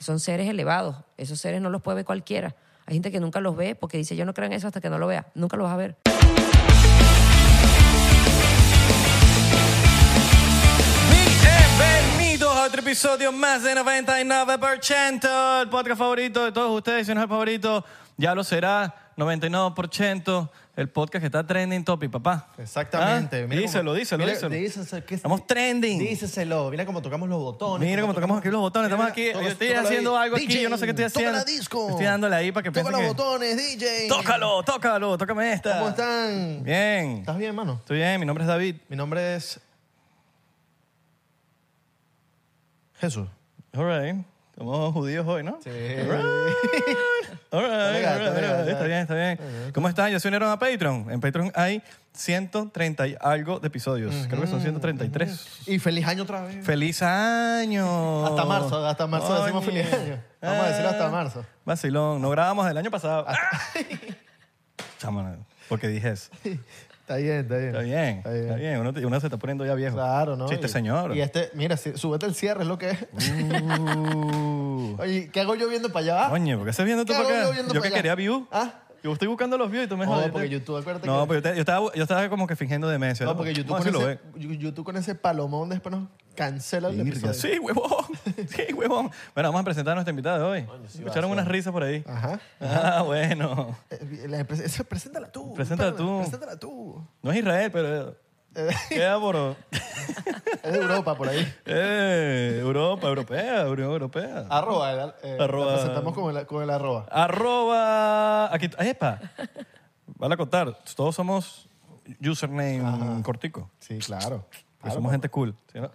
Son seres elevados. Esos seres no los puede ver cualquiera. Hay gente que nunca los ve porque dice, yo no creo en eso hasta que no lo vea. Nunca lo vas a ver. Bienvenidos a otro episodio más de 99%, el podcast favorito de todos ustedes, si no es el favorito, ya lo será, 99%, el podcast que está trending topic, papá. Exactamente. Ah, Mira díselo, cómo- díselo, mira, díselo. dícese- ¿qué- Estamos trending. Díseselo. Mira cómo tocamos los botones. Mira cómo tocamos aquí los botones, estamos Mira, aquí, toca- yo estoy tócala ahí. haciendo algo aquí, DJ, yo no sé qué estoy haciendo. Toca la disco. Estoy dándole ahí para que Toca los piensen que- botones, DJ. Tócalo, tócalo, tócame esta. ¿Cómo están? Bien. ¿Estás bien, hermano? Estoy bien, mi nombre es David. Mi nombre es Jesús. All right. Somos judíos hoy, ¿no? Sí. All right, Está all right, all legal, está right. legal, Está bien, está bien. ¿Cómo estás? Yo soy Nerón a Patreon. En Patreon hay 130 y algo de episodios. Creo que son 133. Y feliz año otra vez. ¡Feliz año! Hasta marzo, hasta marzo Oye. decimos feliz año. Vamos a decirlo hasta marzo. Ah. Vacilón, no grabamos del año pasado. Chama, porque dije eso. Está bien, está bien. Está bien, está bien. Uno, te- uno se está poniendo ya viejo. Claro, ¿no? Chiste, Y- señor. Y este, mira, sí, súbete el cierre, es lo que es. Uh. Oye, ¿qué hago yo viendo para allá? Coño, ¿por qué estás viendo tú ¿Qué para hago acá? yo viendo Yo pa' que allá? quería view. ¿Ah? Yo estoy buscando los views y tú me No, jodiste. porque YouTube, acuérdate No, que- pero yo, te- yo estaba, yo estaba como que fingiendo demencia. No, porque YouTube, Vamos a con decirlo, ese, YouTube con ese palomón después nos cancela el eh. episodio. Sí, huevón. Sí, huevón. Bueno, vamos a presentar a nuestra invitada de hoy. Escucharon unas risas por ahí. Ajá. Ah, bueno. Eh, la pre- esa, preséntala tú. Preséntala espérame, tú. Preséntala tú. No es Israel, pero... Eh, Queda por... es de Europa, por ahí. Eh, Europa, europea, Unión Europea. Arroba. el- eh, la Arroba. presentamos con el, con el arroba. Arroba. Aquí. Epa. Vale a contar. Todos somos username cortico. Sí, claro. Porque Pues somos gente cool. ¿sí, no?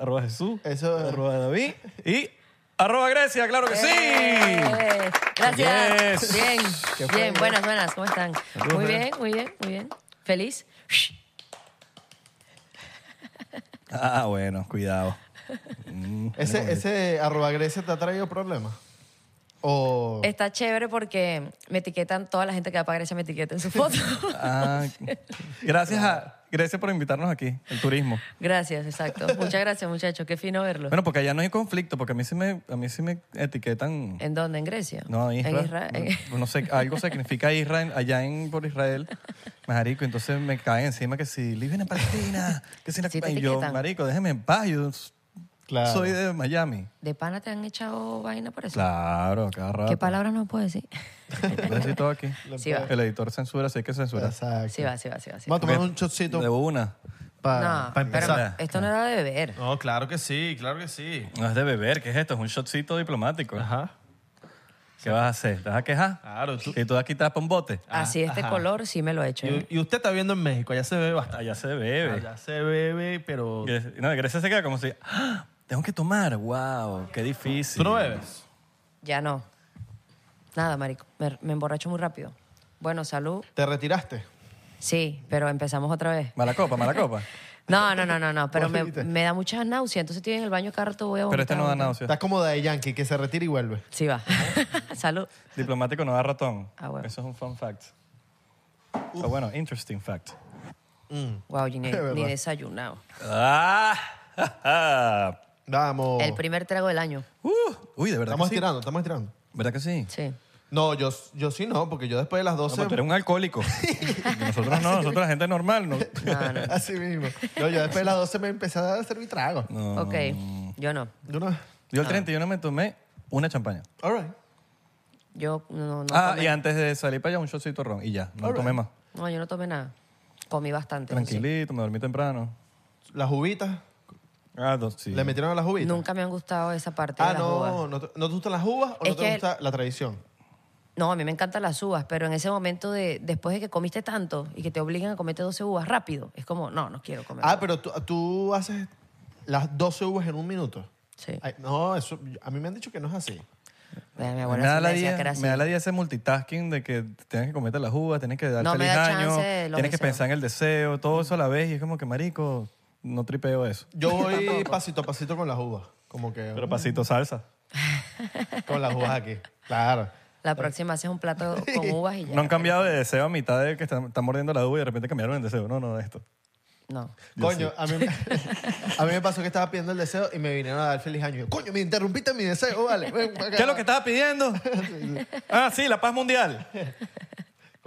Arroba Jesús. Eso es- Arroba David. Y arroba Grecia, claro que sí. Eh, Gracias. Yes. Bien, ¿Qué fue? bien. Buenas, buenas. ¿Cómo están? Muy bien, muy bien, muy bien. ¿Feliz? Ah, bueno, cuidado. Ese, ese arroba Grecia te ha traído problemas. Oh. O Está chévere porque me etiquetan, toda la gente que va para Grecia me etiqueta en su foto. Ah, gracias a Grecia por invitarnos aquí, el turismo. gracias, exacto. Muchas gracias, muchachos. Qué fino verlo. Bueno, porque allá no hay conflicto, porque a mí sí me, a mí sí me etiquetan. ¿En dónde? ¿En Grecia? No, en Israel. En Israel. No, no sé, algo significa Israel, allá en, por Israel, marico. Entonces me caen encima que si live en Palestina, que si la Sí te y yo, etiquetan. marico, déjeme en paz, yo s- Claro. soy de Miami. ¿De pana te han echado vaina por eso? Claro, cada rato. ¿Qué palabras no puedo decir? Voy a decir todo aquí. Sí va. El editor censura, sí hay que censurar. Exacto. Sí va, sí va, sí va. sí Vamos a va. tomar un shotcito De una. para No, para pero empezar. esto no era de beber. No, claro que sí, claro que sí. No es de beber, ¿qué es esto? Es un shotcito diplomático. Ajá. ¿Qué vas a hacer? ¿Te vas a quejar? Claro, tú- Ah, Y tú aquí tapas un bote. Ah, Así, este ajá. color sí me lo he hecho. ¿eh? Y, y usted está viendo en México, allá se bebe bastante. Allá se bebe. Allá se bebe, pero... Grecia- No, Grecia se queda como si, "Ah, tengo que tomar, wow, qué difícil. ¿Tú no bebes? Ya no. Nada, marico. Me, me emborracho muy rápido. Bueno, salud. ¿Te retiraste? Sí, pero empezamos otra vez. Mala copa, mala copa. No, no, no, no, no. Pero me, Vomita. me da muchas náuseas. Entonces estoy en el baño cada rato voy a Pero vomitar. este no da vomitar. náuseas. Estás como de Yankee, que se retira y vuelve. Sí va. salud. Diplomático no da ratón. Ah, bueno. Eso es un fun fact. O bueno, interesting fact. Wow, ni, verdad. ni desayunado. Ah, Vamos. El primer trago del año. Uh, uy, de verdad Estamos que sí. estirando, estamos estirando. ¿Verdad que sí? Sí. No, yo, yo sí no, porque yo después de las No, 12... pero tú eres un alcohólico. Nosotros no, nosotros la gente normal. No. No, no. Así mismo. No, yo después de las 12 me empecé a dar- a hacer mi trago. No. Ok, yo no. De una vez. Yo Ah. el 31 me tomé una champaña. All right. Yo no, no ah, tomé. y antes de salir para allá un shotcito de ron y ya, no tomé más. No, yo no tomé nada. Comí bastante. eso sí. Tranquilito, me dormí temprano. Las uvitas. Ah, dos, sí. ¿Le metieron a las uvitas? Nunca me han gustado esa parte Ah, de las no, uvas. no te, ¿no te gustan las uvas o Es no te que- gusta la tradición? No, a mí me encantan las uvas, pero en ese momento de después de que comiste tanto y que te obligan a comerte 12 uvas rápido, es como, no, no quiero comer. Ah, pero tú, tú haces las 12 uvas en un minuto. Sí. Ay, no, eso, a mí me han dicho que no es así. Eh, mi Me abuela da, sí me la decía día, que era así. me da la día ese multitasking de que tienes que cometer las uvas, tienes que dar No me feliz da año, chance de los tienes que deseos. pensar en el deseo, todo eso a la vez y es como que marico, no tripeo eso. Yo voy pasito a pasito con las uvas. Como que Pero pasito salsa. con las uvas aquí. Claro. La próxima haces un plato con uvas y ya. No han cambiado de deseo a mitad de que están, están mordiendo la uva y de repente cambiaron el deseo. No, no, esto. No. Coño, a mí, a mí me pasó que estaba pidiendo el deseo y me vinieron a dar feliz año. Yo, Coño, me interrumpiste mi deseo, vale. ven para acá. ¿Qué es lo que estaba pidiendo? Ah, sí, la paz mundial.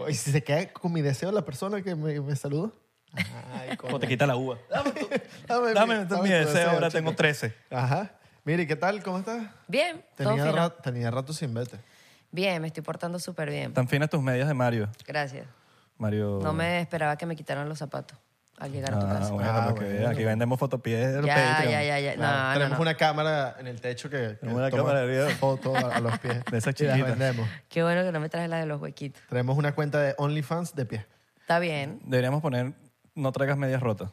Y si se queda con mi deseo la persona que me, me saludó. Ay, coño. O te quita la uva. Dame, tu- dame mi- Dame dame mi tu deseo, ahora chico. tengo 13. Ajá. Mire, ¿qué tal? ¿Cómo estás? Bien, todo Tenía, fino. ra- tenía rato sin verte. Bien, me estoy portando súper bien. Tan finas tus medias de Mario. Gracias. Mario. No me esperaba que me quitaran los zapatos al llegar a tu Ah, casa. bueno, Ah, para que bueno. veas, Aquí vendemos fotopies. del ya, Patreon. ya, ya, ya. No, Claro, no, tenemos no. una cámara en el techo que, que Ah, Tenemos una cámara de video. fotos a, a los pies. De esas Y las chiquitas. vendemos. Qué bueno que no me traes la de los huequitos. Tenemos una cuenta de OnlyFans de pies. Está bien. Deberíamos poner no traigas medias rotas.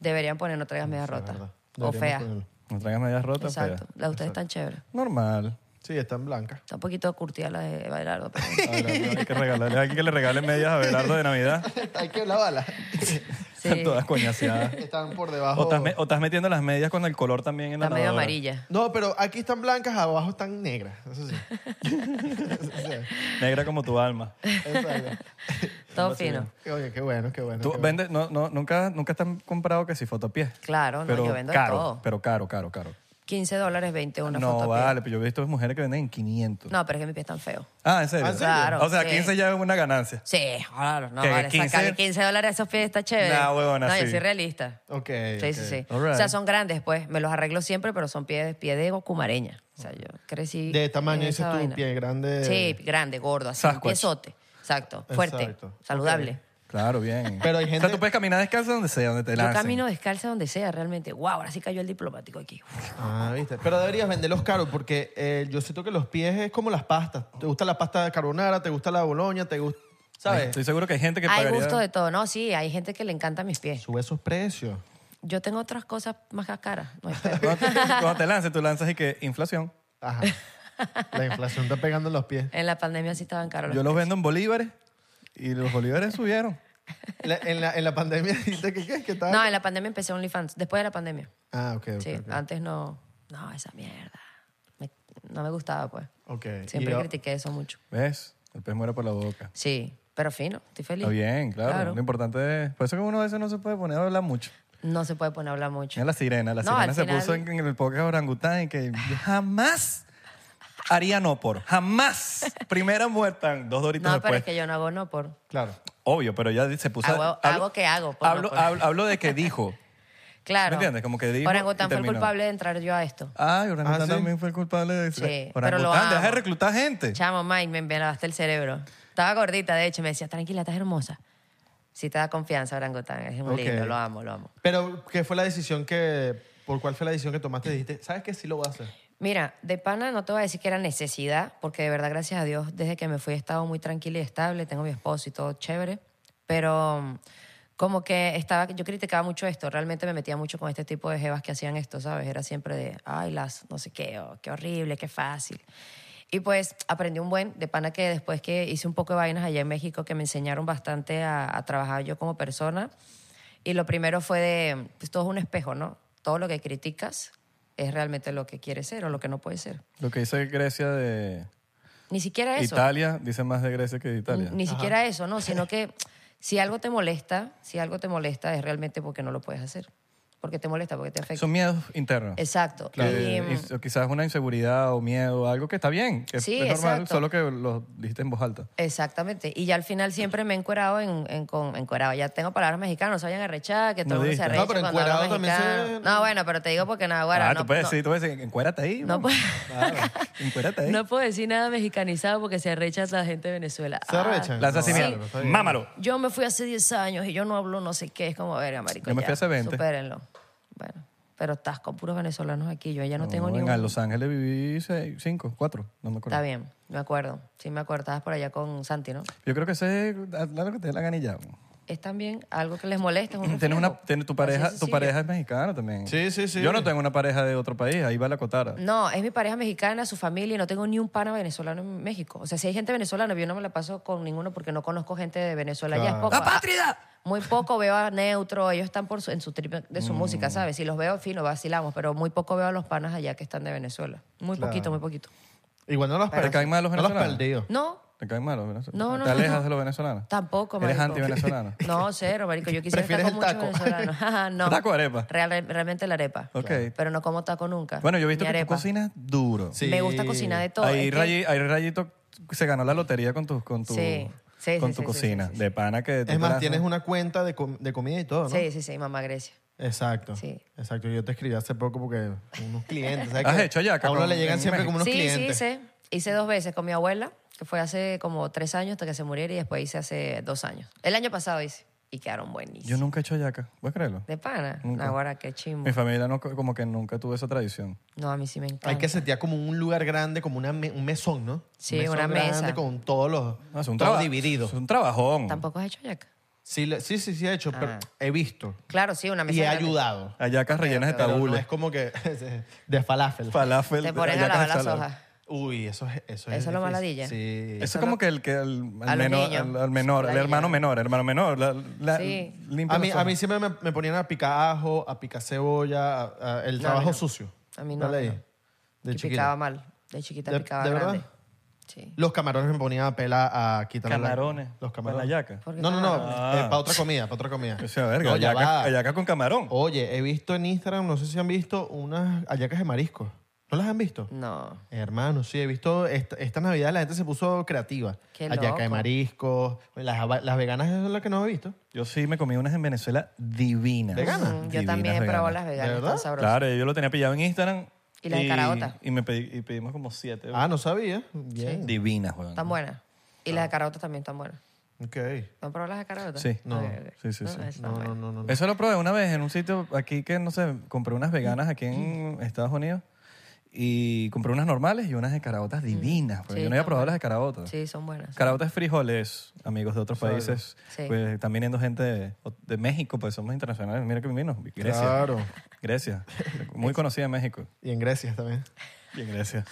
Deberían poner no traigas medias rotas. verdad. O Deberíamos feas. ponerlo. No traigas medias rotas, feas. Exacto. Las de ustedes están chéveres. Normal. Sí, están blancas. Está un poquito curtida la de Bailardo. pero- Hay que regalarle, hay que le regale medias a Belardo de Navidad. Hay que lavarlas. Están todas coñaseadas. Están por O debajo. estás, me- o estás metiendo las medias con el color también en la Está medio lavadora. amarilla. No, pero aquí están blancas, abajo están negras. Eso sí. Negra como tu alma. Exacto. Todo fino. Oye, qué bueno, qué bueno. Tú qué bueno. vendes, no, no, nunca, nunca te han comprado que si fotopies. Claro, no, yo vendo de caro, todo. Pero caro, caro, caro. 15 dólares, 20 una no, foto a pie. vale, pero yo he visto mujeres que venden en 500. No, pero es que mi pie es tan feo. Ah, ¿en serio? ¿Ah, en serio? Claro, o sea, sí. 15 ya es una ganancia. Sí, claro, no, ¿Qué, vale, 15? sacarle 15 dólares a esos pies está chévere. Nah, huevona, No, yo sí. soy realista. Ok. Sí, ok. sí, sí. All O right. sea, son grandes, pues. Me los arreglo siempre, pero son pies pie de cumareña. O sea, yo crecí. De en tamaño, esa dices tú, vaina. pie grande. Sí, grande, gordo, así. Un Sasquatch. piezote. Exacto. Fuerte. Exacto. Saludable. Claro, bien. Pero hay O gente- sea, tú puedes caminar descalzo donde sea, donde te Yo lancen. camino descalza donde sea, realmente. Wow, ahora sí cayó el diplomático aquí. pues. Ah, viste. Pero deberías venderlos caros porque eh, yo siento que los pies es como las pastas. ¿Te gusta la pasta de carbonara? ¿Te gusta la boloña? ¿Te gusta...? ¿Sabes? Estoy seguro que hay gente que Hay pagaría... gusto de todo. No, sí, hay gente que le encanta mis pies. Sube esos precios. Yo tengo otras cosas más caras. No hay pedo. Cuando te, cuando te lances, tú lanzas y que inflación. Ajá. La inflación está pegando en los pies. en la pandemia sí estaban caros. los Yo los pies. vendo en bolívares y los bolívares subieron. La- en, la, en la pandemia dijiste que qué, que estaba... No, en la pandemia empecé OnlyFans. Después de la pandemia. Ah, ok, ok. Sí, ok. antes no. No, esa mierda. Me- no me gustaba, pues. Ok. Siempre Y- critiqué eso mucho. ¿Ves? El pez muere por la boca. Sí, pero fino, estoy feliz. Está bien, claro. Lo importante es... Por eso que uno a veces no se puede poner a hablar mucho. No se puede poner a hablar mucho. Mira la sirena. La No, sirena al se final- puso en, en el podcast orangután y que yo jamás haría no por. Jamás. Primera muerta. Dos doritos No, pero después. es que yo no hago no por. Claro. Obvio, pero ya se puso... Hago- hago que hago, por no hablo, por. hablo- hablo de que dijo. Claro. ¿Me entiendes? Como que dijo Orangután fue y el terminó. culpable de entrar yo a esto. Ay, Orangután Ah, ¿sí? también fue el culpable de eso. Sí, pero lo Orangután, deja de amo. reclutar gente. Chamo, Mike, me envenenaste el cerebro. Estaba gordita, de hecho, me decía, tranquila, estás hermosa. Sí, te da confianza, orangután. Es muy Ok. lindo, lo amo, lo amo. Pero, ¿qué fue la decisión que... ¿Por cuál fue la decisión que tomaste? Dijiste, ¿sabes qué? Sí lo voy a hacer. Mira, de pana no te voy a decir que era necesidad, porque de verdad, gracias a Dios, desde que me fui he estado muy tranquila y estable, tengo mi esposo y todo chévere, pero mm, como que estaba, yo criticaba mucho esto, realmente me metía mucho con este tipo de jevas que hacían esto, ¿sabes? Era siempre de, ay, las, no sé qué, o qué horrible, qué fácil. Y pues aprendí un buen, de pana que después que hice un poco de vainas allá en México que me enseñaron bastante a, a trabajar yo como persona, y lo primero fue de, pues todo es un espejo, ¿no? Todo lo que criticas es realmente lo que quieres ser o lo que no puedes ser. Lo que dice Grecia de Ni siquiera eso. Italia, dice más de Grecia que de Italia. Ni siquiera eso, ¿no? Sino que si algo te molesta, si algo te molesta es realmente porque no lo puedes hacer. Porque te molesta, porque te afecta. Son miedos internos. Exacto. Y, mm, Que- Eh, y- o quizás una inseguridad o miedo, algo que está bien, que es- Sí, es normal, exacto. solo que lo dijiste en voz alta. Exactamente. Y ya al final siempre me he encuerado en, en, con, encuerado. Ya tengo palabras mexicanas, no se vayan a arrechar, que todo el mundo se Nudista. arrecha No, pero cuando hablo encuerado también mexicano. se- No, bueno, pero te digo porque nada, Ah, guara. no, tú puedes no- decir, tú puedes decir, encuérate ahí. No mamá". puede- Claro, encuérate ahí. No puedo decir nada mexicanizado porque se arrecha la gente de Venezuela. ¿Se Ah. arrechan? Lanza así, No, mira, claro, está bien. mámalo. Yo me fui hace 10 años y yo no hablo no sé qué. Es como, verga, marico, Yo me ya, fui hace 20. Supérenlo. Bueno, pero estás con puros venezolanos aquí. Yo ya no, tengo No, ni en un... Los Ángeles viví seis, cinco, cuatro, no me acuerdo. Está bien, me acuerdo. Sí me acuerdo. Estabas por allá con Santi, ¿no? Yo creo que ese es algo que te dé la gana y ya. Es también algo que les molesta. es un Tienes una, reflejo. tienes tu Así pareja, de tu sencillo. pareja es mexicana también. Sí, sí, sí. Yo no tengo una pareja de otro país, ahí va la cotara. No, es mi pareja mexicana, su familia, y no tengo ni un pana venezolano en México. O sea, si hay gente venezolana, yo no me la paso con ninguno porque no conozco gente de Venezuela. Ya es poco. patria! Muy poco veo a Neutro, ellos están por su- en su trip de Mm. su música, ¿sabes? Si los veo, fino, vacilamos, pero muy poco veo a los panas allá que están de Venezuela. Muy poquito, muy poquito. Igual no los ¿Te caen mal los No los venezolanos? perdió. No, ¿Te caen mal los venezolanos? No, no, ¿Te no, alejas no. de los venezolanos? tampoco, marico. ¿Eres anti-venezolano? No, cero, marico. Yo quisiera estar con ¿Prefieres muchos el taco? venezolanos. Ajá, no. ¿Taco o arepa? Real- realmente la arepa. Ok. Pero no como taco nunca. Bueno, yo he visto Ni que tú arepa. cocinas duro. Sí. Me gusta cocinar de todo. Ahí, es que- Rayi- ahí Rayito se ganó la lotería con tu, con tu, Sí, sí, con sí, tu sí, cocina. sí, sí, sí. De pana que... tú Es más, te tienes lanzas. una cuenta de, com- de comida y todo, ¿no? Sí, sí, sí, mamá Grecia. Exacto. Sí. Exacto. Yo te escribí hace poco porque unos clientes. ¿sabes ¿Has que hecho yaca A uno con- le llegan en siempre México? como unos sí, clientes. sí, hice. Hice dos veces con mi abuela, que fue hace como tres años hasta que se muriera, y después hice hace dos años. El año pasado hice. Y quedaron buenísimos. Yo nunca he hecho yaca, ¿puedes creerlo? ¿De pana? Nunca. Ahora, qué chimbo. Mi familia no, co- como que nunca tuvo esa tradición. No, a mí sí me encanta. Hay que setear como un lugar grande, como una me- un mesón, ¿no? Sí, Un una mesa. grande con todos los. No, Ah, es un todo traba- dividido. Es un trabajón. ¿Tampoco has hecho yaca? Sí, le- sí, sí, sí, he hecho, pero he visto. Claro, sí, Ah. una mesa Y he grande. ayudado. Hay yacas rellenas de Pero no tabules. es como que. de falafel. Falafel. Te ponen a hallacas lavar de las falafel. hojas. Uy, eso es. Eso Eso es, es lo difícil. maladilla. Sí. Eso es como que el que el, A al los menor, niños. al, al menor, el La hermano niña. menor, el hermano menor, la- la- Sí. limpia A mí, las a mí hojas. siempre me, me ponían a picar ajo, a picar cebolla, a- a- el trabajo sucio. A mí no, Dale a mí ahí. no. De Yo chiquito. picaba mal. De chiquita ¿De- picaba de verdad? grande. Sí. Los camarones me ponían a pelar a quitar la- Camarones. Los camarones. Para la yaca. ¿Por qué No, no, no. camarones? para otra comida, para otra comida. O sea, verga, No, ya hallaca- va. Oh. hallaca con camarón. Oye, he visto en Instagram, no sé si han visto, unas hallacas de marisco. ¿No las han visto? No. Hermano, sí, he visto esta, esta Navidad la gente se puso creativa. Qué Hallaca de loco. mariscos. Las, haba- las veganas es la que no he visto. Yo sí me comí unas en Venezuela divinas. ¿Veganas? Mm, yo también he Divinas probado veganas. las veganas. verdad? Están sabrosas. Claro, yo lo tenía pillado en Instagram. Y las de caraota. Y, me pedí- y pedimos como siete. Ah, no sabía. Bien. Divinas, weón. Están buenas. Y Ah. las de caraotas también están buenas. Ok. ¿No han probado las de caraotas? Sí. No. Sí, sí, sí. Ah, No, no, no, no. no. Eso lo probé una vez en un sitio aquí que, no sé, compré unas veganas aquí en Estados Unidos y compré unas normales y unas de caraotas divinas. Mm. weón. Sí, yo no había están probado las de buenas. caraotas. Sí, son buenas. Caraotas frijoles, amigos de otros países. Sí. Pues están viniendo gente de, de México, pues somos internacionales. Mira que vino. Grecia. Claro. Grecia. Muy conocida en México. Y en Grecia también. Y en Grecia.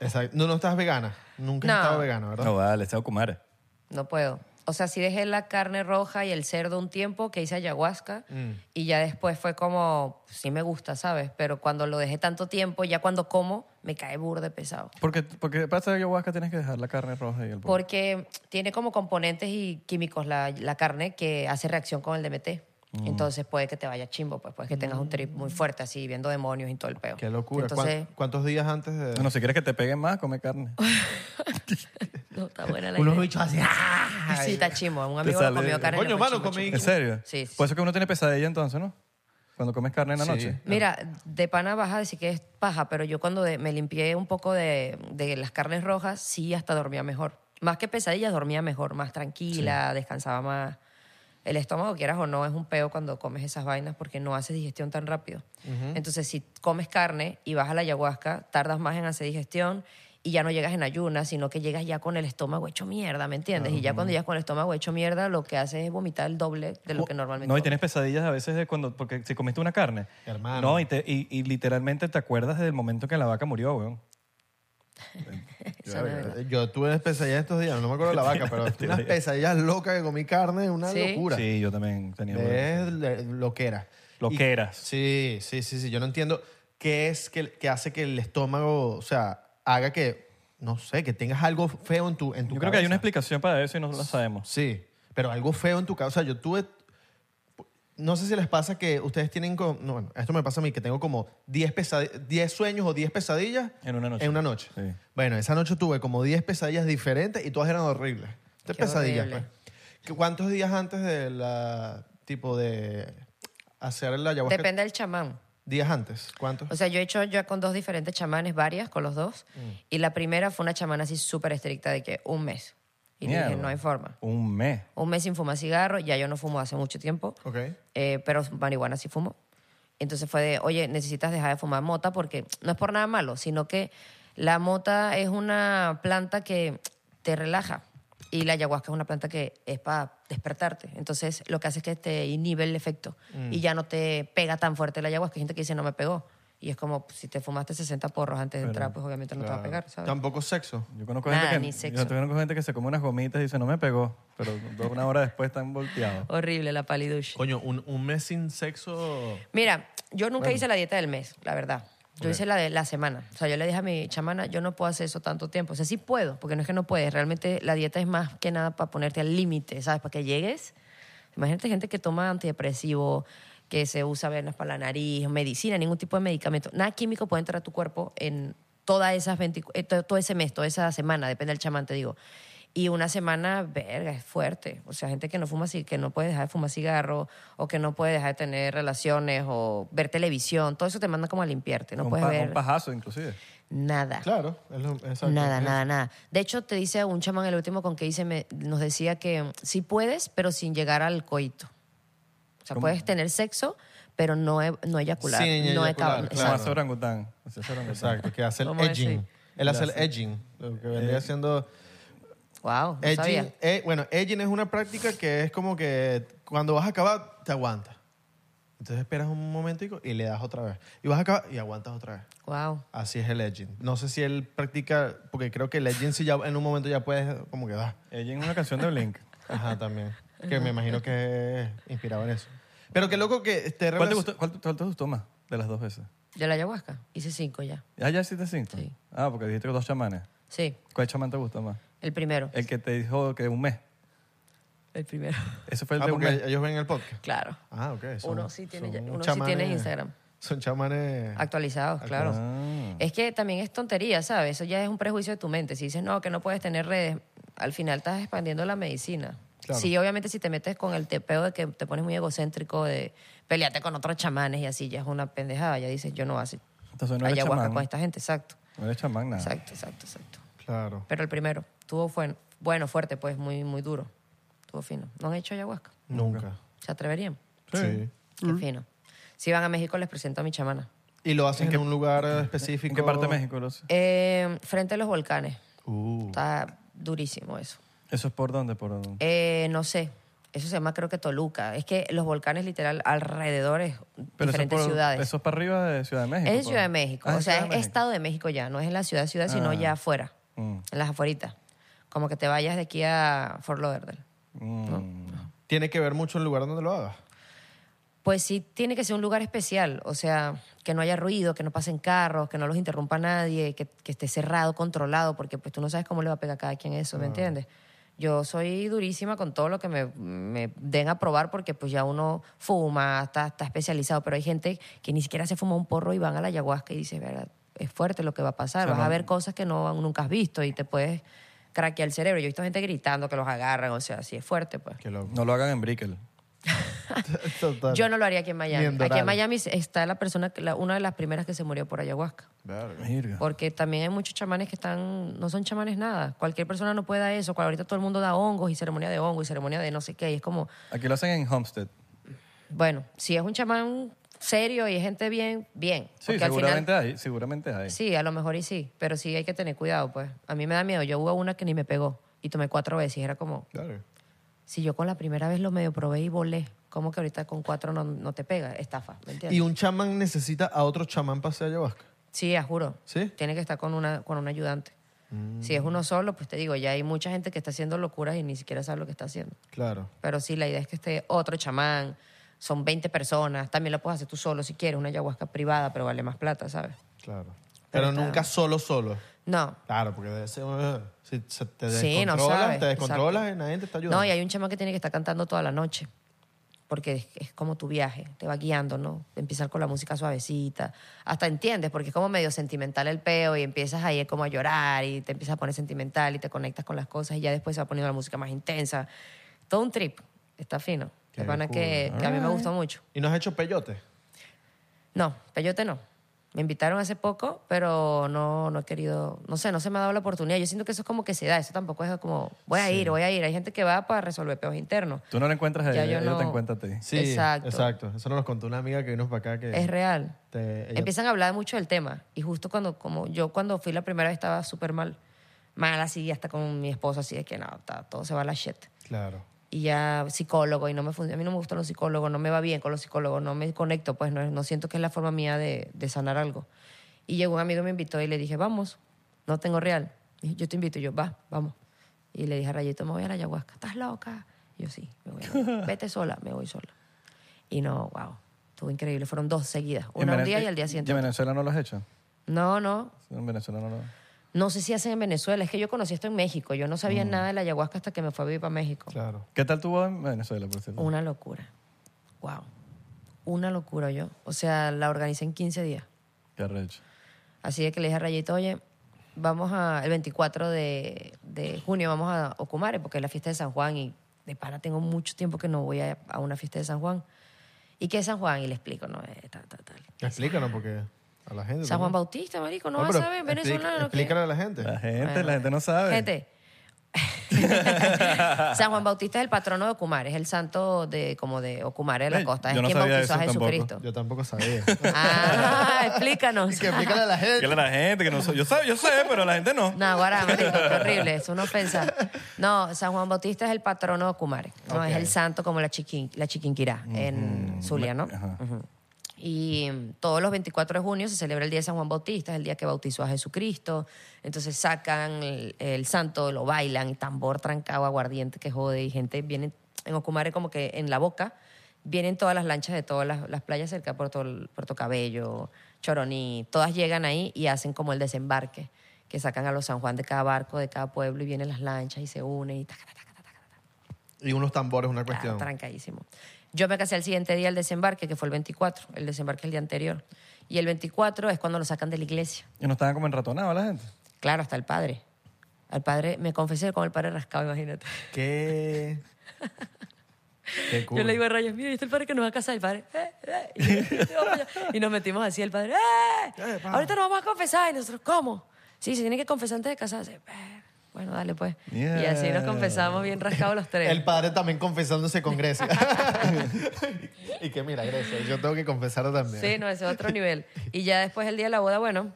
Exacto. No, no estás vegana. Nunca No. has estado vegana, ¿verdad? No vale, está Kumare. No puedo. o sea, sí dejé la carne roja y el cerdo un tiempo que hice ayahuasca y ya después fue como, sí me gusta, ¿sabes? Pero cuando lo dejé tanto tiempo, ya cuando como, me cae burde pesado. Porque, porque para hacer ayahuasca tienes que dejar la carne roja y el pollo. Porque tiene como componentes y químicos la, la carne que hace reacción con el DMT. Entonces puede que te vaya chimbo, pues puede que tengas un trip muy fuerte así, viendo demonios y todo el peo. Qué locura. ¿Cuán- Entonces, ¿Cuántos días antes de.? Bueno, si quieres que te peguen más, come carne. no, está buena la unos idea. bichos así. ¡ah! Sí, está chimbo. Un Te amigo lo sale- comió carne. y le Coño, fue mano, chimbo, comí- chimbo. ¿En serio? Sí, sí. Por eso que uno tiene pesadilla entonces, ¿no? Cuando comes carne en la noche. Mira, de pana baja decir que es paja, pero yo cuando de- me limpié un poco de, de las carnes rojas, sí hasta dormía mejor. Más que pesadillas, dormía mejor, más tranquila, descansaba más. El estómago, quieras o no, es un peo cuando comes esas vainas porque no haces digestión tan rápido. Entonces, si comes carne y vas a la ayahuasca, tardas más en hacer digestión y ya no llegas en ayunas, sino que llegas ya con el estómago hecho mierda, ¿me entiendes? Y ya cuando llegas con el estómago hecho mierda, lo que haces es vomitar el doble de lo que normalmente No, y comes. tienes pesadillas a veces de cuando, porque si comiste una carne. Hermano. No, y, te- y- y literalmente te acuerdas del momento que la vaca murió, weón. Eso no es verdad. Yo tuve unas pesadillas estos días, no me acuerdo de la vaca, pero tuve unas pesadillas locas que comí carne, una Sí. locura. Sí, yo también tenía. Es le- loquera. Loqueras. Y- Sí, sí, sí, sí. Yo no entiendo qué es que, que hace que el estómago, o sea, haga que, no sé, que tengas algo feo en tu, en tu Yo creo que hay una cabeza. explicación para eso y no la sabemos. Sí, pero algo feo en tu cabeza. O sea, yo tuve. No sé si les pasa que ustedes tienen. como- no, bueno, esto me pasa a mí, que tengo como 10, pesadi- 10 sueños o 10 pesadillas. En una noche. En una noche. Sí. Bueno, esa noche tuve como 10 pesadillas diferentes y todas eran horribles. Tres Qué pesadillas, horrible. pues. ¿Qué- ¿Cuántos días antes de la. tipo de. hacer la ayahuasca? Depende del chamán. ¿Días antes? ¿Cuántos? O sea, yo he hecho ya con dos diferentes chamanes, varias, con los dos. Y la primera fue una chamana así súper estricta de que un mes. Y le Mierda. dije, no hay forma. Un mes. Un mes sin fumar cigarro, ya yo no fumo hace mucho tiempo. Ok. Eh, pero marihuana sí fumo. Entonces fue de, oye, necesitas dejar de fumar mota porque no es por nada malo, sino que la mota es una planta que te relaja y la ayahuasca es una planta que es para despertarte. Entonces lo que hace es que te inhibe el efecto y ya no te pega tan fuerte la ayahuasca. Hay gente que dice, no me pegó. Y es como, si te fumaste 60 porros antes de entrar, pues obviamente no te va a pegar, ¿sabes? Ah, Tampoco sexo. Yo conozco, Nada, gente ni que, sexo. yo conozco gente que se come unas gomitas y dice, no me pegó. Pero dos- una hora después están volteados. Horrible la palidush. Coño, un, un mes sin sexo. Mira, yo nunca hice la dieta del mes, la verdad. Yo hice la de la semana. O sea, yo le dije a mi chamana, yo no puedo hacer eso tanto tiempo. O sea, sí puedo, porque no es que no puedes. Realmente la dieta es más que nada para ponerte al límite, ¿sabes? Para que llegues. Imagínate gente que toma antidepresivo, que se usa venas para la nariz, medicina, ningún tipo de medicamento. Nada químico puede entrar a tu cuerpo en todas esas 20 eh, to- todo ese mes, toda esa semana, depende del chamán, te digo. Y una semana, verga, es fuerte. O sea, gente que no fuma, ci- que no puede dejar de fumar cigarro o que no puede dejar de tener relaciones o ver televisión. Todo eso te manda como a limpiarte. No un, puedes pa- ver un pajazo, inclusive. nada. Claro. es lo- exacto. Nada, nada, nada. De hecho, te dice un chamán, el último con que hice, me- nos decía que mm, sí puedes, pero sin llegar al coito. O sea, puedes tener sexo, pero no, e- no eyacular. Sin no eyacular, eca- Como Claro. hace orangután. Así hace orangután. Exacto, que hace el ¿Cómo decir? edging. Él hace el edging, lo que Eh, vendría siendo... Wow, no Edging, sabía. eh, bueno, edging es una práctica que es como que cuando vas a acabar, te aguantas. Entonces esperas un momentico y le das otra vez. Y vas a acabar y aguantas otra vez. Wow. Así es el edging. No sé si él practica, porque creo que el edging si ya en un momento ya puedes como que da. Ella en una canción de Blink. Ajá, también. Que me imagino que es inspirado en eso. Pero qué loco que ¿Cuál esté te relacion- gustó, cuál, cuál te gustó más de las dos veces? De la ayahuasca. Hice cinco ya. Ah, ya hiciste cinco. Sí. Ah, porque dijiste que dos chamanes. Sí, ¿Cuál chamán te gustó más? el primero. El que te dijo que un mes. El primero. Ese fue el Ah, de un porque mes. ellos ven el podcast. Claro. Ah, ok. Uno sí tiene ya- uno sí tiene Instagram. Son chamanes... Actualizados, Ah. claro. Es que también es tontería, ¿sabes? Eso ya es un prejuicio de tu mente. Si dices, no, que no puedes tener redes, al final estás expandiendo la medicina. Sí, obviamente si te metes con el tepeo de que te pones muy egocéntrico, de pelearte con otros chamanes y así, ya es una pendejada. Ya dices, yo no hace Entonces no eres ayahuasca chamán. Ah. con esta gente. Exacto, No eres chamán nada. pues, exacto, exacto, exacto. Claro. Pero el primero, tuvo fue, bueno, fuerte, pues, muy, muy duro. Tuvo fino. ¿No han hecho ayahuasca? Nunca. ¿Se atreverían? Sí. Qué fino. Si van a México, les presento a mi chamana. Y lo hacen en, un lugar eh, específico. ¿En qué parte de México lo haces? Eh, frente a los volcanes. Uh. Está durísimo eso. ¿Eso es por dónde? Por dónde? Eh, no sé. Eso se llama creo que Toluca. Es que los volcanes literal alrededor es Pero eso es diferentes por- ciudades. Eso es para arriba de Ciudad de México. es en por- Ciudad de México. Ah, en o sea, Ciudad es de México. Ah. estado de México ya. No es en la ciudad, ciudad, sino ya afuera. Mm. En las afueritas. Como que te vayas de aquí a Fort Lauderdale. Tiene que ver mucho el lugar donde lo hagas. Pues sí, tiene que ser un lugar especial, o sea, que no haya ruido, que no pasen carros, que no los interrumpa nadie, que, que esté cerrado, controlado, porque pues tú no sabes cómo le va a pegar a cada quien eso, ¿me entiendes? Yo soy durísima con todo lo que me, me den a probar porque pues ya uno fuma, está, está especializado, pero hay gente que ni siquiera se fuma un porro y van a la ayahuasca y dice, "Verga, es fuerte lo que va a pasar, vas a ver cosas que no nunca has visto y te puedes craquear el cerebro. Yo he visto gente gritando que los agarran, o sea, sí es fuerte pues. Qué loco. No lo hagan en Brickell. Total. Yo no lo haría aquí en Ni Miami. en aquí Doral. en Miami está la persona, que- la- una de las primeras que se murió por ayahuasca. Verga. Mira. Porque también hay muchos chamanes que están, no son chamanes nada. Cualquier persona no puede dar eso. Cual- Ahorita todo el mundo da hongos y ceremonia de hongos y ceremonia de no sé qué. Y es como, Aquí lo hacen en Homestead. bueno, si es un chamán serio y es gente bien, bien. Sí, Porque al final- seguramente hay, seguramente hay. Sí, a lo mejor y sí, pero sí hay que tener cuidado, pues. A mí me da miedo. Yo hubo una que ni me pegó y tomé cuatro veces y era como, Verga. si yo con la primera vez lo medio probé y volé, ¿cómo que ahorita con cuatro no, no te pega? Estafa, ¿me entiendes? Y un chamán necesita a otro chamán para hacer ayahuasca. Sí, a juro. ¿Sí? Tiene que estar con una con un ayudante. Si es uno solo, pues te digo, ya hay mucha gente que está haciendo locuras y ni siquiera sabe lo que está haciendo. Claro. Pero sí, la idea es que esté otro chamán, son 20 personas, también la puedes hacer tú solo si quieres, una ayahuasca privada, pero vale más plata, ¿sabes? Claro. Pero Pero, está- nunca solo, solo. No. Claro, porque debe ser. eh, Si se te Sí, no descontrolas, sabes. te descontrolas exacto. y nadie te está ayudando. No, y hay un chamán que tiene que estar cantando toda la noche. Porque es, es como tu viaje, te va guiando, ¿no? Empezar con la música suavecita. Hasta entiendes, porque es como medio sentimental el peo y empiezas ahí como a llorar y te empiezas a poner sentimental y te conectas con las cosas y ya después se va poniendo la música más intensa. Todo un trip. Está fino. Qué De pana que, que a mí me gustó mucho. ¿Y no has hecho peyote? No, peyote no. Me invitaron hace poco, pero no, no he querido, no sé, no se me ha dado la oportunidad. Yo siento que eso es como que se da, eso tampoco es como, voy a ir, voy a ir. Hay gente que va para resolver peos internos. Tú no lo encuentras a Ya ella, yo ella te no. encuentra a ti. Sí. Exacto. Exacto. Eso nos lo contó una amiga que vino para acá. Que Es real. te- ella- Empiezan a hablar mucho del tema. Y justo cuando, como yo cuando fui la primera vez estaba súper mal. Mal así, hasta con mi esposo así de que no, ta- todo se va a la shit. Claro. Y ya psicólogo y no me funciona. A mí no me gustan los psicólogos, no me va bien con los psicólogos, no me conecto, pues no, no siento que es la forma mía de, de sanar algo. Y llegó un amigo y me invitó y le dije, vamos, no tengo real. Y yo te invito, y yo, va, vamos. Y le dije a Rayito, me voy a la ayahuasca, ¿estás loca? Y yo sí, me voy. a la- Vete sola, me voy sola. Y no, wow, estuvo increíble. Fueron dos seguidas, En una un Vene- día y al día siguiente. ¿Y en Venezuela no lo has hecho? No, no. En Venezuela no lo No sé si hacen en Venezuela. Es que yo conocí esto en México. Yo no sabía nada de la ayahuasca hasta que me fue a vivir para México. Claro. ¿Qué tal tu boda en Venezuela, por cierto? Una locura. Wow. Una locura yo. O sea, la organicé en 15 días. Qué arrecho. Así de que le dije a Rayito, oye, vamos a, el 24 de, de junio vamos a Ocumare, porque es la fiesta de San Juan y de pana tengo mucho tiempo que no voy a, a una fiesta de San Juan. ¿Y qué es San Juan? Y le explico, no, eh, tal, tal, tal. Explícanos porque a la gente. San Juan también. Bautista, marico, no, No, vas pero a saber, explica- venezolano. ¿qué? Explícale a la gente. La gente, Bueno, la gente no sabe. Gente. San Juan Bautista es el patrono de Ocumare, es el santo de como de Ocumare de la Ey, costa, es yo no quien sabía bautizó a eso tampoco. Jesucristo. Yo tampoco sabía. Ah, explícanos. que explícale a la gente. Dígale a la gente que no sabe. Yo, sé, yo sé, pero la gente no. No, ahora, marico, qué horrible, es una ofensa. No, San Juan Bautista es el patrono de Ocumare, no es el santo como la, chiquin, la Chiquinquirá en Zulia, ¿no? Ujú. Y mm, todos los 24 de junio se celebra el día de San Juan Bautista, es el día que bautizó a Jesucristo. Entonces sacan el, el santo, lo bailan, tambor trancado, aguardiente que jode, y gente viene en Ocumare como que en la boca. Vienen todas las lanchas de todas las, las playas cerca de Puerto, Puerto Cabello, Choroní, todas llegan ahí y hacen como el desembarque, que sacan a los San Juan de cada barco, de cada pueblo, y vienen las lanchas y se unen y taca, taca, taca, taca, taca. Y unos tambores, una Claro, cuestión. trancadísimo. Yo me casé el siguiente día al desembarque, que fue el 24. El desembarque el día anterior. Y el 24 es cuando lo sacan de la iglesia. Y no estaban como enratonados la gente. Claro, hasta el padre. Al padre, me confesé con el padre rascado, imagínate. ¿Qué? Qué cool. Yo le digo a Rayos, mira, ¿viste el padre que nos va a casar? El padre, "Eh, eh", y yo, "Vamos allá". Y nos metimos así, el padre, "Eh, ahorita nos vamos a confesar. Y nosotros, ¿cómo? Sí, se tiene que confesar antes de casarse. "Eh, Bueno, dale pues. Y así nos Yeah. confesamos bien rascados los tres. El padre también confesándose con Grecia. y que mira, Grecia, yo tengo que confesar también. Sí, no, ese es otro nivel. Y ya después el día de la boda, bueno,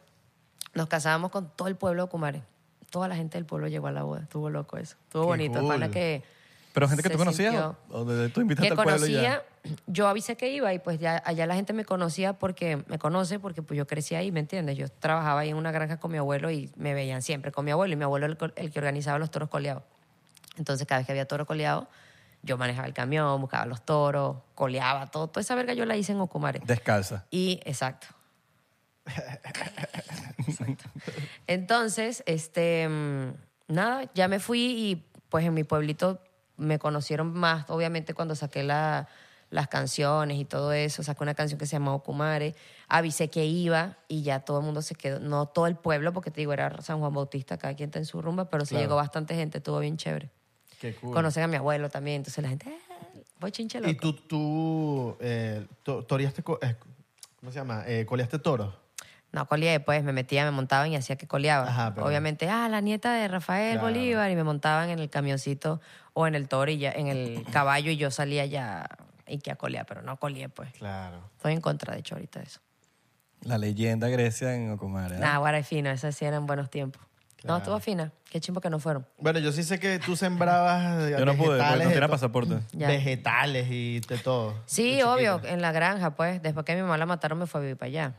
nos casábamos con todo el pueblo de Ocumare. Toda la gente del pueblo llegó a la boda. Estuvo loco eso. Estuvo Qué bonito. cool. Pana que Pero gente que se tú conocías sintió- o o de, tú invitaste que al pueblo y conocía, ya. yo avisé que iba y pues ya allá la gente me conocía porque me conoce porque pues yo crecí ahí, ¿me entiendes? Yo trabajaba ahí en una granja con mi abuelo y me veían siempre con mi abuelo y mi abuelo el, co- el que organizaba los toros coleados. Entonces, cada vez que había toro coleado, yo manejaba el camión, buscaba los toros, coleaba todo. Toda esa verga yo la hice en Ocumare. Descalza. Y, exacto. Exacto. Entonces, este, mm, nada, ya me fui y pues en mi pueblito me conocieron más, obviamente, cuando saqué la- las canciones y todo eso. Saqué una canción que se llamaba Okumare, avisé que iba y ya todo el mundo se quedó, no todo el pueblo, porque te digo, era San Juan Bautista, cada quien está en su rumba, pero sí llegó bastante gente, estuvo bien chévere. Qué cool. Conocen a mi abuelo también, entonces la gente, "Ah, voy chinche ¿Y loco". tú, tú eh, to- toreaste, co- eh, ¿cómo se llama? Eh, ¿Coleaste toros? No, coleé, pues me metía, me montaban y hacía que coleaba. Ajá, pero- Obviamente, ah, la nieta de Rafael Claro. Bolívar, y me montaban en el camioncito o en el toro y ya, en el caballo y yo salía ya y que a colear, pero no coleé, pues. Claro. Estoy en contra, de hecho, ahorita de eso. La leyenda Grecia en Ocumare. ¿eh? Nah, guara fino, esas sí eran buenos tiempos. Claro. No, estuvo fina. Qué chimbo que no fueron. Bueno, yo sí sé que tú sembrabas eh, Yo no pude, porque vegetales no de tenía to- pasaporte. Ya. Vegetales y de todo. Sí, de obvio, chiquita. en la granja, pues. Después que mi mamá la mataron, me fue a vivir para allá.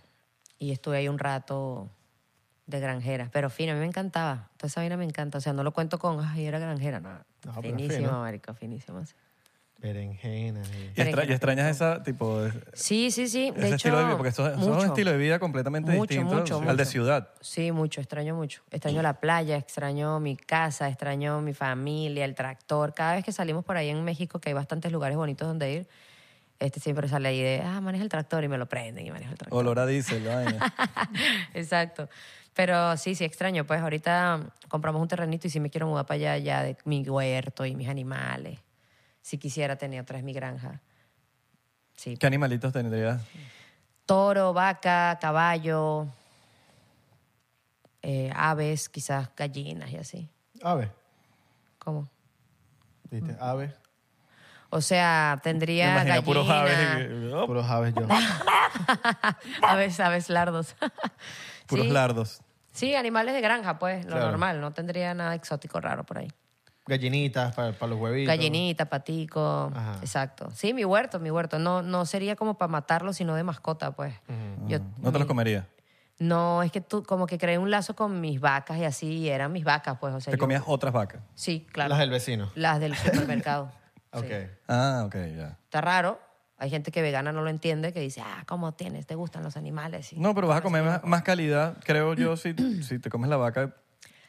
Y estuve ahí un rato de granjera. Pero fino, a mí me encantaba. Toda esa vaina me encanta. O sea, no lo cuento con, ay, era granjera, nada. No, pero finísimo, fino. marico, finísimo. sí. Berenjenas. y- Y, extra- y extrañas esa tipo de, Sí, sí, sí. De ese hecho, estilo de vida, porque eso, eso es un estilo de vida completamente Mucho, distinto mucho, al mucho. de ciudad. Sí, mucho, extraño mucho. Extraño la playa, extraño mi casa, extraño mi familia, el tractor. Cada vez que salimos por ahí en México, que hay bastantes lugares bonitos donde ir, este siempre sale ahí de, ah, maneja el tractor y me lo prenden y maneja el tractor. Olor a diésel, la vaina. Exacto. Pero sí, sí, extraño. Pues ahorita mm, compramos un terrenito y sí me quiero mudar para allá ya de mi huerto y mis animales. Si quisiera tener otra vez mi granja. Sí. ¿Qué animalitos tendrías? Toro, vaca, caballo, eh, aves, quizás gallinas y así. Ave. ¿Cómo? ¿Viste? Ave. O sea, Me tendría imagino puros aves. gallinas, y- y- oh, Puros aves yo. aves, aves lardos. puros sí, lardos. sí, animales de granja, pues, lo Claro. normal. No tendría nada exótico raro por ahí. Gallinitas para, los huevitos. Gallinita, patico, Ajá. exacto. Sí, mi huerto, mi huerto. No, no sería como para matarlo, sino de mascota, pues. Yo- No te los comerías. No, es que tú como que creé un lazo con mis vacas y así, y eran mis vacas, pues. O sea, Te yo- comías otras vacas. Sí, claro. Las del vecino. Las del supermercado. Sí. Ok. Ah, ok, ya. Está raro. Hay gente que vegana no lo entiende, que dice, ah, ¿cómo tienes? ¿Te gustan los animales? Y- No, pero vas a comer más, más calidad, creo yo, si, si te comes la vaca.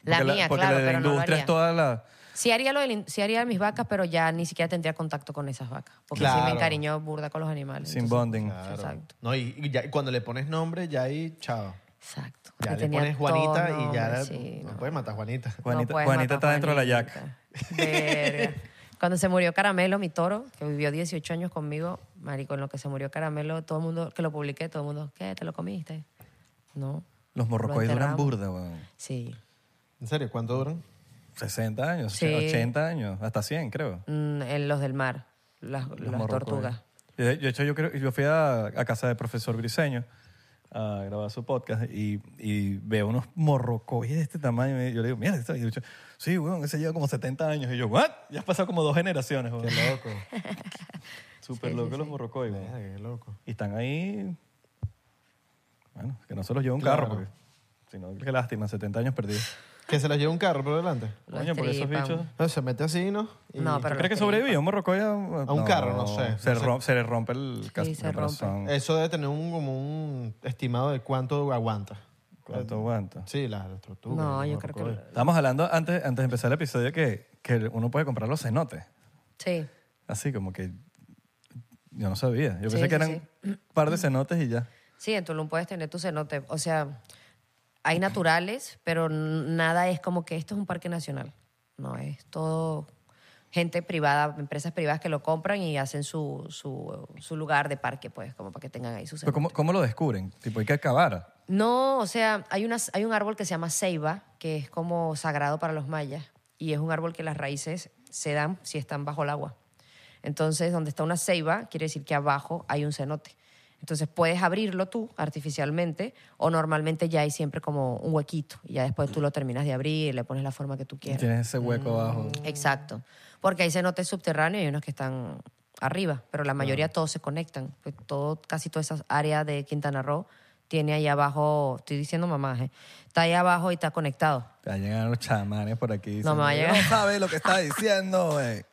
La porque mía, Porque claro, la de la pero no lo industria es haría. toda la... Sí haría, lo del- sí haría mis vacas, pero ya ni siquiera tendría contacto con esas vacas. Porque sí Claro. me encariñó burda con los animales. Sin entonces- bonding. Claro. Exacto. No, y, y ya- y cuando le pones nombre, ya ahí, chao. Exacto. Yo Ya le tenía pones Juanita todos y ya. nombres, sí, no, no. puedes matar a Juanita. Juanita, No puedes Juanita matar está dentro de la Juanita. yaca. Verga. Cuando se murió Caramelo, mi toro, que vivió 18 años conmigo, marico, en lo que se murió Caramelo, todo el mundo, que lo publiqué, todo el mundo, ¿qué? ¿Te lo comiste? No. Los morrocoy Lo duran enterramos. burda, weón. Sí. ¿En serio? ¿Cuánto duran? 60 años, Sí. 80 años, hasta 100, creo. Mm, en los del mar, las, las morrocoy. tortugas. Y De de hecho, yo, creo, yo fui a, a casa del profesor Griseño a grabar su podcast y, y veo unos morrocoyes de este tamaño. Y yo le digo, mira, esto. Y yo, sí, weón, ese lleva como 70 años. Y yo, ¿what? Ya has pasado como dos generaciones, weón. Loco. Súper locos los morrocoy, weón. Verga, qué loco. Y están ahí. Bueno, que no se los lleve un Claro. carro, porque. Si no, qué lástima, 70 años perdidos. Que se los lleve un carro por delante. Los Coño, por esos estripan. bichos. No, se mete así, ¿no? Y- No, pero. ¿Crees que los sobrevivió un morrocoy a, un un carro? No sé, Se, no sé. Eh, rom- se le rompe el, cas- Sí, se el rompe. corazón. Eso debe tener un, como un estimado de cuánto aguanta. ¿Cuánto aguanta? Sí, las las tortugas. No, los yo creo que. morrocoyes. Estábamos hablando antes, antes de empezar el episodio que, que uno puede comprar los cenotes. Sí. Así como que yo no sabía. Yo Sí, pensé sí, que eran un par de cenotes y ya. Sí, en Tulum puedes tener tu cenote. O sea, hay naturales, pero n- nada es como que esto es un parque nacional. No, es todo gente privada, empresas privadas que lo compran y hacen su, su, su lugar de parque, pues, como para que tengan ahí su Pero cenote. ¿cómo, cómo lo descubren? Tipo, hay que acabar. No, o sea, hay, unas, hay un árbol que se llama ceiba, que es como sagrado para los mayas, y es un árbol que las raíces se dan si están bajo el agua. Entonces, donde está una ceiba, quiere decir que abajo hay un cenote. Entonces, puedes abrirlo tú artificialmente, o normalmente ya hay siempre como un huequito, y ya después tú lo terminas de abrir, le pones la forma que tú Y quieras. tienes ese Mm. hueco abajo. Exacto. Porque hay cenotes subterráneos y hay unos que están arriba, pero la mayoría todos se conectan. Pues Todo, casi toda esa área de Quintana Roo tiene ahí abajo, estoy diciendo mamá, ¿eh? está ahí abajo y está conectado. Te van a llegar los chamanes por aquí. No me va a diciendo, llegar. No sabes lo que está diciendo, güey.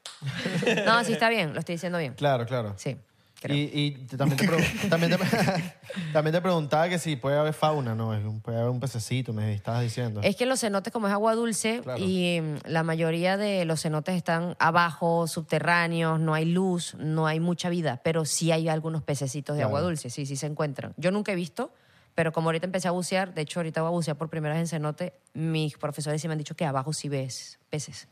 No, sí está bien, lo estoy diciendo bien. Claro, claro. Sí. creo. Y, y te- también, te pregun- también, te, también te preguntaba que si puede haber fauna, ¿no? Es un- Puede haber un pececito, me estabas diciendo. Es que los cenotes, como es agua dulce, y mm, la mayoría de los cenotes están abajo, subterráneos, no hay luz, no hay mucha vida, pero sí hay algunos pececitos de agua dulce, sí, sí se encuentran. Yo nunca he visto, pero como ahorita empecé a bucear, de hecho ahorita voy a bucear por primera vez en cenote, mis profesores sí me han dicho que abajo sí ves peces.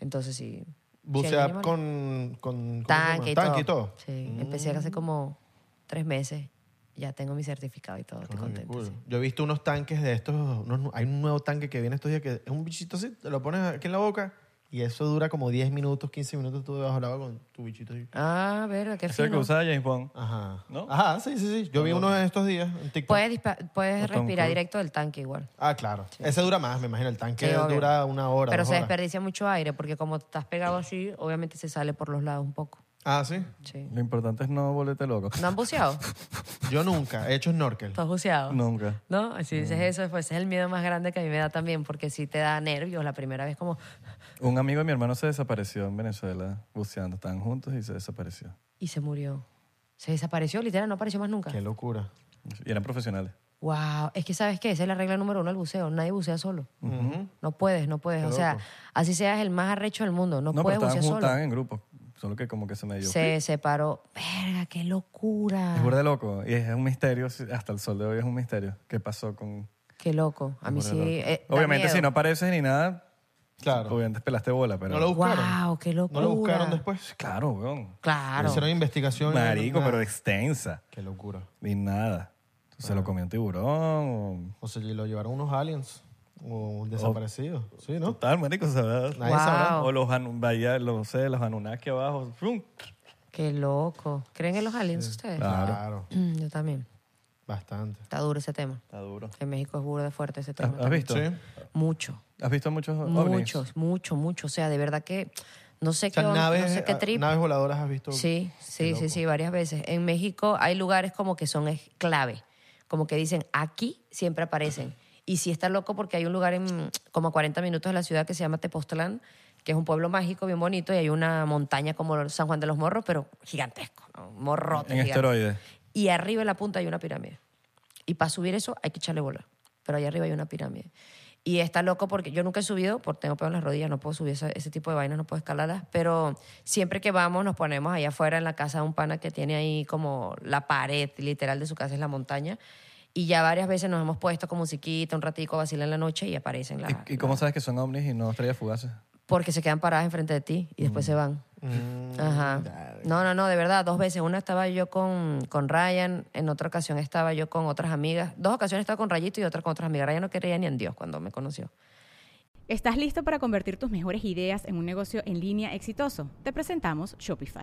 Entonces sí. sí hay Bucear animales. Mm. con, con ¿cómo se llama? tanque y tanque Mm. todo. Sí, empecé hace como tres meses, ya tengo mi certificado y todo, estoy Coño, qué contenta. cool. sí. Yo he visto unos tanques de estos. unos- hay un nuevo tanque que viene estos días que es un bichito así, te lo pones aquí en la boca y eso dura como 10 minutos, 15 minutos tú debajo del agua con tu bichito así. Ah, verdad, qué Eso es lo que fino. usaba James Bond. Ajá. ¿No? Ajá, sí, sí, sí. Yo vi uno de estos días en TikTok. Puedes, dispa- puedes Tom respirar Cruise. directo del tanque igual. Ah, claro. Ese dura más, me imagino. El tanque Sí, obvio. dura una hora. Pero dos se horas. desperdicia mucho aire porque como estás pegado así, obviamente se sale por los lados un poco. Ah, sí. Sí. Lo importante es no volverte loco. ¿No han buceado? Yo nunca he hecho snorkel. ¿Tú has buceado? Nunca. ¿No? Si dices eso, pues ese es el miedo más grande que a mí me da también porque sí te da nervios la primera vez como... Un amigo de mi hermano se desapareció en Venezuela buceando. Estaban juntos y se desapareció. Y se murió. Se desapareció, literal, no apareció más nunca. Qué locura. Y eran profesionales. Wow, es que sabes qué, esa es la regla número uno del buceo, nadie bucea solo. No puedes, no puedes. o sea, así seas el más arrecho del mundo, no, No, pero puedes estaban, bucear juntos, solo. estaban en grupo. Solo que como que se me dio. Se separó. Verga, qué locura. Es burda de loco. Y es un misterio. Hasta el sol de hoy es un misterio. ¿Qué pasó con...? Qué loco. A mí sí. eh, da Obviamente miedo. si no apareces ni nada, Claro. obviamente pelaste bola, pero... No lo buscaron. Wow, qué No locura. lo buscaron después. Claro, weón. Claro. Hicieron investigación. y no- Marico, nada. pero extensa. Qué locura. Ni nada. Se lo comió un tiburón o... O sea, lo llevaron unos aliens o Oh. desaparecidos. Sí, ¿no? Total, marico, sabrás. Nadie sabrá. Wow. O los, anu- vaya, los, no sé, los anunnaki abajo. ¡frum! Qué loco. ¿Creen en los aliens ustedes? Claro. Mm, Yo también. Bastante. Está duro ese tema. Está duro. En México es burda de fuerte Ah, ese tema. ¿Has, has visto? Sí. Mucho. ¿Has visto muchos ovnis? Muchos, mucho, mucho. O sea, de verdad que no sé O sea, qué on- naves, no sé qué ah, trip. naves voladoras has visto. Sí, sí, sí, sí, varias veces. En México hay lugares como que son es- clave, como que dicen, aquí siempre aparecen. Y sí está loco porque hay un lugar en como a 40 minutos de la ciudad que se llama Tepoztlán, que es un pueblo mágico bien bonito y hay una montaña como San Juan de los Morros, pero gigantesco, ¿no? morrote. En gigante. esteroides. Y arriba en la punta hay una pirámide. Y para subir eso hay que echarle bola. Pero allá arriba hay una pirámide. Y está loco porque yo nunca he subido, porque tengo peor en las rodillas, no puedo subir ese, ese tipo de vainas, no puedo escalarlas. Pero siempre que vamos, nos ponemos allá afuera en la casa de un pana que tiene ahí como la pared literal de su casa es la montaña. Y ya varias veces nos hemos puesto como musiquita, un ratico, vacilar en la noche y aparecen las. ¿Y, y cómo sabes que son ovnis y no estrellas fugaces? Porque se quedan paradas enfrente de ti y Mm. después se van. Mm, Ajá. No, no, no, de verdad, dos veces. Una estaba yo con, con Ryan, en otra ocasión estaba yo con otras amigas. Dos ocasiones estaba con Rayito y otra con otras amigas. Ryan no quería ni en Dios cuando me conoció. ¿Estás listo para convertir tus mejores ideas en un negocio en línea exitoso? Te presentamos Shopify.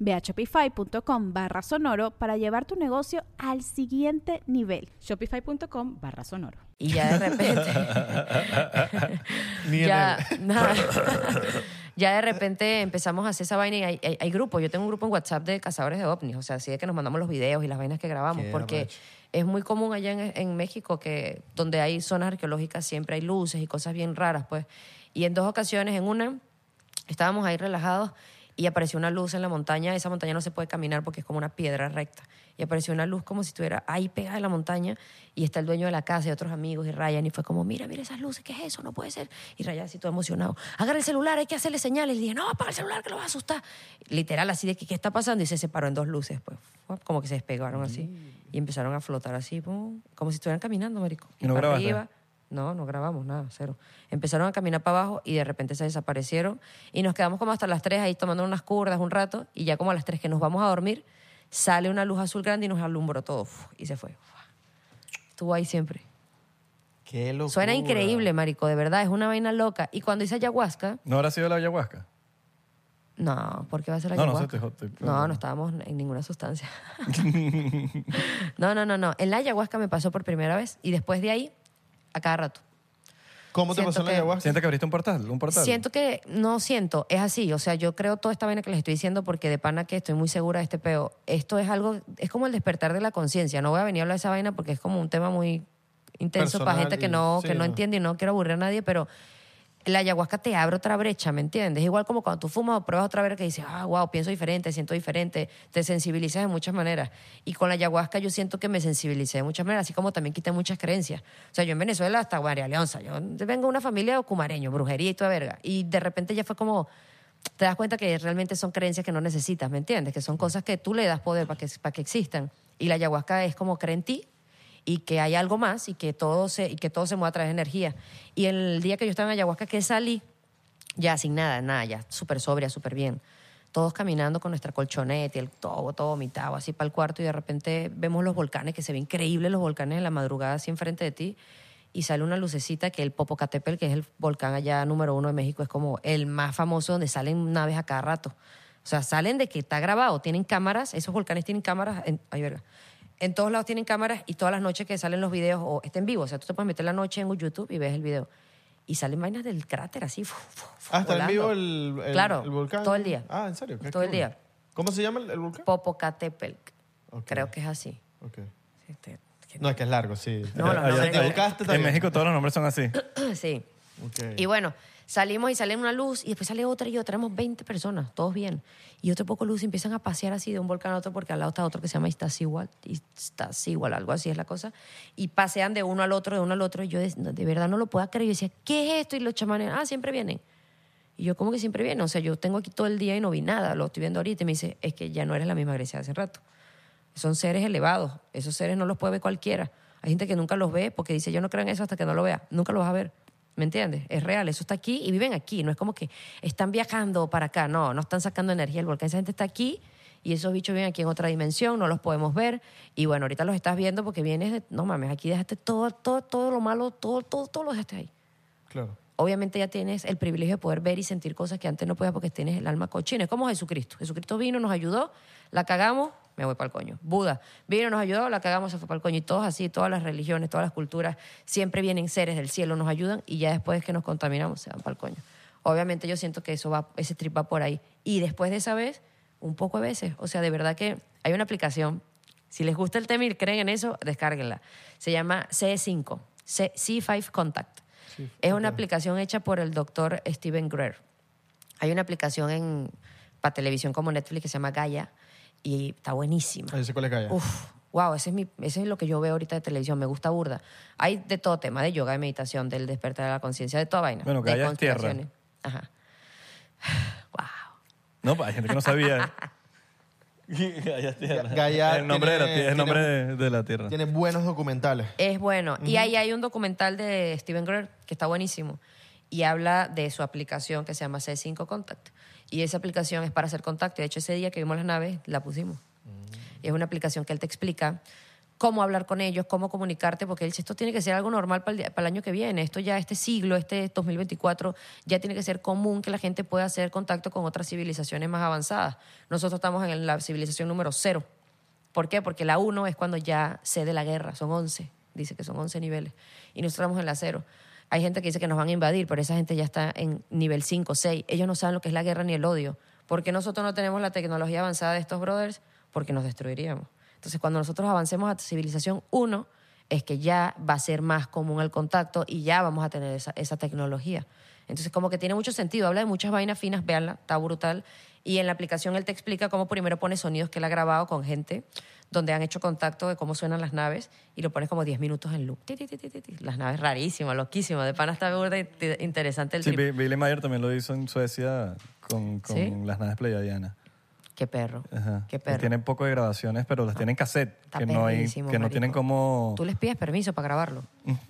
Ve a shopify.com barra sonoro para llevar tu negocio al siguiente nivel. Shopify.com barra sonoro. Y ya de repente. Ni en ya, nada. ya de repente empezamos a hacer esa vaina y hay, hay- hay grupos. Yo tengo un grupo en WhatsApp de cazadores de ovnis, o sea, así de que nos mandamos los videos y las vainas que grabamos, Qué porque arrecho. es muy común allá en, en México que donde hay zonas arqueológicas siempre hay luces y cosas bien raras, pues. Y en dos ocasiones, en una estábamos ahí relajados y apareció una luz en la montaña. Esa montaña no se puede caminar porque es como una piedra recta. Y apareció una luz como si estuviera ahí pegada en la montaña y está el dueño de la casa y otros amigos y Ryan y fue como, mira, mira esas luces, ¿qué es eso? No puede ser. Y Ryan así todo emocionado, agarra el celular, hay que hacerle señales. Y dije, no, apaga el celular que lo va a asustar. Literal, así de que, ¿qué está pasando? Y se separó en dos luces, pues, como que se despegaron así y empezaron a flotar así, pum, como si estuvieran caminando, marico. ¿Y no para grabaste? arriba. No, no grabamos nada, cero. Empezaron a caminar para abajo y de repente se desaparecieron y nos quedamos como hasta las 3 ahí tomando unas curdas un rato y ya como a las 3 que nos vamos a dormir, sale una luz azul grande y nos alumbró todo uf, y se fue. Uf. Estuvo ahí siempre. Qué locura. Suena increíble, marico, de verdad, es una vaina loca. Y cuando hice ayahuasca, ¿No habrá sido la ayahuasca? no, ¿por qué va a ser la No, no, ayahuasca? se te- te- no, no estábamos en ninguna sustancia. no, no, no, no. En la ayahuasca me pasó por primera vez y después de ahí, a cada rato. ¿Cómo te Siento pasó en la que- ayahuasca? ¿Sientes que abriste un portal? ¿Un portal? Siento que, no siento, es así. O sea, yo creo toda esta vaina que les estoy diciendo porque de pana que estoy muy segura de este peo. Esto es algo, es como el despertar de la conciencia. No voy a venir a hablar de esa vaina porque es como un tema muy intenso para Personal gente que y- no, sí, que no, no. entiende y no quiero aburrir a nadie, pero la ayahuasca te abre otra brecha, ¿me entiendes? Igual como cuando tú fumas o pruebas otra vez que dices, ah, wow, pienso diferente, siento diferente, te sensibilizas de muchas maneras. Y con la ayahuasca yo siento que me sensibilicé de muchas maneras, así como también quité muchas creencias. O sea, yo en Venezuela hasta María Leonza, yo vengo de una familia de cumareño, brujería y toda verga. Y de repente ya fue como, te das cuenta que realmente son creencias que no necesitas, ¿me entiendes? Que son cosas que tú le das poder para que, para que existan. Y la ayahuasca es como cree en ti y que hay algo más y que todo se, y que todo se mueve a través de energía. Y el día que yo estaba en ayahuasca que salí, ya sin nada, nada, ya súper sobria, súper bien. Todos caminando con nuestra colchoneta y el todo, todo vomitado, así para el cuarto y de repente vemos los volcanes, que se ven increíbles los volcanes en la madrugada así enfrente de ti y sale una lucecita que el Popocatépetl, que es el volcán allá número uno de México, es como el más famoso donde salen naves a cada rato. O sea, salen de que está grabado, tienen cámaras, esos volcanes tienen cámaras, en, ay, verga. En todos lados tienen cámaras y todas las noches que salen los videos o está en vivo, o sea, tú te puedes meter la noche en YouTube y ves el video. Y salen vainas del cráter así. fu, fu, fu, Ah, está en volando. vivo el, el- Claro, el volcán. todo el día. Ah, ¿en serio? Qué Todo el cool. día. ¿Cómo se llama el, el volcán? Popocatépetl. Ok. Creo que es así. Ok. Este, que- No, es que es largo, sí. No, los Allá- nombres- te allá- buscaste En también. México todos los nombres son así. sí. Ok. Y bueno, salimos y sale una luz y después sale otra y otra. Éramos 20 personas, todos bien. Y otro poco luz y empiezan a pasear así de un volcán a otro porque al lado está otro que se llama Iztaccíhuatl, Iztaccíhuatl, algo así es la cosa. Y pasean de uno al otro, de uno al otro. Y yo de, de verdad no lo podía creer. Yo decía, ¿qué es esto? Y los chamanes, ah, siempre vienen. Y yo, ¿cómo que siempre vienen? O sea, yo tengo aquí todo el día y no vi nada. Lo estoy viendo ahorita y me dice, es que ya no eres la misma Grecia de hace rato. Son seres elevados. Esos seres no los puede ver cualquiera. Hay gente que nunca los ve porque dice, yo no creo en eso hasta que no lo vea. Nunca lo vas a ver. ¿Me entiendes? Es real. Eso está aquí y viven aquí. No es como que están viajando para acá. No, no están sacando energía del volcán. Esa gente está aquí y esos bichos viven aquí en otra dimensión. No los podemos ver. Y bueno, ahorita los estás viendo porque vienes de... No mames, aquí dejaste todo, todo, todo lo malo, todo, todo, todo lo dejaste ahí Claro. obviamente ya tienes el privilegio de poder ver y sentir cosas que antes no podías porque tienes el alma cochina. Es como Jesucristo. Jesucristo vino, nos ayudó, la cagamos, me voy para el coño. Buda vino, nos ayudó, la cagamos, se fue para el coño. Y todos así, todas las religiones, todas las culturas, siempre vienen seres del cielo, nos ayudan y ya después que nos contaminamos se van para el coño. Obviamente yo siento que eso va, ese trip va por ahí. Y después de esa vez, un poco a veces. O sea, de verdad que hay una aplicación. Si les gusta el tema y creen en eso, descárguenla. Se llama C5, C- C5 Contact. Es una aplicación hecha por el doctor Steven Greer. Hay una aplicación en, para televisión como Netflix que se llama Gaia y está buenísima. Ahí se cuál es que haya. Uf, wow, ese es, mi, ese es lo que yo veo ahorita de televisión. Me gusta burda. Hay de todo tema, de yoga, de meditación, del despertar de la conciencia, de toda vaina. Bueno, de Gaia es tierra. constelaciones. Ajá. Wow. No, pues, hay gente que no sabía. Allá es tierra. Gaia el nombre, de, la, tiene- tie- el nombre tiene- de- de la tierra. Tiene buenos documentales. Es bueno. Y ahí hay un documental de Steven Greer que está buenísimo. Y habla de su aplicación que se llama C5 Contact. Y esa aplicación es para hacer contacto. De hecho, ese día que vimos las naves, la pusimos. Y es una aplicación que él te explica cómo hablar con ellos, cómo comunicarte, porque él dice, esto tiene que ser algo normal para el, día- para el año que viene, esto ya, este siglo, este 2024, ya tiene que ser común que la gente pueda hacer contacto con otras civilizaciones más avanzadas. Nosotros estamos en la civilización número cero. ¿Por qué? Porque la 1 es cuando ya cede la guerra, son 11, dice que son 11 niveles, y nosotros estamos en la 0. Hay gente que dice que nos van a invadir, pero esa gente ya está en nivel 5, 6, ellos no saben lo que es la guerra ni el odio. porque nosotros no tenemos la tecnología avanzada de estos brothers? Porque nos destruiríamos. Entonces, cuando nosotros avancemos a civilización 1, es que ya va a ser más común el contacto y ya vamos a tener esa, esa tecnología. Entonces, como que tiene mucho sentido, habla de muchas vainas finas, véanla, está brutal. Y en la aplicación él te explica cómo primero pone sonidos que él ha grabado con gente donde han hecho contacto de cómo suenan las naves y lo pones como 10 minutos en loop. Ti, ti, ti, ti, ti, ti. Las naves rarísimas, loquísimas. De pana está burda y te- interesante el Sí, trip. Bi- Billy Mayer también lo hizo en Suecia con, con ¿Sí? las naves pleyadianas. Qué perro. Ajá. Qué Y perro. Ah, Tienen poco de grabaciones, pero las tienen cassette, Está que no hay, que perrísimo, no marico. tienen como Mm, Tú les pides permiso para grabarlo.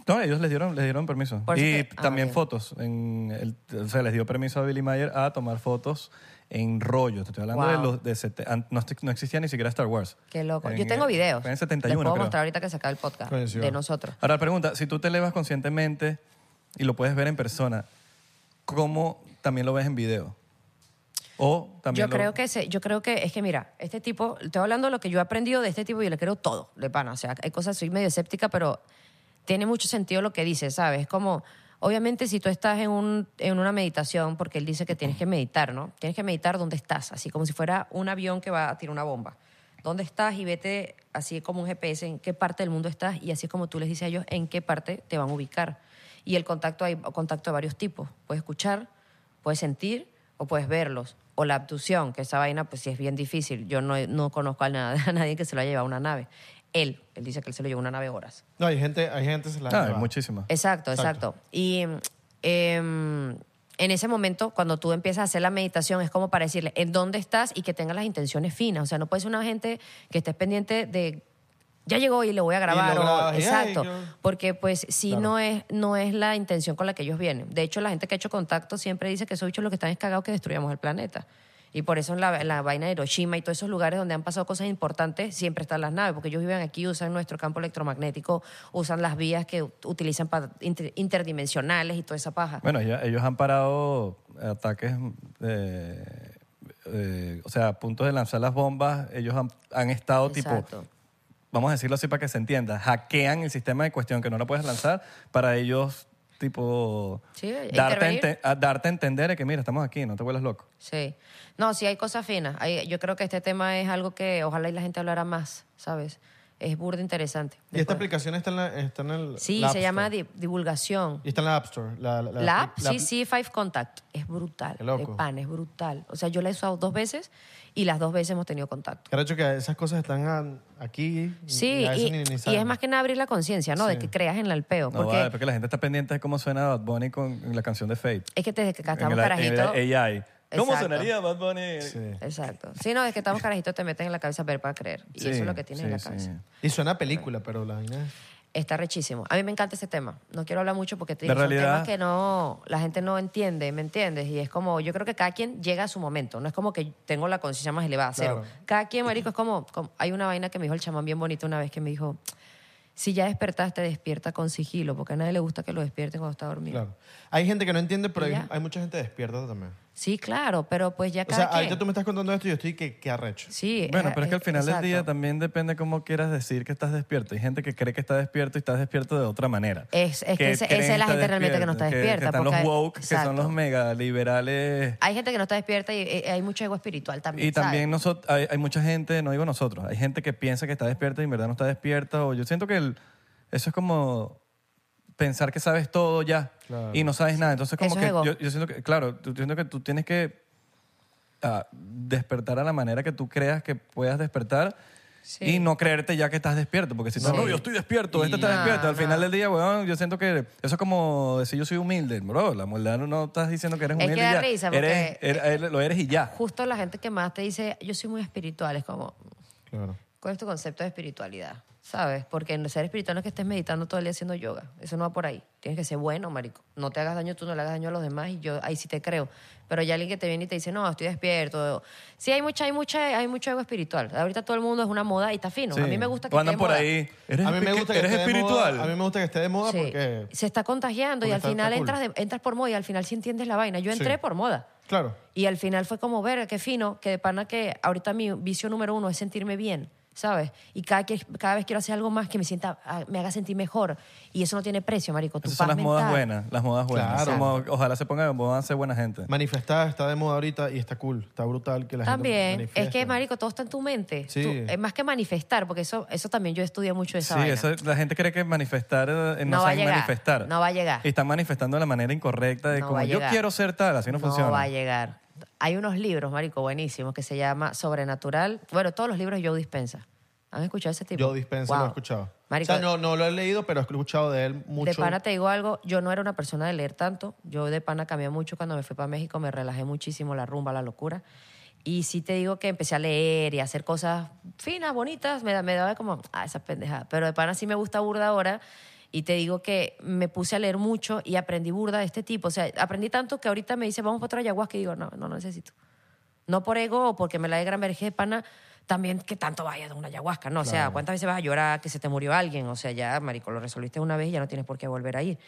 No, ellos les dieron les dieron permiso. Por eso Y que- ah, también bien. fotos en el- o sea, les dio permiso a Billy Mayer a tomar fotos en rollo. Te estoy hablando de Wow. los de sete- an- no, est- no existía ni siquiera Star Wars. Qué loco. En- Yo tengo videos. fue En el Les 71, puedo creo. mostrar ahorita que se acaba el podcast Coño, sí, va. de nosotros. Ahora, pregunta, si tú te elevas conscientemente y lo puedes ver en persona, ¿cómo también lo ves en video? O también Yo lo- creo que se- yo creo que es que mira, este tipo, estoy hablando de lo que yo he aprendido de este tipo y yo le creo todo, de pana, o sea, hay cosas soy medio escéptica, pero tiene mucho sentido lo que dice, ¿sabes? Es como obviamente si tú estás en un en una meditación porque él dice que tienes que meditar, ¿no? Tienes que meditar donde estás, así como si fuera un avión que va a tirar una bomba. ¿Dónde estás y vete así como un GPS en qué parte del mundo estás y así es como tú les dices a ellos en qué parte te van a ubicar. Y el contacto hay contacto de varios tipos, puedes escuchar, puedes sentir o puedes verlos. O la abducción, que esa vaina, pues sí es bien difícil. Yo no, no conozco a, nada- a nadie que se lo haya llevado a una nave. Él, él dice que él se lo llevó a una nave horas. No, hay gente, hay gente que se la Ah, hay lleva. muchísimas. Exacto, exacto. Y em, en ese momento, cuando tú empiezas a hacer la meditación, es como para decirle en dónde estás y que tenga las intenciones finas. O sea, no puede ser una gente que estés pendiente de ya llegó y le voy a grabar. lo o- grabas y, ay, exacto. yo- Porque pues sí no, es, no es la intención con la que ellos vienen. De hecho, la gente que ha hecho contacto siempre dice que esos bichos lo que están es cagados que destruyamos el planeta. Y por eso en la, en la vaina de Hiroshima y todos esos lugares donde han pasado cosas importantes siempre están las naves, porque ellos viven aquí, usan nuestro campo electromagnético, usan las vías que ut- utilizan para inter- interdimensionales y toda esa paja. Bueno, ya- ellos han parado ataques, eh, eh, o sea, a punto de lanzar las bombas, ellos han, han estado Exacto. tipo, vamos a decirlo así para que se entienda, hackean el sistema de cuestión que no la puedes lanzar para ellos tipo Sí, darte, a intervenir. ente- a darte a entender de que mira, estamos aquí, no te vuelvas loco. Sí. No, sí hay cosas finas. Hay- yo creo que este tema es algo que ojalá y la gente hablara más, ¿sabes? Es burda interesante. Y esta Después- aplicación está en, la, está en el. Sí, la se App llama Store. di- divulgación. Y está en la App Store. La, la- La app, la- sí, sí, Five Contact. Es brutal. Qué loco. De pan, es brutal. O sea, yo la he usado dos veces y las dos veces hemos tenido contacto. Caracho, que esas cosas están a- aquí. Sí, a veces y, ni- ni y saben. es más que nada abrir la conciencia, ¿no? De que creas en el alpeo. No, porque vale, porque la gente está pendiente de cómo suena Bad Bunny con la canción de Fate. es que desde que En estamos el- en el carajitos. AI. ¿Cómo Exacto. sonaría Bad Bunny? Exacto. Sí, no, desde que estamos carajitos te meten en la cabeza ver para creer. Y Sí, eso es lo que tienes sí, en la sí. cabeza. Y suena a película, pero la vaina es- Está rechísimo. A mí me encanta ese tema. No quiero hablar mucho porque te La digo, son realidad- temas que no, la gente no entiende, ¿me entiendes? Y es como, yo creo que cada quien llega a su momento. No es como que tengo la conciencia más elevada, cero. Claro. Cada quien, marico, es como, como- hay una vaina que me dijo el chamán bien bonito una vez que me dijo, si ya despertaste, despierta con sigilo, porque a nadie le gusta que lo despierten cuando está dormido. Claro. Hay gente que no entiende, pero Y hay, ya. hay mucha gente despierta también. Sí, claro, pero pues ya O cada sea, quien. ahorita tú me estás contando esto y yo estoy que, que arrecho. Sí. Bueno, pero es que al final del día Eh, exacto. también depende cómo quieras decir que estás despierto. Hay gente que cree que está despierto y está despierto de otra manera. Es- es que ese- creen esa es la que está gente realmente que no está despierta, están los porque- woke, que son exacto. los mega liberales. Hay gente que no está despierta y eh, hay mucho ego espiritual también. Y también ¿sabes? nosotros, hay, hay mucha gente, no digo nosotros, hay gente que piensa que está despierta y en verdad no está despierta. O yo siento que el- eso es como pensar que sabes todo ya y no sabes nada. Entonces, como Eso es que ego. yo, yo siento que, claro, tú- yo siento que tú tienes que ah, despertar a la manera que tú creas que puedas despertar. Sí. Y no creerte ya que estás despierto, porque si no, Sí. no, yo estoy despierto, este está No, despierto. Al no. final del día, weón, yo siento que eso es como decir yo soy humilde, bro. La humildad no- no estás diciendo que Es eres que humilde. da ya. risa, Eres- porque- eres- lo eres y ya. Justo la gente que más te dice, yo soy muy espiritual, es como, Claro. ¿Cuál es tu concepto de espiritualidad? ¿Sabes? Porque en ser espiritual no es que estés meditando todo el día haciendo yoga. Eso no va por ahí. Tienes que ser bueno, marico. No te hagas daño tú, no le hagas daño a los demás y yo ahí sí te creo. Pero ya alguien que te viene y te dice, no, estoy despierto. Sí, hay mucha, hay mucha, hay mucho ego espiritual. Ahorita todo el mundo es una moda y está fino. Sí. A mí me gusta que O andan esté de por moda. ahí. Eres, A mí me espi- gusta que eres esté de moda- espiritual. a mí me gusta que esté de moda Sí. porque. Se está contagiando y porque al está- final está cool. entras, de- entras por moda y al final sí entiendes la vaina. Yo entré Sí. por moda. Claro. Y al final fue como, verga, qué fino, que de pana que ahorita mi vicio número uno es sentirme bien, ¿sabes? Y cada, que- cada vez quiero hacer algo más que me sienta, ah, me haga sentir mejor. Y eso no tiene precio, marico. Tu Esas son paz las modas mental. buenas, las modas buenas. Claro. Como, ojalá se pongan de moda a ser buena gente. Manifestar está de moda ahorita y está cool. Está brutal que la gente. También, es manifieste. que, marico, todo está en tu mente. Sí. Tú- es más que manifestar, porque eso, eso también yo estudié mucho de esa sí, vaina. esa- la gente cree que manifestar eh, no, No va a saben llegar, manifestar. no va a llegar. Y están manifestando de la manera incorrecta de No va como a yo llegar. quiero ser tal, así no, no funciona. va a llegar. Hay unos libros, marico, buenísimos, que se llama Sobrenatural. Bueno, todos los libros de Joe Dispensa. ¿Han escuchado ese tipo? Yo dispensa, lo he Wow. escuchado. Marico, o sea, no, no lo he leído, pero he escuchado de él mucho. de pana te digo algo, yo no era una persona de leer tanto, yo de pana cambié mucho cuando me fui para México, me relajé muchísimo la rumba, la locura. Y sí te digo que empecé a leer y a hacer cosas finas, bonitas, me, da- me daba como, ah, esa pendejada. Pero de pana sí me gusta burda ahora y te digo que me puse a leer mucho y aprendí burda de este tipo. O sea, aprendí tanto que ahorita me dice, vamos para otra ayahuasca y digo, no, no, no necesito. No por ego o porque me la de gran vergüenza de pana, también que tanto vayas a una ayahuasca, ¿no? O sea, ¿cuántas veces vas a llorar que se te murió alguien? O sea, ya, marico, lo resolviste una vez y ya no tienes por qué volver a ir.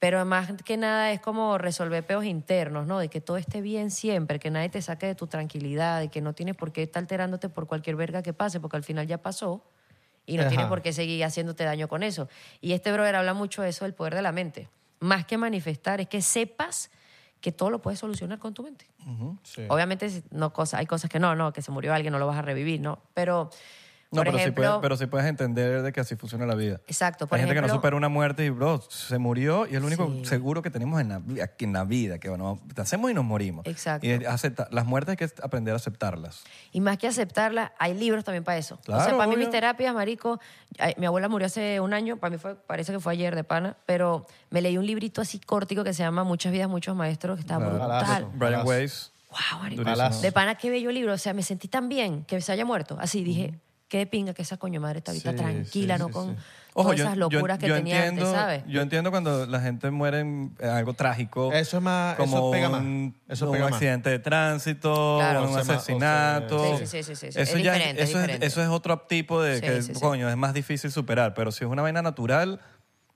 Pero más que nada es como resolver peos internos, ¿no? De que todo esté bien siempre, que nadie te saque de tu tranquilidad, de que no tienes por qué estar alterándote por cualquier verga que pase, porque al final ya pasó y no Ajá. tienes por qué seguir haciéndote daño con eso. Y este brother habla mucho de eso, del poder de la mente. Más que manifestar, es que sepas que todo lo puedes solucionar con tu mente. Sí. Obviamente si- no cosa, hay cosas que no, no, que se murió alguien, no lo vas a revivir, ¿no? Pero, No, por pero, sí ejemplo, puedes, pero sí puedes entender de que así funciona la vida. Exacto, por Hay gente que no ejemplo- supera una muerte y, bro, se murió y es lo único Sí. seguro que tenemos en la, vi- aquí en la vida, que bueno, nacemos y nos morimos. Exacto. Y acepta- las muertes hay que aprender a aceptarlas. y más que aceptarla, hay libros también para eso. o sea, Claro, para mí mis obvio. terapias, marico, ay, mi abuela murió hace un año, para mí fue, parece que fue ayer de pana, pero me leí un librito así cortico que se llama Muchas vidas, muchos maestros, que estaba brutal. Palazo. Brian Weiss. Wow, marico. Durísimo. Palazo. De pana, qué bello libro. O sea, me sentí tan bien que se haya muerto. Así dije, qué de pinga que esa coño madre está ahorita Sí, tranquila, sí, no sí, con sí. todas esas locuras que yo tenía entiendo, antes, ¿sabes? Yo entiendo cuando la gente muere en algo trágico. Eso es más- eso como pega más. un, Eso un pega más. accidente de tránsito, Claro. un O sea, más- o sea, asesinato. Sí, sí, sí, sí, sí. Eso, Es ya, diferente, es eso, es, diferente. eso es otro tipo de Sí, que, sí, sí. coño, es más difícil superar. Pero si es una vaina natural,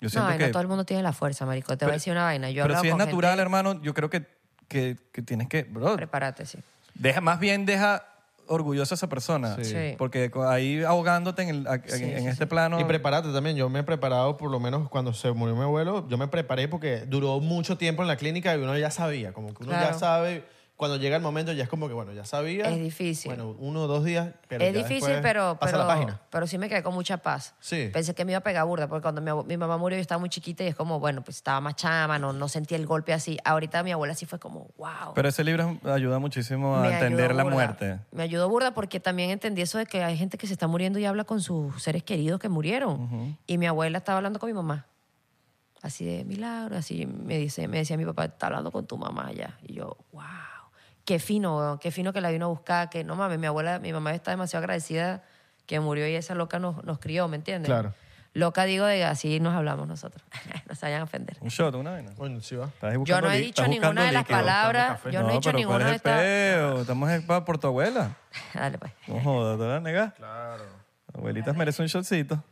yo siento No, ay, que... no todo el mundo tiene la fuerza, marico. Te voy a decir una vaina. Yo he pero hablado si es con natural, gente- hermano, yo creo que, que, que tienes que... bro, Prepárate, sí. deja, más bien deja orgullosa a esa persona. Sí. Porque co- ahí ahogándote en, el- en- en este plano... Y prepárate también. Yo me he preparado, por lo menos cuando se murió mi abuelo, yo me preparé porque duró mucho tiempo en la clínica y uno ya sabía, como que uno ya Claro. sabe, cuando llega el momento ya es como que, bueno, ya sabía. Es difícil. Bueno, uno o dos días, pero es ya difícil, después pero, Pasa pero, la página. pero sí me quedé con mucha paz. Sí. Pensé que me iba a pegar burda, porque cuando mi, abu- mi mamá murió yo estaba muy chiquita y es como, bueno, pues estaba más chama, no, no sentía el golpe así. Ahorita mi abuela sí fue como, wow. Pero ese libro es- ayuda muchísimo a Me ayudó entender la burda. muerte. Me ayudó burda porque también entendí eso de que hay gente que se está muriendo y habla con sus seres queridos que murieron. Y mi abuela estaba hablando con mi mamá. Así de milagro, así me dice, me decía mi papá, está hablando con tu mamá ya. Y yo, wow, qué fino, weón, qué fino que la vino a buscar, que no mames, mi abuela, mi mamá está demasiado agradecida que murió y esa loca nos, nos crió, ¿me entiendes? Claro. Loca digo de así nos hablamos nosotros. no se vayan a ofender. Un shot, una vaina. Bueno, sí va. Estás ahí Yo buscando no he li- dicho estás buscando ninguna de las líquido. palabras, café. yo no, he dicho pero ninguna ¿cuál de es el estas. peo? Estamos es pa- por tu abuela. Dale pues. No jodas, ¿te la negas? Claro. Abuelitas merece un shotcito.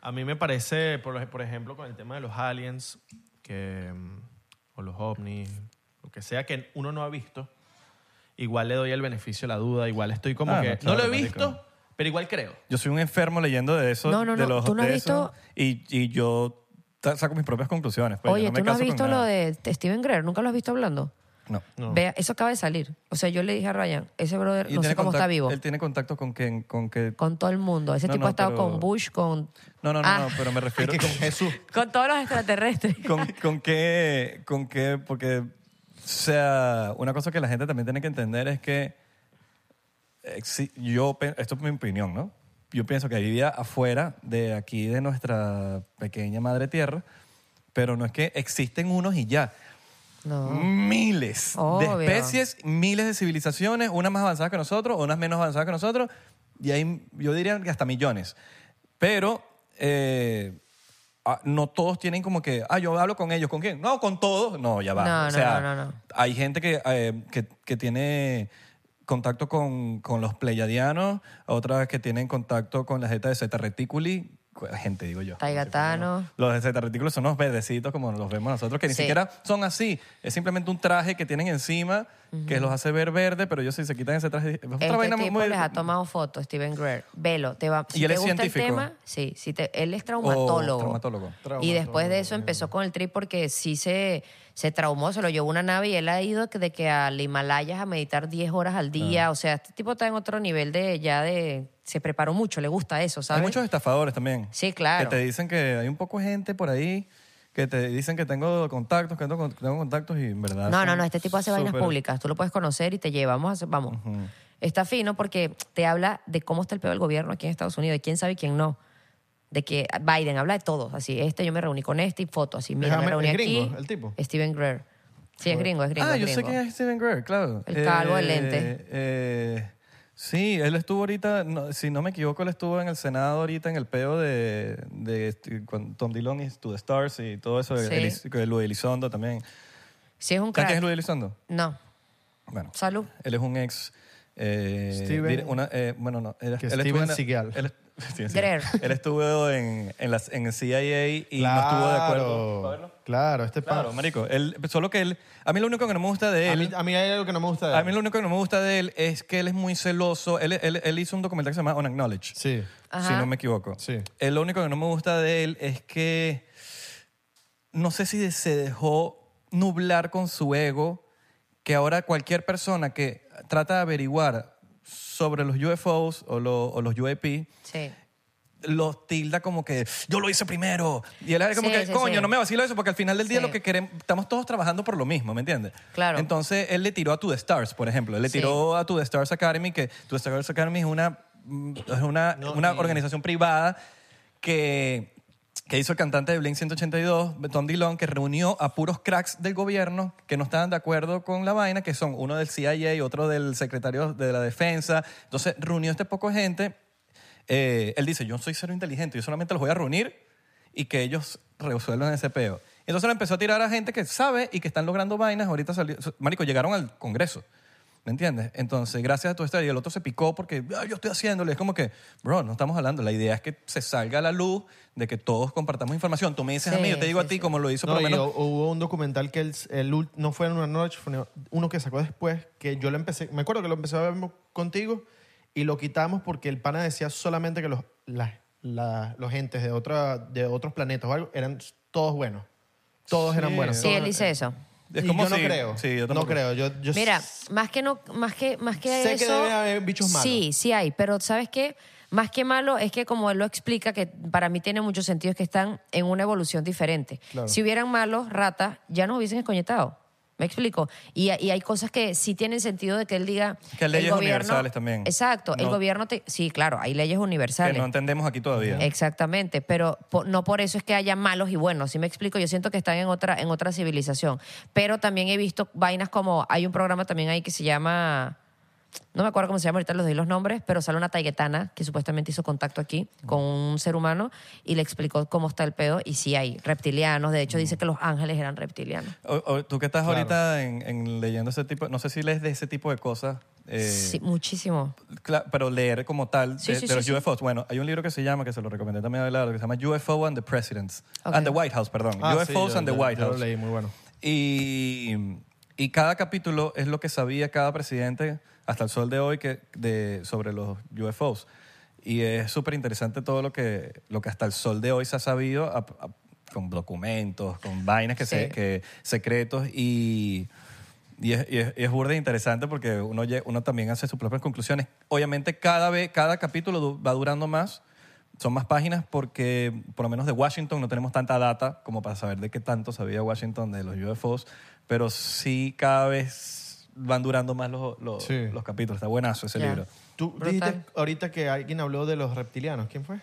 A mí me parece, por, por ejemplo, con el tema de los aliens que, mm, o los ovnis, lo que sea que uno no ha visto, igual le doy el beneficio a la duda, igual estoy como Ah, que... no, no claro, lo he marico. visto, pero igual creo. Yo soy un enfermo leyendo de eso. No, no, de no, Los, ¿tú no has de eso, visto? Y, y yo ta- saco mis propias conclusiones. pues, yo Oye, no me ¿tú no has caso con visto nada. lo de Steven Greer? ¿Nunca lo has visto hablando? No. Vea, eso acaba de salir. O sea, yo le dije a Ryan, ese brother Y no tiene sé cómo está contacto- vivo. Él tiene contacto con quien... Con que, Con todo el mundo. Ese No, tipo no, ha estado pero- con Bush, con, no, no, no, Ah. no, pero me refiero... Que con Jesús. con todos los extraterrestres. ¿Con, con qué? ¿Con qué? Porque, o sea, una cosa que la gente también tiene que entender es que eh, si- yo, pe- esto es mi opinión, ¿no? Yo pienso que hay vida afuera de aquí, de nuestra pequeña madre tierra, pero no es que existen unos y ya. No. Miles Obvio. de especies, miles de civilizaciones, unas más avanzadas que nosotros, unas menos avanzadas que nosotros, y hay, yo diría que hasta millones. Pero eh, ah, no todos tienen como que, ah, yo hablo con ellos, ¿con quién? No, con todos. No, ya va. No, O no, sea, no, no, no. Hay gente que, eh, que, que tiene contacto con, con los pleyadianos, otras que tienen contacto con la jeta de Zeta Reticuli, gente, digo yo. Taigatano. Los de Zeta Retículo son unos verdecitos como los vemos nosotros, que ni Sí. siquiera son así. Es simplemente un traje que tienen encima que los hace ver verde, pero ellos si se quitan ese traje... es otra Este vaina muy- tipo muy- les ha tomado fotos, Steven Greer. Velo, te va. Si ¿Y él te es gusta científico? el tema, sí. Si te, él es traumatólogo. Oh, traumatólogo. Y después de eso empezó con el trip porque sí se, se traumó, se lo llevó una nave y él ha ido de que al Himalayas a meditar 10 horas al día. Ah. O sea, este tipo está en otro nivel de ya de... Se preparó mucho, le gusta eso, ¿sabes? Hay muchos estafadores también. Sí, claro. Que te dicen que hay un poco de gente por ahí que te dicen que tengo contactos, que tengo, tengo contactos y en verdad. No, son no, no, este tipo hace vainas súper- públicas. Tú lo puedes conocer y te lleva. Vamos a hacer- vamos. Ujú. Está fino porque te habla de cómo está el peor del gobierno aquí en Estados Unidos, de quién sabe y quién no. De que Biden habla de todos, así, este yo me reuní con este y foto, así, mira, Déjame- me reuní ¿es gringo, aquí. el tipo? Steven Greer. Sí, es gringo, es gringo. Ah, es yo sé gringo. quién es Steven Greer, claro. El calvo de lente. eh, sí, él estuvo ahorita, no, si no me equivoco, él estuvo en el Senado ahorita en el peo de, de este- con Tom DeLonge y To The Stars y todo eso, Sí. de Elis- de Luis Elizondo también. Sí, es un ¿Sabes crack. quién es Luis Elizondo? No. Bueno, Salud. él es un ex... eh, Steven- dire- una- eh, bueno, no. Él, Que él estuvo Steven en la- Seagal. Él, Steven Seagal. Greer. Él estuvo en, en, las, en CIA y no Claro, estuvo de acuerdo. ¿Para verlo? Claro, este Claro, pa- marico. Él, solo que él... A mí lo único que no me gusta de A él... mí, a mí hay algo que no me gusta de A él. mí lo único que no me gusta de él es que él es muy celoso. Él, él- él hizo un documental que se llama Unacknowledged, Sí. si Ajá. no me equivoco. Sí. Él, lo único que no me gusta de él es que no sé si se dejó nublar con su ego, que ahora cualquier persona que trata de averiguar sobre los UFOs o, lo- o los UAP Sí. los tilda como que yo lo hice primero y él es como Sí, que sí, coño sí. no me vacilo eso porque al final del día Sí. lo que queremos estamos todos trabajando por lo mismo ¿me entiendes? Claro. entonces él le tiró a To The Stars por ejemplo él le Sí. tiró a To The Stars Academy que To The Stars Academy es una mm, es una, una organización privada que que hizo el cantante de Blink 182, Tom DeLonge, que reunió a puros cracks del gobierno que no estaban de acuerdo con la vaina, que son uno del CIA y otro del secretario de la defensa. Entonces reunió este poco gente eh, él dice, yo soy cero inteligente, yo solamente los voy a reunir y que ellos resuelvan ese peo. Entonces le empezó a tirar a gente que sabe y que están logrando vainas. Ahorita salió, marico, llegaron al Congreso. ¿Me entiendes? Entonces, gracias a tu historia, y el otro se picó porque "Ah, yo estoy haciéndolo. Y Es como que, bro, no estamos hablando. La idea es que se salga a la luz de que todos compartamos información. Tú me dices a mí, Sí, yo te digo sí, a ti, sí. como lo hizo No, por lo y menos. hu- hubo un documental que el, el ult- no fue en una noche, fue uno que sacó después, que yo lo empecé, me acuerdo que lo empecé a ver mo- contigo y lo quitamos porque el pana decía solamente que los, las- la- los entes de, otra, de otros planetas o algo eran s- todos buenos. Todos eran buenos. Sí, todos- él dice eso. Es Y como yo no si- creo. sí, yo no tampoco. creo. Yo, yo Mira, s- más que no, más que, más que Sé que eso. debe haber bichos malos. Sí, sí hay, pero ¿sabes qué? Más que malo es que como él lo explica, que para mí tiene mucho sentido, es que están en una evolución diferente. Si hubieran malos ratas, ya nos hubiesen escoñetado. ¿Me explico? Y, y hay cosas que sí tienen sentido de que él diga... Que hay el leyes gobierno- universales también. Exacto. El No- gobierno te... Sí, claro, hay leyes universales. que no entendemos aquí todavía. Exactamente, pero po- no por eso es que haya malos y buenos, si me explico, yo siento que están en otra, en otra civilización, pero también he visto vainas como, hay un programa también ahí que se llama, no me acuerdo cómo se llama, ahorita les doy los nombres, pero sale una taiguetana que supuestamente hizo contacto aquí con un ser humano y le explicó cómo está el pedo y sí hay reptilianos, de hecho dice que los ángeles eran reptilianos. O- o tú que estás ahorita en, en leyendo ese tipo, no sé si lees de ese tipo de cosas. eh, sí, muchísimo. Cla- pero leer como tal Sí, de, sí, de sí, los sí. UFOs. Bueno, hay un libro que se llama, que se lo recomendé también a Abelardo, que se llama UFO and the Presidents. Ok. And the White House, perdón. ah, sí, UFOs yo- and the yo- White yo lo House. leí, muy bueno. Y, y cada capítulo es lo que sabía cada presidente hasta el sol de hoy que, de, sobre los UFOs. Y es súper interesante todo lo que, lo que hasta el sol de hoy se ha sabido a- a- con documentos, con vainas que, se, Sí. que secretos y... Y es, y es, y es burda e interesante porque uno, lle- uno también hace sus propias conclusiones. Obviamente cada, vez, cada capítulo du- va durando más, son más páginas porque por lo menos de Washington no tenemos tanta data como para saber de qué tanto sabía Washington de los UFOs, pero sí cada vez van durando más los, los, Sí. los capítulos. Está buenazo ese Ya. libro. Tú Brutal. dijiste ahorita que alguien habló de los reptilianos. ¿Quién fue?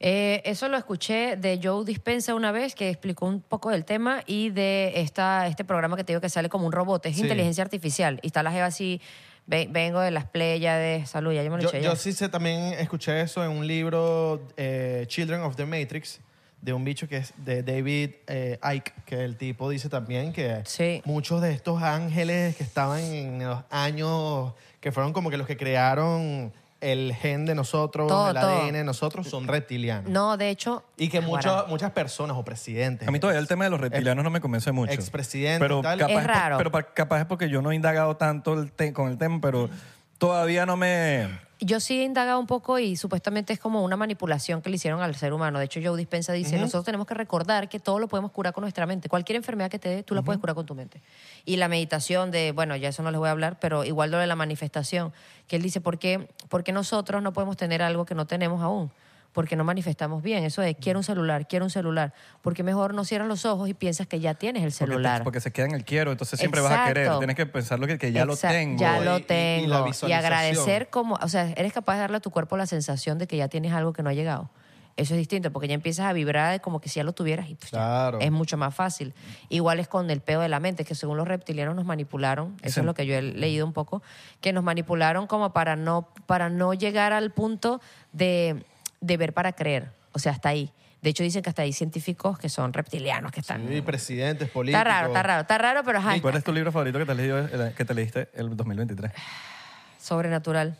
Eh, eso lo escuché de Joe Dispensa una vez que explicó un poco del tema y de esta, este programa que te digo que sale como un robot, es Sí. inteligencia artificial. Y está la jeva así, "Ve- vengo de las playas de salud, ya yo me lo Yo, eché yo ya. sí sé, también escuché eso en un libro, eh, Children of the Matrix, de un bicho que es de David eh, Icke, que el tipo dice también que Sí. muchos de estos ángeles que estaban en los años, que fueron como que los que crearon el gen de nosotros, Todo, el todo. ADN de nosotros, son reptilianos. No, de hecho... Y que muchas- Guará. muchas personas o presidentes. A mí todavía el tema de los reptilianos no me convence mucho. Expresidente pero y tal. Capaz, Es raro. Pero pa- capaz es porque yo no he indagado tanto el te- con el tema, pero todavía no me... Yo sí he indagado un poco y supuestamente es como una manipulación que le hicieron al ser humano. De hecho, Joe Dispensa dice, nosotros tenemos que recordar que todo lo podemos curar con nuestra mente. Cualquier enfermedad que te dé, tú la puedes curar con tu mente. Y la meditación de, bueno, ya eso no les voy a hablar, pero igual lo de la manifestación, que él dice, ¿por qué, por qué nosotros no podemos tener algo que no tenemos aún? porque no manifestamos bien. Eso de quiero un celular, quiero un celular, porque mejor no cierras los ojos y piensas que ya tienes el Porque, celular. porque se queda en el quiero, entonces siempre vas a querer. Exacto. Tienes que pensar lo que, que ya Exacto, lo tengo. Ya Y- lo y- y la tengo. Y, visualización. agradecer como, o sea, eres capaz de darle a tu cuerpo la sensación de que ya tienes algo que no ha llegado. Eso es distinto, porque ya empiezas a vibrar de como que si ya lo tuvieras y pues ya. Claro. es mucho más fácil. Igual es con el peo de la mente, que según los reptilianos nos manipularon, eso Ese- es lo que yo he leído un poco, que nos manipularon como para no, para no llegar al punto de, de ver para creer. O sea, hasta ahí. De hecho, dicen que hasta hay científicos que son reptilianos, que están... Sí, presidentes, políticos. está raro, está raro, está raro, pero ajá, ¿Cuál es tu libro favorito que te, has leído el- que te leíste el 2023? Sobrenatural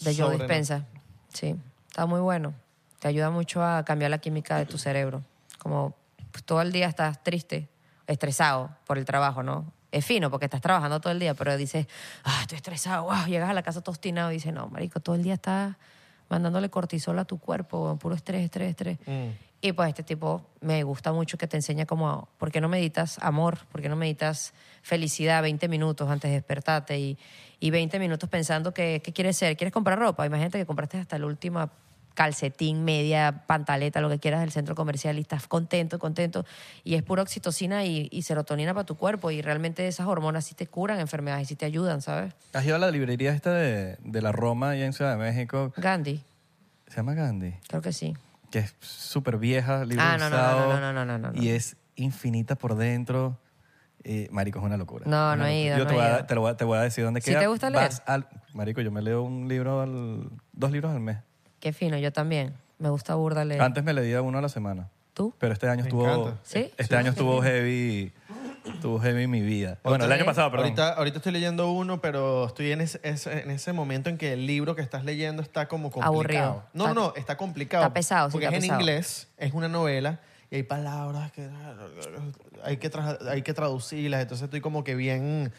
de Joe Sobrenatural. Dispensa. Sí, está muy bueno. Te ayuda mucho a cambiar la química de tu cerebro. Como pues, todo el día estás triste, estresado por el trabajo, ¿no? Es fino porque estás trabajando todo el día, pero dices, ah, estoy estresado, wow. llegas a la casa todo obstinado y dices, no, marico, todo el día estás mandándole cortisol a tu cuerpo, weón, puro estrés, estrés, estrés. Y pues este tipo me gusta mucho que te enseña como, ¿por qué no meditas amor? ¿Por qué no meditas felicidad 20 minutos antes de despertarte? Y, y 20 minutos pensando que, qué quieres ser. ¿Quieres comprar ropa? Imagínate que compraste hasta la última calcetín, media, pantaleta, lo que quieras del centro comercial y estás contento, contento. Y es pura oxitocina y, y serotonina para tu cuerpo. Y realmente esas hormonas sí te curan enfermedades y sí te ayudan, ¿sabes? ¿Has ido a la librería esta de, de la Roma allá en Ciudad de México? Gandhi, Se llama Gandhi, creo que sí. que es súper vieja, libro Ah, no, no, no, usado, no, no, no, no, no, no. Y es infinita por dentro. Eh, marico, es una locura. No, Una no he locura. ido, Yo no te, he voy a, ido. te lo voy a- te voy a decir dónde ¿Sí queda. te gusta leer? Vas al- marico, yo me leo un libro, al- dos libros al mes. Qué fino, yo también. Me gusta burda leer. Antes me leía uno a la semana. ¿Tú? Pero este año Me estuvo. encanta. ¿Sí? Este año estuvo heavy. Estuvo heavy mi vida. Bueno, el Ok. año pasado, perdón. Ahorita, ahorita estoy leyendo uno, pero estoy en ese, ese- en ese momento en que el libro que estás leyendo está como complicado. Aburrido. No, Está- no, está complicado. está pesado, sí, Porque está es pesado. en inglés, es una novela y hay palabras que hay que, tra- hay que traducirlas. Entonces estoy como que bien.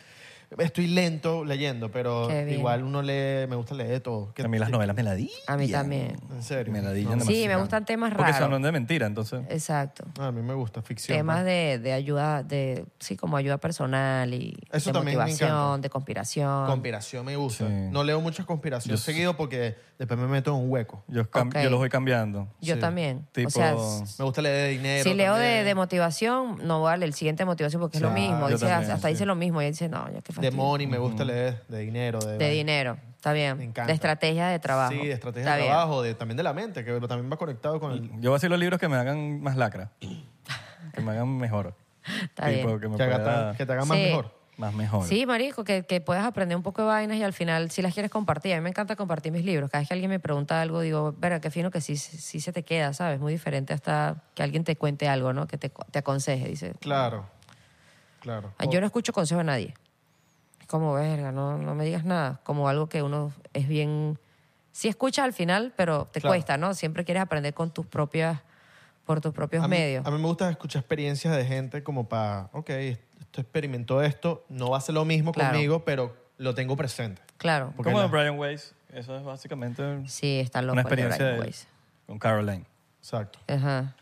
Estoy lento leyendo, pero Qué bien. igual uno lee. Me gusta leer de todo. Que- a mí las novelas me la di. A mí también. En serio. Me la di. Sí, me gustan temas Porque raros. son de mentira, entonces. Exacto. No, a mí me gusta, ficción. temas ¿no? de, de ayuda, de sí, como ayuda personal y Eso de también me encanta. motivación, de conspiración. Conspiración me gusta. Sí. No leo muchas conspiraciones Yo- seguido porque después me meto en un hueco. Yo, cam- Ok. yo los voy cambiando. Yo sí. también. Tipo- o sea, s- Me gusta leer de dinero. si leo de, también. de motivación, no vale el siguiente de motivación porque es lo Sí, mismo. yo Dice, también, hasta sí. dice lo mismo y él dice, no, ya que De money me gusta leer, de dinero. De, De dinero, está bien. Me encanta. De estrategia de trabajo. Sí, de estrategia Está de bien. trabajo, de, también de la mente, que también va conectado con el... Yo voy a hacer los libros que me hagan más lacra. que me hagan mejor. Está Tipo, bien. que me Que, haga pueda- tan- que te haga más Sí. mejor. Más mejor. Sí, marico, que, que puedas aprender un poco de vainas y al final, si las quieres compartir, a mí me encanta compartir mis libros. Cada vez que alguien me pregunta algo, digo, verá, qué fino que sí, sí se te queda, ¿sabes? Muy diferente hasta que alguien te cuente algo, ¿no? Que te, te aconseje, dice. Claro, claro. Ah, Yo no escucho consejo a nadie. Es como, verga, no, no me digas nada. Como algo que uno es bien... Sí escucha al final, pero te Claro. cuesta, ¿no? Siempre quieres aprender con tus propias... por tus propios a mí, medios. a mí me gusta escuchar experiencias de gente como para, ok, esto experimentó esto, no va a ser lo mismo Claro. conmigo, pero lo tengo presente. claro. Como de Brian Weiss. Eso es básicamente Sí, está loco. una el de experiencia Brian de- Weiss. con Caroline. Exacto. Ajá.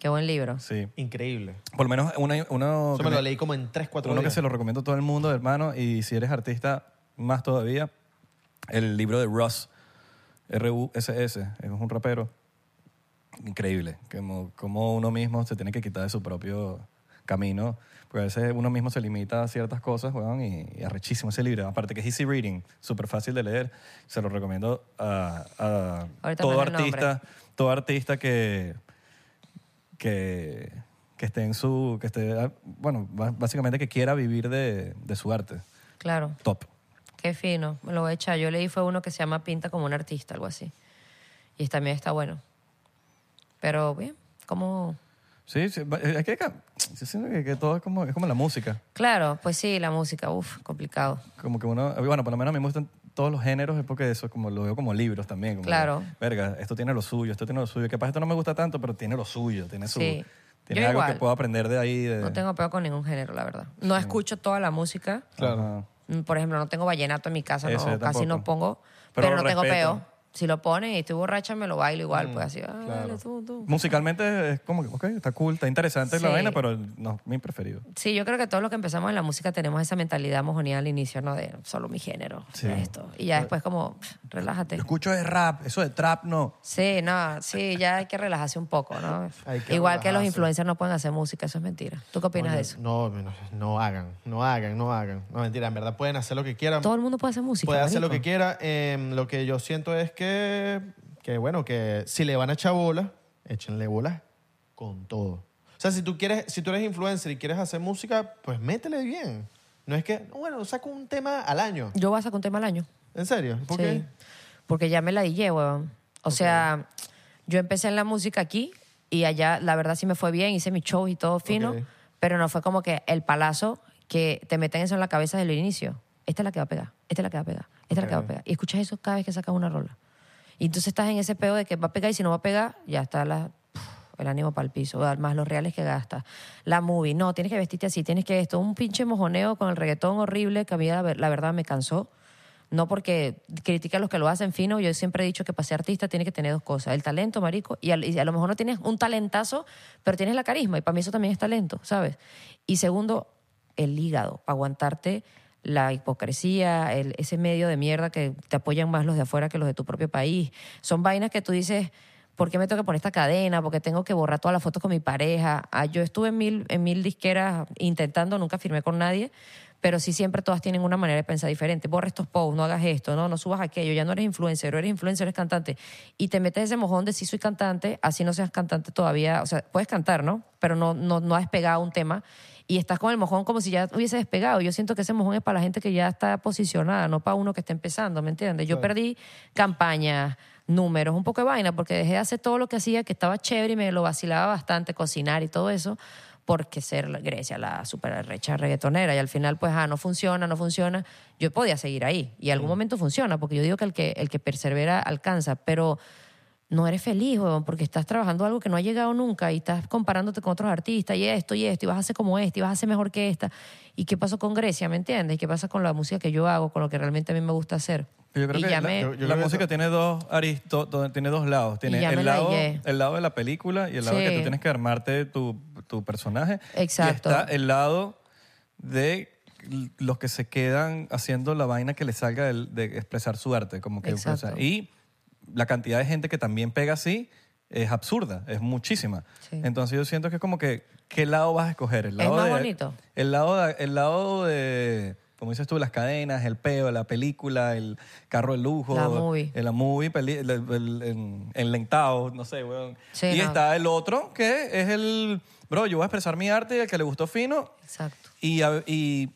Qué buen libro. Sí. Increíble. Por lo menos una, uno, Eso que me lo me- leí como en 3, 4 uno que días. se lo recomiendo a todo el mundo, hermano. Y si eres artista, más todavía. El libro de Russ, R-U-S-S. Es un rapero. Increíble. Como, como uno mismo se tiene que quitar de su propio camino. Porque a veces uno mismo se limita a ciertas cosas, weón, y, y arrechísimo ese libro. Aparte que es easy reading, súper fácil de leer. Se lo recomiendo a, a Ahorita todo me da el artista, todo artista que, que, que esté en su, que esté, ah, bueno, ba- básicamente que quiera vivir de, de su arte. Claro. Top. Qué fino, me lo voy a echar. Yo leí fue uno que se llama Pinta como un artista, algo así. Y también está bueno. Pero bien, como... Sí, sí, ba- eh, es que, ca- yo siento que, que todo es como, es como la música. Claro, pues sí, la música, uff, complicado. Como que uno, bueno, por lo menos a mí me gustan todos los géneros, es porque eso como lo veo como libros también. como, Claro. Verga, esto tiene lo suyo, esto tiene lo suyo. Capaz esto no me gusta tanto, pero tiene lo suyo, tiene su... Sí. Tiene Yo algo que igual. puedo aprender de ahí. De, No tengo peo con ningún género, la verdad. No escucho toda la música. Claro. Mm, Por ejemplo, no tengo vallenato en mi casa, no, Eso yo casi no tampoco. pongo. Pero Pero, lo no tengo respeto. Mm, peo. Si lo ponen y estoy borracha, me lo bailo igual, pues así. ah, dale, tú, tú. Musicalmente es como que, ok, está cool, está interesante la Sí. vaina, pero no, mi preferido. Sí, yo creo que todos los que empezamos en la música tenemos esa mentalidad mojonía al inicio, ¿no? De solo mi género, Sí. esto. Y ya después como, pff, relájate. Yo escucho de rap, eso de trap no. Sí, no, sí, ya hay que relajarse un poco, ¿no? Hay que Igual que los relajarse. influencers no pueden hacer música, eso es mentira. ¿Tú qué opinas de eso? No, no, no hagan, no hagan, no hagan. No, mentira, en verdad pueden hacer lo que quieran. Todo el mundo puede hacer música. puede hacer lo marico. que quiera. Em, lo que yo siento es que, que, bueno, que si le van a echar bolas, échenle bolas con todo. O sea, si tú, quieres, si tú eres influencer y quieres hacer música, pues métele bien. No es que, no, bueno, saco un tema al año. Yo voy a sacar un tema al año. ¿En serio? ¿Por Sí. qué? Porque ya me la dije, weón. O sea, yo empecé en la música aquí y allá, la verdad, sí me fue bien, hice mi show y todo fino, Ok. pero no fue como que el palazo que te meten eso en la cabeza desde el inicio. Esta es la que va a pegar, esta es la que va a pegar, esta es la que va a pegar. Y escuchas eso cada vez que sacas una rola. Y entonces estás en ese peo de que va a pegar y si no va a pegar, ya está la, puf, el ánimo para el piso, más los reales que gastas. La movie, no, tienes que vestirte así, tienes que esto. Un pinche mojoneo con el reggaetón horrible que a mí la, ver- la verdad me cansó. No porque critique a los que lo hacen fino, yo siempre he dicho que para ser artista tiene que tener dos cosas, el talento, marico, y al- y a, lo mejor no tienes un talentazo, pero tienes la carisma, y para mí eso también es talento, ¿sabes? Y segundo, el hígado, para aguantarte la hipocresía, el- ese medio de mierda que te apoyan más los de afuera que los de tu propio país. Son vainas que tú dices, ¿por qué me tengo que poner esta cadena? ¿Por qué tengo que borrar todas las fotos con mi pareja? Ah, yo estuve en mil, en mil disqueras intentando, nunca firmé con nadie, pero sí siempre todas tienen una manera de pensar diferente. Borra estos posts, no hagas esto, no, no subas aquello, ya no eres influencer, o eres influencer, eres cantante. Y te metes ese mojón de si soy cantante, así no seas cantante todavía, o sea, puedes cantar, ¿no? Pero no, no, no has pegado un tema y estás con el mojón como si ya hubiese despegado. Yo siento que ese mojón es para la gente que ya está posicionada, no para uno que está empezando, ¿me entiendes? Yo perdí campañas, números, un poco de vaina, porque dejé de hacer todo lo que hacía, que estaba chévere y me lo vacilaba bastante, cocinar y todo eso, porque ser la- Grecia la super recha reggaetonera y al final pues, ah, no funciona, no funciona. Yo podía seguir ahí y en Mm. algún momento funciona, porque yo digo que el que, el que persevera alcanza, pero no eres feliz, huevón, porque estás trabajando algo que no ha llegado nunca y estás comparándote con otros artistas y esto y esto, y vas a ser como este, y vas a ser mejor que esta. ¿Y qué pasó con Grecia, me entiendes? ¿Y qué pasa con la música que yo hago, con lo que realmente a mí me gusta hacer? Yo creo y que ya la, me- yo- yo y la ya me música la- tiene dos aristos, tiene dos lados. Tiene ya me el la lado, hallé. el lado de la película y el lado que Sí. tú tienes que armarte tu, tu personaje. Exacto. Y está el lado de los que se quedan haciendo la vaina que les salga del- de, expresar su arte. Como que, o sea, Exacto. y la cantidad de gente que también pega así es absurda, es muchísima. Sí. Entonces yo siento que es como que, ¿qué lado vas a escoger? El Es lado más de- bonito. El lado, de- el lado de, como dices tú, las cadenas, el peo, la película, el carro de lujo. La movie. El, la movie, peli- el, el- el- en- enlentado, no sé, weón. Sí, y no. está el otro que es el, bro, yo voy a expresar mi arte y el que le gustó fino. Exacto. Y, a- y,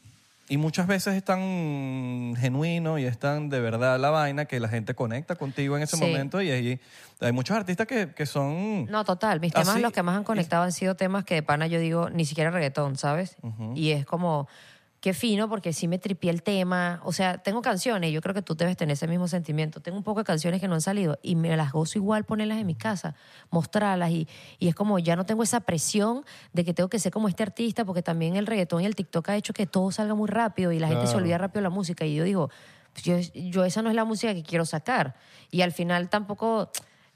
y muchas veces es tan genuino y es tan de verdad la vaina que la gente conecta contigo en ese Sí. momento y ahí hay muchos artistas que, que son... No, total. Mis Ah, temas, sí. los que más han conectado han sido temas que de pana yo digo, ni siquiera reggaetón, ¿sabes? Y es como, qué fino, porque sí me tripié el tema. O sea, tengo canciones, yo creo que tú debes tener ese mismo sentimiento. Tengo un poco de canciones que no han salido y me las gozo igual ponerlas en mi casa, mostrarlas. Y, y es como, ya no tengo esa presión de que tengo que ser como este artista, porque también el reggaetón y el TikTok ha hecho que todo salga muy rápido y la gente se olvida rápido de la música. Y yo digo, pues yo, yo esa no es la música que quiero sacar. Y al final tampoco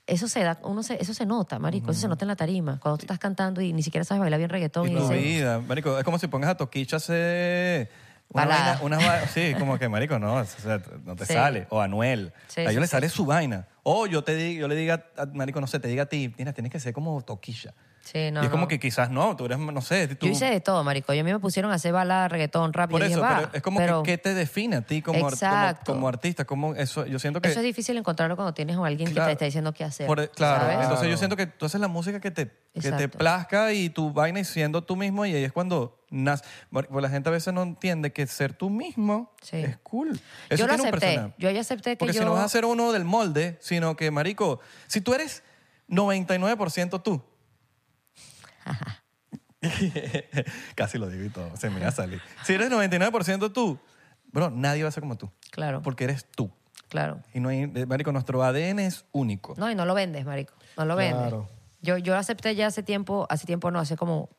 eso se da, uno se, eso se nota, marico, eso se nota en la tarima, cuando tú estás cantando y ni siquiera sabes bailar bien reggaetón y, Y tu dices, vida, marico, es como si pongas a Toquicha a hacer una Balada. vaina- unas va- sí, como que marico, no, o sea, no te Sí. sale. O Anuel, Sí, a ellos sí, le sí. sale su vaina. O yo te digo, yo le diga, a- marico, no sé, te diga a ti, tienes, tienes que ser como Toquicha. Sí, no, y es como no. que quizás no, tú eres, no sé, tú. yo hice de todo, marico, y a mí me pusieron a hacer balada, reggaetón, rap, y por yo eso, dije, va, pero es como pero que qué te define a ti como, ar- como, Exacto. como artista, como eso, yo siento que eso es difícil encontrarlo cuando tienes a alguien que Claro. te está diciendo qué hacer, Por- e- claro, ¿sabes? entonces yo siento que tú haces la música que te, que te Exacto. plazca y tu vaina y siendo tú mismo y ahí es cuando nace. Porque la gente a veces no entiende que ser tú mismo Sí. es cool. Eso yo lo tiene un acepté, personaje. yo ya acepté que Porque yo... si no vas a ser uno del molde, sino que, marico, si tú eres 99% tú. Casi lo digo y todo, se me va a salir. Si eres 99% tú, bro, nadie va a ser como tú. Claro. Porque eres tú. Claro. Y no hay, eh, marico, nuestro ADN es único. No, y no lo vendes, marico. No lo vendes. Claro. Yo, yo acepté ya hace tiempo, hace tiempo no, hace como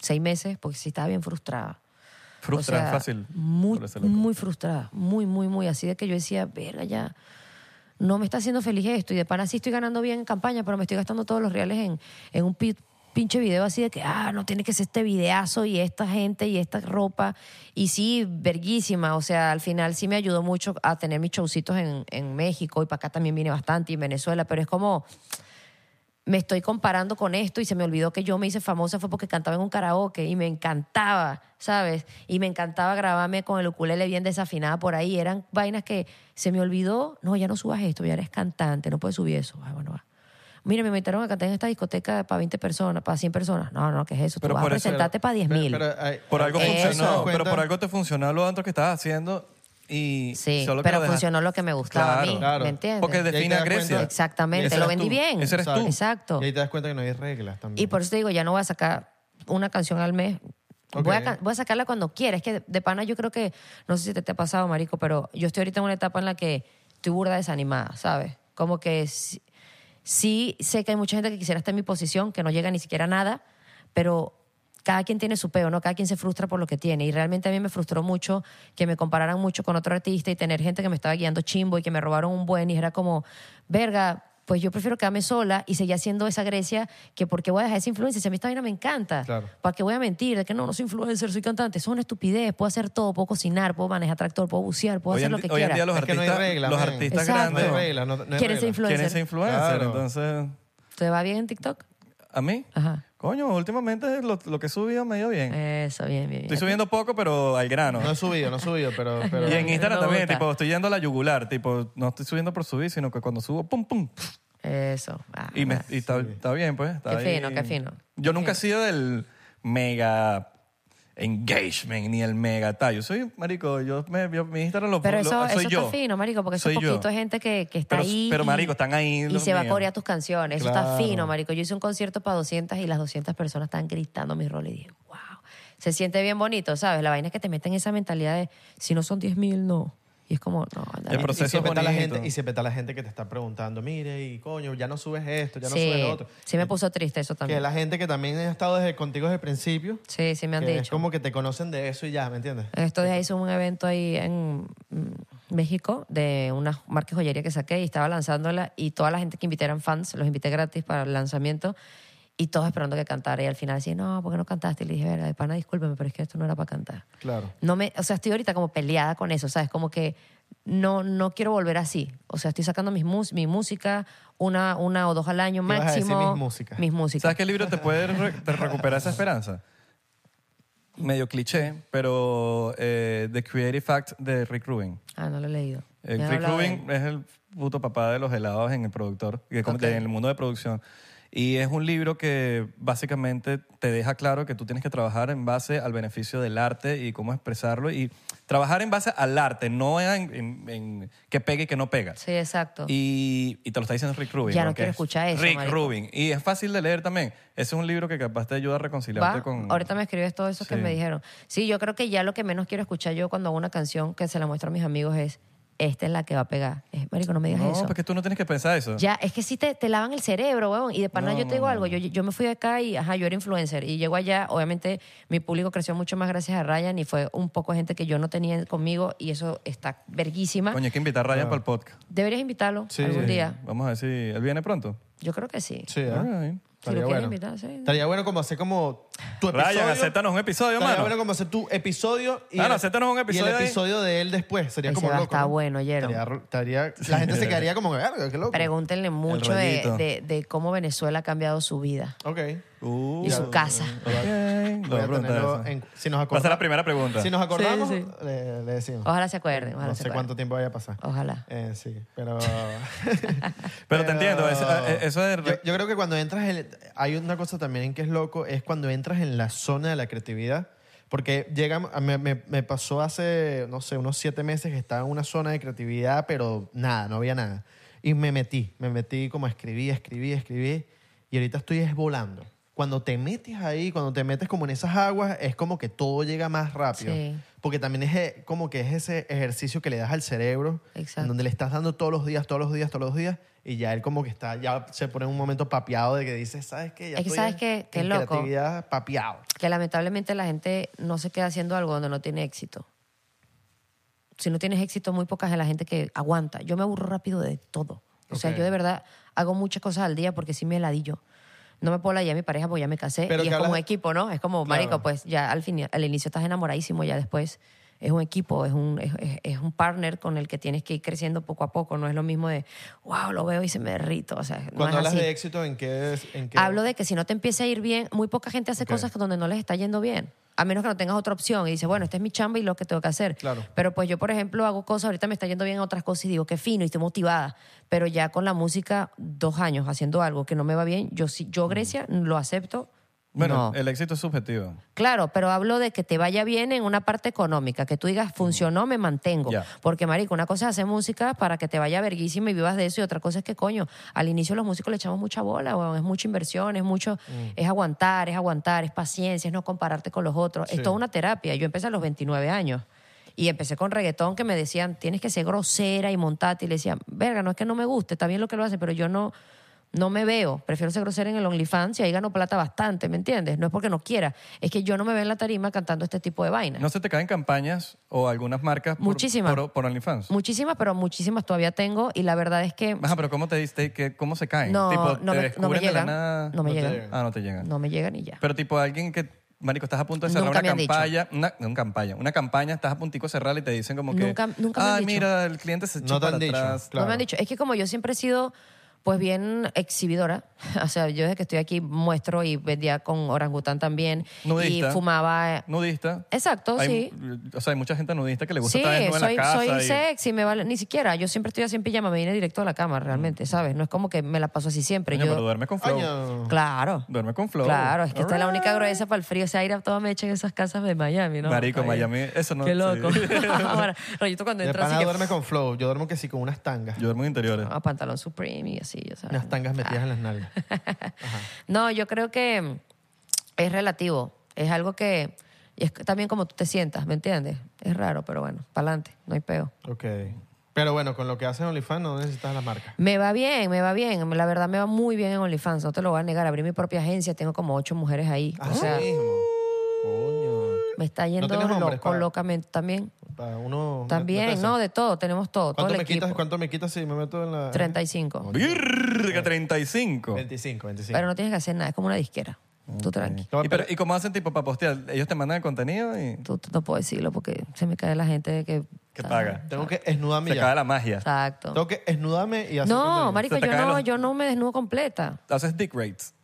seis meses, porque sí estaba bien frustrada. Frustra, O sea, fácil. Muy, por ese loco. muy frustrada, muy, muy, muy. Así de que yo decía, verga, ya, no me está haciendo feliz esto. Y de pana sí estoy ganando bien en campaña, pero me estoy gastando todos los reales en, en un pit pinche video así de que, ah, no tiene que ser este videazo y esta gente y esta ropa. Y sí, verguísima. O sea, al final sí me ayudó mucho a tener mis showcitos en, en México y para acá también vine bastante y en Venezuela, pero es como me estoy comparando con esto y se me olvidó que yo me hice famosa fue porque cantaba en un karaoke y me encantaba, ¿sabes? Y me encantaba grabarme con el ukulele bien desafinada por ahí. Eran vainas que se me olvidó, no, ya no subas esto, ya eres cantante, no puedes subir eso. Ah, bueno, va. Mira, me metieron a cantar en esta discoteca para 20 personas, para 100 personas. No, no, ¿qué es eso? Tú Pero vas a por eso- presentarte para 10 mil. Pero, pero, ay, Por algo Eso. funcionó, Cuenta- pero por algo te funcionó lo antes que estabas haciendo y Sí, solo que pero lo dejaste- funcionó lo que me gustaba a mí, claro. ¿me entiendes? Porque te define a das Grecia. cuenta- Exactamente, Ese lo eres vendí tú, bien. ese eres tú. Exacto. Y ahí te das cuenta que no hay reglas también. Y por eso te digo, ya no voy a sacar una canción al mes. Voy, a, Ok. ca- voy a sacarla cuando quiera. Es que de, de pana yo creo que, no sé si te, te ha pasado, Marico, pero yo estoy ahorita en una etapa en la que estoy burda desanimada, ¿sabes? Como que sí, sí sé que hay mucha gente que quisiera estar en mi posición, que no llega ni siquiera a nada, pero cada quien tiene su peo, ¿no? Cada quien se frustra por lo que tiene. Y realmente a mí me frustró mucho que me compararan mucho con otro artista y tener gente que me estaba guiando chimbo y que me robaron un buen y era como, verga, pues yo prefiero quedarme sola y seguir haciendo esa Grecia que porque voy a dejar esa influencia. Si a mí esta vaina me encanta, Claro. ¿para qué voy a mentir? De que no, no soy influencer, soy cantante. Eso es una estupidez. Puedo hacer todo, puedo cocinar, puedo manejar tractor, puedo bucear, puedo Hoy hacer en, lo que hoy en quiera. día los Es que no hay artistas, reglas, los man. artistas Exacto. no hay grandes reglas, no, no hay ¿Quieres ser reglas. quieren ser influencer? influencer, Claro. entonces ¿Te va bien en TikTok? a mí, Ajá. coño, últimamente lo, lo que he subido me ha ido bien. Eso, bien, bien, Estoy bien. subiendo poco, pero al grano. No he subido, no he subido, pero... pero Y en no Instagram también, gusta. tipo, estoy yendo a la yugular, tipo, no estoy subiendo por subir, sino que cuando subo, pum, pum, Eso. Ah, y, me, bueno. y está, está bien, pues. está Qué ahí. fino, qué fino. Yo nunca he sido del mega engagement ni el mega tal. Yo soy, marico, yo, me, yo- mi Instagram lo Pero lo- eso, soy eso yo. está fino, marico, porque eso soy es yo. poquito de gente que, que está Pero- ahí. pero, y- marico, están ahí Y los se va a míos. corear tus canciones. Eso está Claro. fino, marico. Yo hice un concierto para 200 y las 200 personas estaban gritando mi rol y dije, wow. Se siente bien bonito, ¿sabes? La vaina es que te meten esa mentalidad de, si no son 10 mil, no. Y es como, no, anda, El vete". proceso y siempre, es está la bonito. gente, y siempre está la gente que te está preguntando, mire, y coño, ya no subes esto, ya no subes lo sí, otro. Eh, sí me puso triste eso Que también. la gente que también ha estado desde, contigo desde el principio, Sí, sí me han que es dicho. Eh. como que te conocen de eso y ya, ¿me entiendes? Estos días hice un evento ahí en mm, México de una marca de joyería que saqué y estaba lanzándola y toda la gente que invité eran fans, los invité gratis para el lanzamiento y todos esperando que cantara y al final decían, no, ¿por qué no cantaste? Y le dije, "Verga, de pana, discúlpeme, pero es que esto no era para cantar. Claro. No me, o sea, estoy ahorita como peleada con eso, ¿sabes? Como que no, no quiero volver así. O sea, estoy sacando mis mus- mi música una, una o dos al año Ibas a decir máximo. mis músicas. Mis músicas. ¿Sabes qué libro te puede re- te recuperar esa esperanza? Medio cliché, pero eh, The Creative Act de Rick Rubin. Ah, no lo he leído. El Me han Rick hablado de él. Rubin es el puto papá de los helados en el productor, que como- Ok. de- en el mundo de producción. Y es un libro que básicamente te deja claro que tú tienes que trabajar en base al beneficio del arte y cómo expresarlo. Y trabajar en base al arte, no en, en- en que pegue y que no pega. Sí, exacto. Y, y te lo está diciendo Rick Rubin. Ya no aunque quiero es escuchar eso, Rick marico. Rubin. Y es fácil de leer también. Ese es un libro que capaz te ayuda a reconciliarte Va, con... Ahorita me escribes todo eso que Sí. me dijeron. Sí, yo creo que ya lo que menos quiero escuchar yo cuando hago una canción que se la muestro a mis amigos es esta es la que va a pegar. Es, marico, no me digas No, eso. porque tú no tienes que pensar eso. Ya, es que sí te, te lavan el cerebro, weón. Y de pana No, yo no, te digo no. algo. Yo, yo me fui de acá y, ajá, yo era influencer. Y llego allá, obviamente mi público creció mucho más gracias a Ryan y fue un poco gente que yo no tenía conmigo y eso está verguísima. Coño, hay que invitar a Ryan para el podcast. Deberías invitarlo Sí. algún día. Vamos a ver si él viene pronto. Yo creo que sí. Sí, ¿eh? All right. Si lo Estaría quieres bueno. invitar, sí. Estaría bueno como hacer como tu episodio. Ryan, acéptanos un episodio, Estaría mano. bueno como hacer tu episodio y, Claro, el- acéptanos un y episodio el ahí. episodio de él después. Sería Ese como va a loco. estar ¿no? bueno, Yero. Estaría- estaría- la gente se quedaría como, verga, qué loco. Pregúntenle mucho de, rollito. de- de cómo Venezuela ha cambiado su vida Ok. Uh, y su casa. ok. Le voy Voy a a preguntar tenerlo eso. en- si nos Va a ser acordamos. la primera pregunta. Si nos acordamos, Sí, sí. Le, le decimos. Ojalá se acuerden. Ojalá no se sé acuerden. cuánto tiempo vaya a pasar. Ojalá. Eh, sí, pero... Pero te entiendo, es- eh, eso es- Yo, yo creo que cuando entras... en- hay una cosa también que es loco, es cuando entras en la zona de la creatividad. Porque llega, me, me- me pasó hace, no sé, unos siete meses que estaba en una zona de creatividad, pero nada, no había nada. Y me metí, me metí como escribí, escribí, escribí. Y ahorita estoy es volando. Cuando te metes ahí, cuando te metes como en esas aguas, es como que todo llega más rápido. Sí. Porque también es eh, como que es ese ejercicio que le das al cerebro, Exacto. en donde le estás dando todos los días, todos los días, todos los días, y ya él como que está, ya se pone en un momento papeado de que dice, ¿sabes qué? Ya Es que estoy ¿sabes en- qué? Qué en loco. creatividad papeado. Que lamentablemente la gente no se queda haciendo algo donde no tiene éxito. Si no tienes éxito, muy pocas es la gente que aguanta. Yo me aburro rápido de todo. O sea, Ok. yo de verdad hago muchas cosas al día porque sí me ladillo. no me puedo la a mi pareja porque ya me casé. Pero y que es como un hablas- equipo, ¿no? Es como, Claro. marico, pues ya al, fin, al inicio estás enamoradísimo, ya después es un equipo, es un, es, es- es un partner con el que tienes que ir creciendo poco a poco. No es lo mismo de, wow, lo veo y se me derrito. O sea, no es Cuando hablas así. de éxito, ¿en qué es? En qué Hablo de que si no te empieza a ir bien, muy poca gente hace Ok. cosas que donde no les está yendo bien. A menos que no tengas otra opción y dices, bueno, esta es mi chamba y lo que tengo que hacer. Claro. Pero pues yo, por ejemplo, hago cosas, ahorita me está yendo bien en otras cosas y digo, qué fino y estoy motivada. Pero ya con la música, dos años haciendo algo que no me va bien, yo, sí- Mm. yo Grecia, lo acepto. Bueno, eh. No. el éxito es subjetivo. Claro, pero hablo de que te vaya bien en una parte económica, que tú digas, Mm. funcionó, me mantengo. Ya. Porque, marico, una cosa es hacer música para que te vaya verguísima y vivas de eso, y otra cosa es que, coño, al inicio los músicos le echamos mucha bola, weón, es mucha inversión, es mucho, es aguantar, es aguantar, es paciencia, es no compararte con los otros. Es toda una terapia. Yo empecé a los 29 años. Y empecé con reggaetón que me decían, tienes que ser grosera y montarte. Y le decían, verga, no es que no me guste, está bien lo que lo hacen, pero yo no, no me veo, prefiero ser grosera en el OnlyFans y ahí gano plata bastante, ¿me entiendes? No es porque no quiera, es que yo no me veo en la tarima cantando este tipo de vainas. ¿No se te caen campañas o algunas marcas por, Muchísimas. por, por OnlyFans? Muchísimas, pero muchísimas todavía tengo y la verdad es que Ajá, pero ¿cómo te diste? que- ¿Cómo se caen? No, tipo, no me- no me te descubren de la llegan. nada. No me te llegan. Ah, no te llegan. no me llegan y ya. Pero tipo alguien que, marico, estás a punto de cerrar Nunca me una han dicho. campaña, una, no, una campaña, una campaña, estás a puntico de cerrarla y te dicen como que, Nunca- nunca me han ah, dicho. mira, el cliente se echó No te para han dicho, atrás. No me han dicho, es que como yo siempre he sido pues bien exhibidora, o sea, yo desde que estoy aquí muestro y vendía con orangután también Nudista. y fumaba... eh, Nudista. Exacto, Hay- sí. O sea, hay mucha gente nudista que le sí, gusta estar desnuda soy, en la casa. soy y- sexy, me vale, ni siquiera, yo siempre estoy así en pijama, me vine directo a la cama realmente, ¿sabes? No es como que me la paso así siempre. Mm. Coño, yo, pero duerme con flow. Año. Claro. Duerme con flow. Claro, es que esta es la Alright. única gruesa para el frío. Se aire a toda mecha en esas casas de Miami, ¿no? Marico, Está bien. Miami, eso no- Qué loco. sí. Ahora, rollito cuando De entras pana así que... duerme con flow. Yo duermo que sí con unas tangas. Yo duermo en interiores. Ah, pantalón Supreme y así, o sea. Unas tangas metidas en las nalgas. Ah. No, yo creo que es relativo. Es algo que... y es también como tú te sientas, ¿me entiendes? Es raro, pero bueno, para adelante, no hay peo. Ok. Pero bueno, con lo que hace OnlyFans no necesitas la marca. Me va bien, me va bien. La verdad me va muy bien en OnlyFans, no te lo voy a negar. Abrí mi propia agencia, tengo como ocho mujeres ahí. o sea, Así mismo. Coño. me está yendo Ah, tienes hombres loco, para- locamente también. Para uno... También, meterse. no, de todo, tenemos todo, todo ¿Cuánto el me, equipo. quitas, ¿Cuánto me quitas si me meto en la...? 35. Virga, Eh. 35. 25, 25. Pero no tienes que hacer nada, es como una disquera. Tú tranqui. No, ¿Y, pero, ¿Y cómo hacen tipo para postear? Ellos te mandan el contenido y Tú, tú no puedo decirlo porque se me cae la gente que... Ah, que paga. Tengo que esnudarme Se ya. cae la magia. Exacto. Tengo que esnudarme y hacer... No, contenido. marico, Se te yo caen no, los- yo no me desnudo completa. Haces dick rates.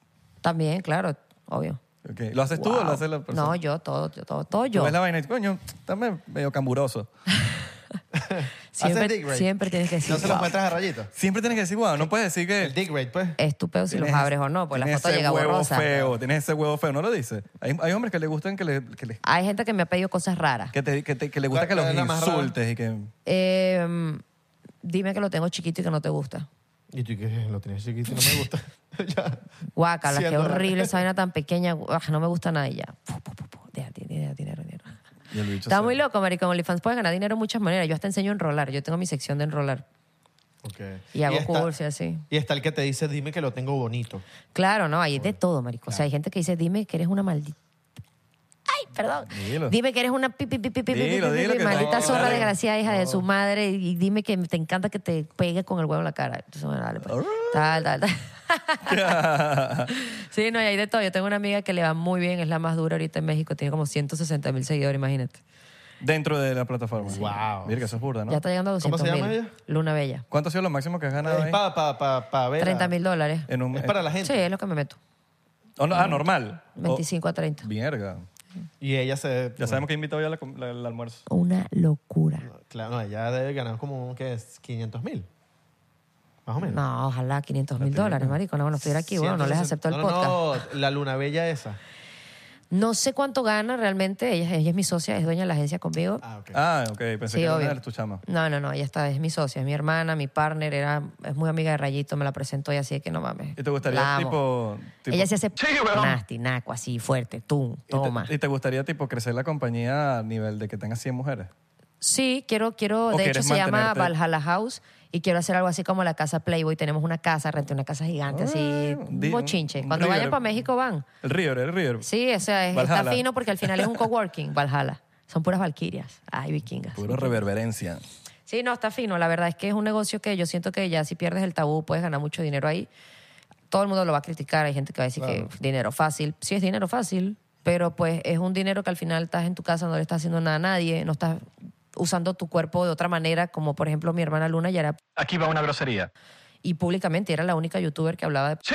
También, claro, obvio. Ok. ¿Lo haces tú o lo Wow. hace la persona? No, yo, todo, yo, todo, todo Tú yo. ves la vaina y coño, está me- medio camburoso. Siempre, dick rate. siempre tienes que decir, ¿No se los "Wow". muestras a rayito? Siempre tienes que decir, wow, no puedes decir El que. dick rate, pues. es tu peo si los tienes- abres o no, pues la tienes foto ese llega huevo borrosa. feo, tienes ese huevo feo, no lo dices. Hay, hay hombres que le gustan que le, que le, Hay gente que me ha pedido cosas raras. que te- que te- que le gusta que ¿Cuál los es la más rara? insultes y que. Eh, dime que lo tengo chiquito y que no te gusta. Y tú, ¿qué? Lo tienes chiquito, no me gusta. ya. Guácala, qué Siendo- horrible esa vaina tan pequeña. Uaj, no me gusta nada y ya. Pu, pu, pu, pu. Deja, di- di- dinero, dinero. y el bicho Está se- muy loco, marico. En OnlyFans puedes ganar dinero de muchas maneras. Yo hasta enseño a enrolar. Yo tengo mi sección de enrolar. Ok. Y hago está- cursos y así. Y está el que te dice, dime que lo tengo bonito. Claro, no, hay de todo, marico. O sea, hay gente que dice, dime que eres una maldita... Ay, perdón. Dilo. Dime que eres una pi, pi, pi, pi, pi, pi, Dilo, pi, pi, dilo pi, que maldita no, zorra dale. desgraciada hija de su madre y dime que te encanta que te pegue con el huevo en la cara. Entonces, bueno, dale, pues. Tal, tal, tal. sí, no, y hay de todo. Yo tengo una amiga que le va muy bien, es la más dura ahorita en México. Tiene como 160 mil seguidores, imagínate. Dentro de la plataforma. Wow. Mira que eso es burda, ¿no? Ya está llegando a ¿Cómo 200 se llama mil. ella? Luna Bella. ¿Cuánto ha sido lo máximo que has ganado Es ahí? para pa, pa, pa ver. a- 30 mil dólares. En un- Es para la Sí, gente. es lo que me meto. Oh, no, ah, normal. Oh, 25 a 30. Vierga. Y ella se... Ya sabemos que invitado ya la com- la- el almuerzo. Una locura. Claro, no, ella debe ganar como, ¿qué es? 500 mil. Más o menos. No, ojalá 500 mil dólares, marico. No, bueno, estuviera aquí, bueno, no les 160. acepto el No, podcast. no, No, la luna bella esa. No sé cuánto gana realmente. Ella, ella es mi socia, es dueña de la agencia conmigo. Ah, ok. Ah, ok. Pensé Sí, que obvio. era tu chama. No, no, no, ella está, es mi socia, es mi hermana, mi partner, era, es muy amiga de Rayito, me la presentó y así de que no mames. ¿Y te gustaría, la amo. tipo- tipo- Ella se hace nasty, naco, así fuerte, tú, ¿Y te- toma. ¿Y te, gustaría tipo crecer la compañía a nivel de que tengas 100 mujeres? Sí, quiero, quiero, ¿O de hecho quieres se llama mantenerte? Valhalla House y quiero hacer algo así como la casa Playboy. Tenemos una casa, renté una casa gigante, así, Ah, un di- bochinche. un Cuando river. vayan para México van. El River, el River. Sí, o sea, es- Valhalla. está fino porque al final es un coworking, Valhalla. Son puras valquirias, ay, vikingas. Puro reverberencia. Sí, no, está fino. La verdad es que es un negocio que yo siento que ya si pierdes el tabú puedes ganar mucho dinero ahí. todo el mundo lo va a criticar. Hay gente que va a decir que dinero fácil. Sí, es dinero fácil, pero pues es un dinero que al final estás en tu casa, no le estás haciendo nada a nadie, no estás usando tu cuerpo de otra manera, como por ejemplo mi hermana Luna ya era Aquí va una grosería. y públicamente era la única youtuber que hablaba de... Sí,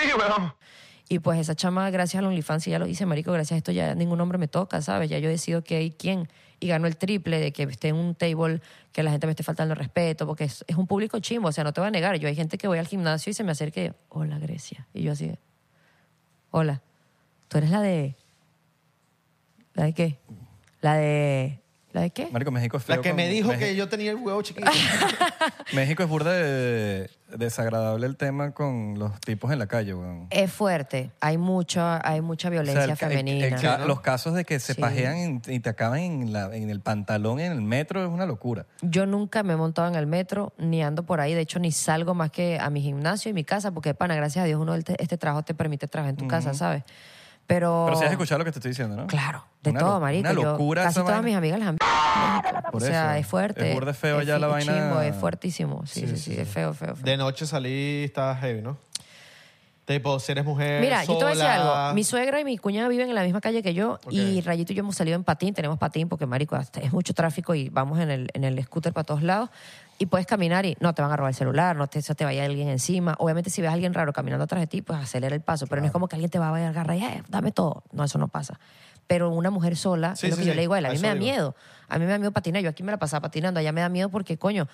Y pues esa chama, gracias al OnlyFans, y ya lo hice, marico, gracias a esto ya ningún hombre me toca, ¿sabes? Ya yo decido qué y quién. Y ganó el triple de que esté en un table, que la gente me esté faltando el respeto, porque es, es un público chimbo, o sea, no te voy a negar. Yo hay gente que voy al gimnasio y se me acerca y, hola, Grecia. Y yo así, de, hola, tú eres la de... ¿La de qué? La de... ¿La de qué? Marico, México es feo La que con- me dijo Meji- que yo tenía el huevo chiquito. México es burda de desagradable el tema con los tipos en la calle, weón. Es fuerte, hay, mucha hay mucha O sea, violencia el ca- el- el femenina. ca- Los casos de que se Sí. pajean en- y te acaban en, la- en el pantalón, en el metro, es una locura. Yo nunca me he montado en el metro ni ando por ahí. De hecho, ni salgo más que a mi gimnasio y mi casa, porque, pana, gracias a Dios, uno este, este trabajo te permite trabajar en tu casa, ¿sabes? Pero. Pero si has escuchado lo que te estoy diciendo, ¿no? Oh. Claro, de Una todo, lo- marico. Una Yo- locura. casi esa todas vaina. mis amigas las han. Por o sea, eso. es fuerte. Es burda de feo es ya la fi- vaina. chimbo, es fuertísimo. Sí, sí, sí, es feo, feo, feo. De noche salí estaba heavy, ¿no? Tipo, si eres mujer, Mira, yo te voy a decir sola. algo. Mi suegra y mi cuñada viven en la misma calle que yo y Rayito y yo hemos salido en patín. Tenemos patín porque, marico, hasta es mucho tráfico y vamos en el, en el scooter para todos lados. Y puedes caminar y no te van a robar el celular, no te, se te vaya alguien encima. Obviamente, si ves a alguien raro caminando atrás de ti, pues acelera el paso. Pero no es como que alguien te va a agarrar y, "Eh, dame todo. No, eso no pasa. Pero una mujer sola, Sí, es lo sí, que yo sí. le digo a él, a A mí eso me da digo. miedo. A mí me da miedo patinar. Yo aquí me la pasaba patinando, allá me da miedo porque, coño,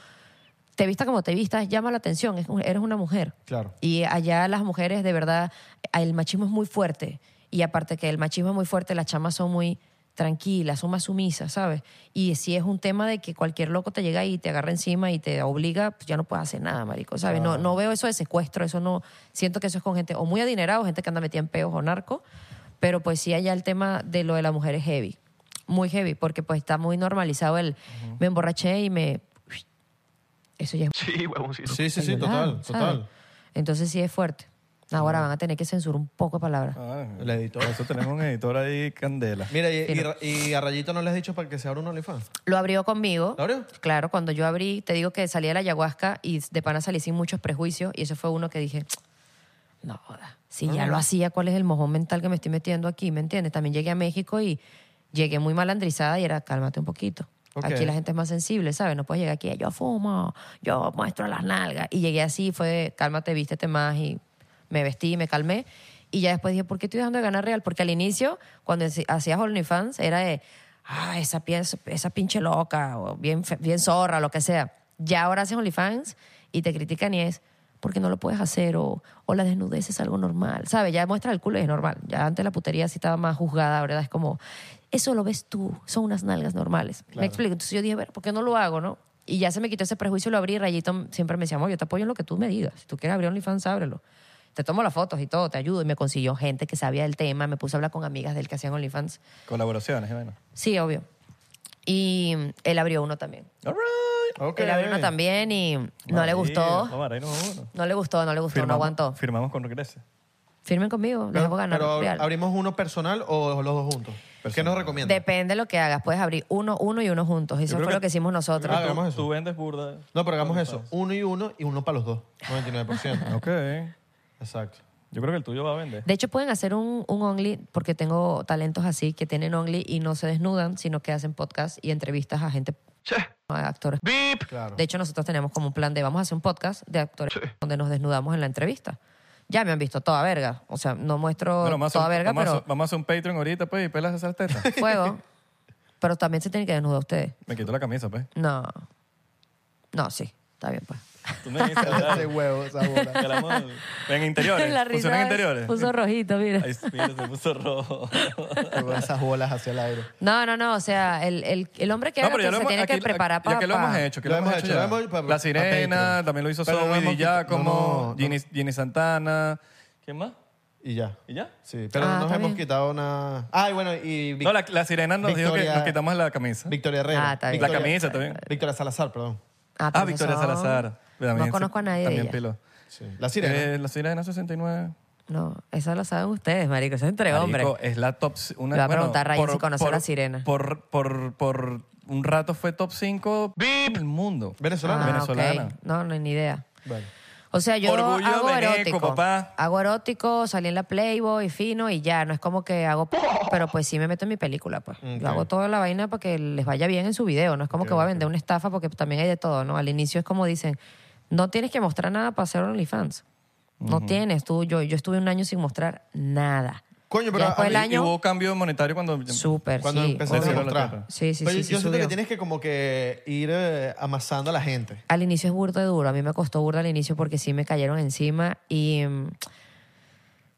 te vistas como te vistas, llama la atención, es un- eres una mujer. Claro. Y allá las mujeres, de verdad, el machismo es muy fuerte. Y aparte que el machismo es muy fuerte, las chamas son muy tranquilas, son más sumisas, ¿sabes? Y si es un tema de que cualquier loco te llega y te agarra encima y te obliga, pues ya no puedes hacer nada, marico, ¿sabes? No, no veo eso de secuestro, eso no... Siento que eso es con gente o muy adinerada o gente que anda metida en peos o narco. Pero pues sí, allá el tema de lo de la mujer es heavy. Muy heavy, porque pues está muy normalizado el... Me emborraché y me... Eso ya es Sí, sí, sí, celular, total, total. ¿sabes? Entonces sí es fuerte. Ahora van a tener que censurar un poco de palabras. Ah, La editora. Por eso tenemos un editor ahí, Candela. Mira, y, y Ra- y a Rayito no le has dicho para que se abra un OnlyFans. Lo abrió conmigo. ¿Lo abrió? Claro, cuando yo abrí, te digo que salí de la ayahuasca y de pana salí sin muchos prejuicios y eso fue uno que dije, no joda. Si ya lo hacía, ¿cuál es el mojón mental que me estoy metiendo aquí? ¿Me entiendes? También llegué a México y llegué muy malandrizada y era, cálmate un poquito. Ok. Aquí la gente es más sensible, ¿sabes? No puedes llegar aquí, yo fumo, yo muestro las nalgas. Y llegué así, fue, cálmate, vístete más y me vestí, me calmé. Y ya después dije, ¿por qué estoy dejando de ganar real? Porque al inicio, cuando hacía- hacías OnlyFans, era de, ah, esa, pieza, esa pinche loca, o bien, fe- bien zorra, lo que sea. Ya ahora haces OnlyFans y te critican y es, porque no lo puedes hacer o, o la desnudez es algo normal, ¿sabes? Ya muestra el culo y es normal. Ya antes la putería sí estaba más juzgada, ¿verdad? Es como, eso lo ves tú, son unas nalgas normales. Me explico. Entonces yo dije, ver, ¿por qué no lo hago, no? Y ya se me quitó ese prejuicio, lo abrí y Rayito siempre me decía, amor, yo te apoyo en lo que tú me digas. Si tú quieres abrir OnlyFans, ábrelo. Te tomo las fotos y todo, te ayudo. Y me consiguió gente que sabía del tema, me puse a hablar con amigas del que hacían OnlyFans. Colaboraciones, y vaina. Sí, obvio. Y mm, él abrió uno también. All right. Ok. Él abrió uno también y no le Maravilla. gustó. Vamos, ahí nos vamos, bueno. No le gustó, no le gustó, no Firmamos- aguantó. Firmamos con Grecia. Firmen conmigo, les Pero, hago ganar. Ah, pero real. abrimos uno personal o los dos juntos. ¿Qué nos recomiendas? Depende de lo que hagas. Puedes abrir uno, uno y uno juntos. Eso fue creo lo que- que hicimos nosotros. Ah, hagamos tú, eso. tú vendes burda. No, pero hagamos eso. Uno y uno y uno para los dos. 99%. Ah. Ok. Exacto. Yo creo que el tuyo va a vender. De hecho, pueden hacer un, un only, porque tengo talentos así que tienen only y no se desnudan, sino que hacen podcast y entrevistas a gente, a actores. Claro. De hecho, nosotros tenemos como un plan de vamos a hacer un podcast de actores donde nos desnudamos en la entrevista. Ya me han visto toda verga. O sea, no muestro Bueno, vamos a toda hacer- verga, vamos a pero hacer- vamos a hacer un Patreon ahorita, pues, y pelas esas tetas. fuego. Pero también se tienen que desnudar ustedes. Me quito la camisa, pues. No. No, sí. Está bien, pues. Tú me dices, ¿verdad? Ese huevo, esa bola. Que la mano- En interiores. La Funciona en risa interiores. Puso rojito, mira. Ahí, mira, se puso rojo. Esas bolas hacia el aire. No, no, no. O sea, el, el, el hombre que, haga que ya lo se hemos- tiene aquí- que preparar aquí- ya para. que lo hemos hecho, que lo, hemos hecho. ya. lo hemos- pa- pa- la Sirena, Patreon. también lo hizo Pero no Zoe, hemos Di Giacomo, quitado- no, Ginny, Ginny Santana. ¿Quién más? Y ya. ¿Y ya? Sí, pero Ah, no nos está hemos bien. quitado una... Ay, bueno, y Vic- No, la, la Sirena nos dijo que Victoria- nos quitamos la camisa. Victoria Herrera. Ah, está bien. la Victoria- Eh, camisa también. Victoria Salazar, perdón. Ah, Ah, pero Victoria son- Salazar. También No se- conozco a nadie de También ella. pilo. Sí. La sirena. Eh, la Sirena 69. No, eso lo saben ustedes, marico. Eso es entre hombres. Marico, es la top. c- Una, Le voy a preguntar a Ryan si conoce a la sirena. Por, por, por un rato fue top 5 en el mundo. Venezolana. Ah, ok. Venezolana. No, no, ni idea. Bueno. O sea, yo Orgullo hago veneco, erótico. papá. Hago erótico, salí en la Playboy, fino y ya. No es como que hago... p- Pero pues sí me meto en mi película, pues. Yo hago toda la vaina para que les vaya bien en su video. No es como que voy a vender una estafa porque también hay de todo, ¿no? Al inicio es como dicen, no tienes que mostrar nada para hacer OnlyFans. No tienes. Tú, yo, yo estuve un año sin mostrar nada. Coño, Ya pero después a el mí- Y año... hubo cambio monetario cuando... Súper, Cuando sí. empezaste a obvio. mostrar. Sí, sí, Pero sí, yo- sí, yo siento subió. que tienes que como que ir eh, amasando a la gente. Al inicio es burda de duro. A mí me costó burda al inicio porque sí me cayeron encima. Y mm,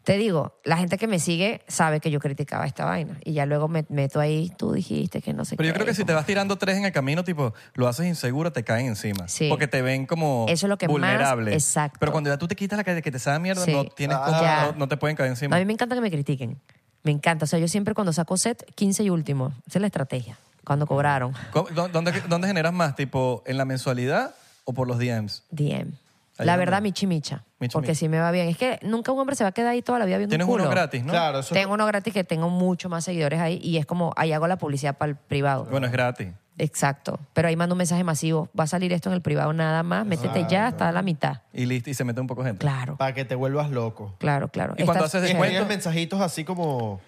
te digo, la gente que me sigue sabe que yo criticaba esta vaina. Y ya luego me meto ahí, tú dijiste que no sé Pero yo qué, creo que si como- te vas tirando tres en el camino, tipo, lo haces insegura, te caen encima. Sí. Porque te ven como Eso es lo que más- vulnerable. exacto. Pero cuando ya tú te quitas la calle que te sabe mierda, Sí. no tienes Ah, cómo- ya. no, no te pueden caer A encima. mí me encanta que me critiquen. Me encanta. O sea, yo siempre cuando saco set, 15 y último. Esa es la estrategia. Cuando cobraron. ¿Cómo- dó- ¿Dónde, dónde generas más? ¿Tipo en la mensualidad o por los DMs? DM. Ahí La anda. verdad, mi chimicha. Michi Porque micha. si me va bien. Es que nunca un hombre se va a quedar ahí toda la vida viendo un Tienes culo. uno gratis, ¿no? Claro, eso Tengo uno gratis que tengo mucho más seguidores ahí y es como, ahí hago la publicidad para el privado. Bueno, es gratis. Exacto. Pero ahí mando un mensaje masivo. Va a salir esto en el privado nada más. Métete ya hasta la mitad. Y listo, y se mete un poco de gente. Claro, para que te vuelvas loco. claro, claro. Y cuando Estas- haces Y descuento- escribes mensajitos así como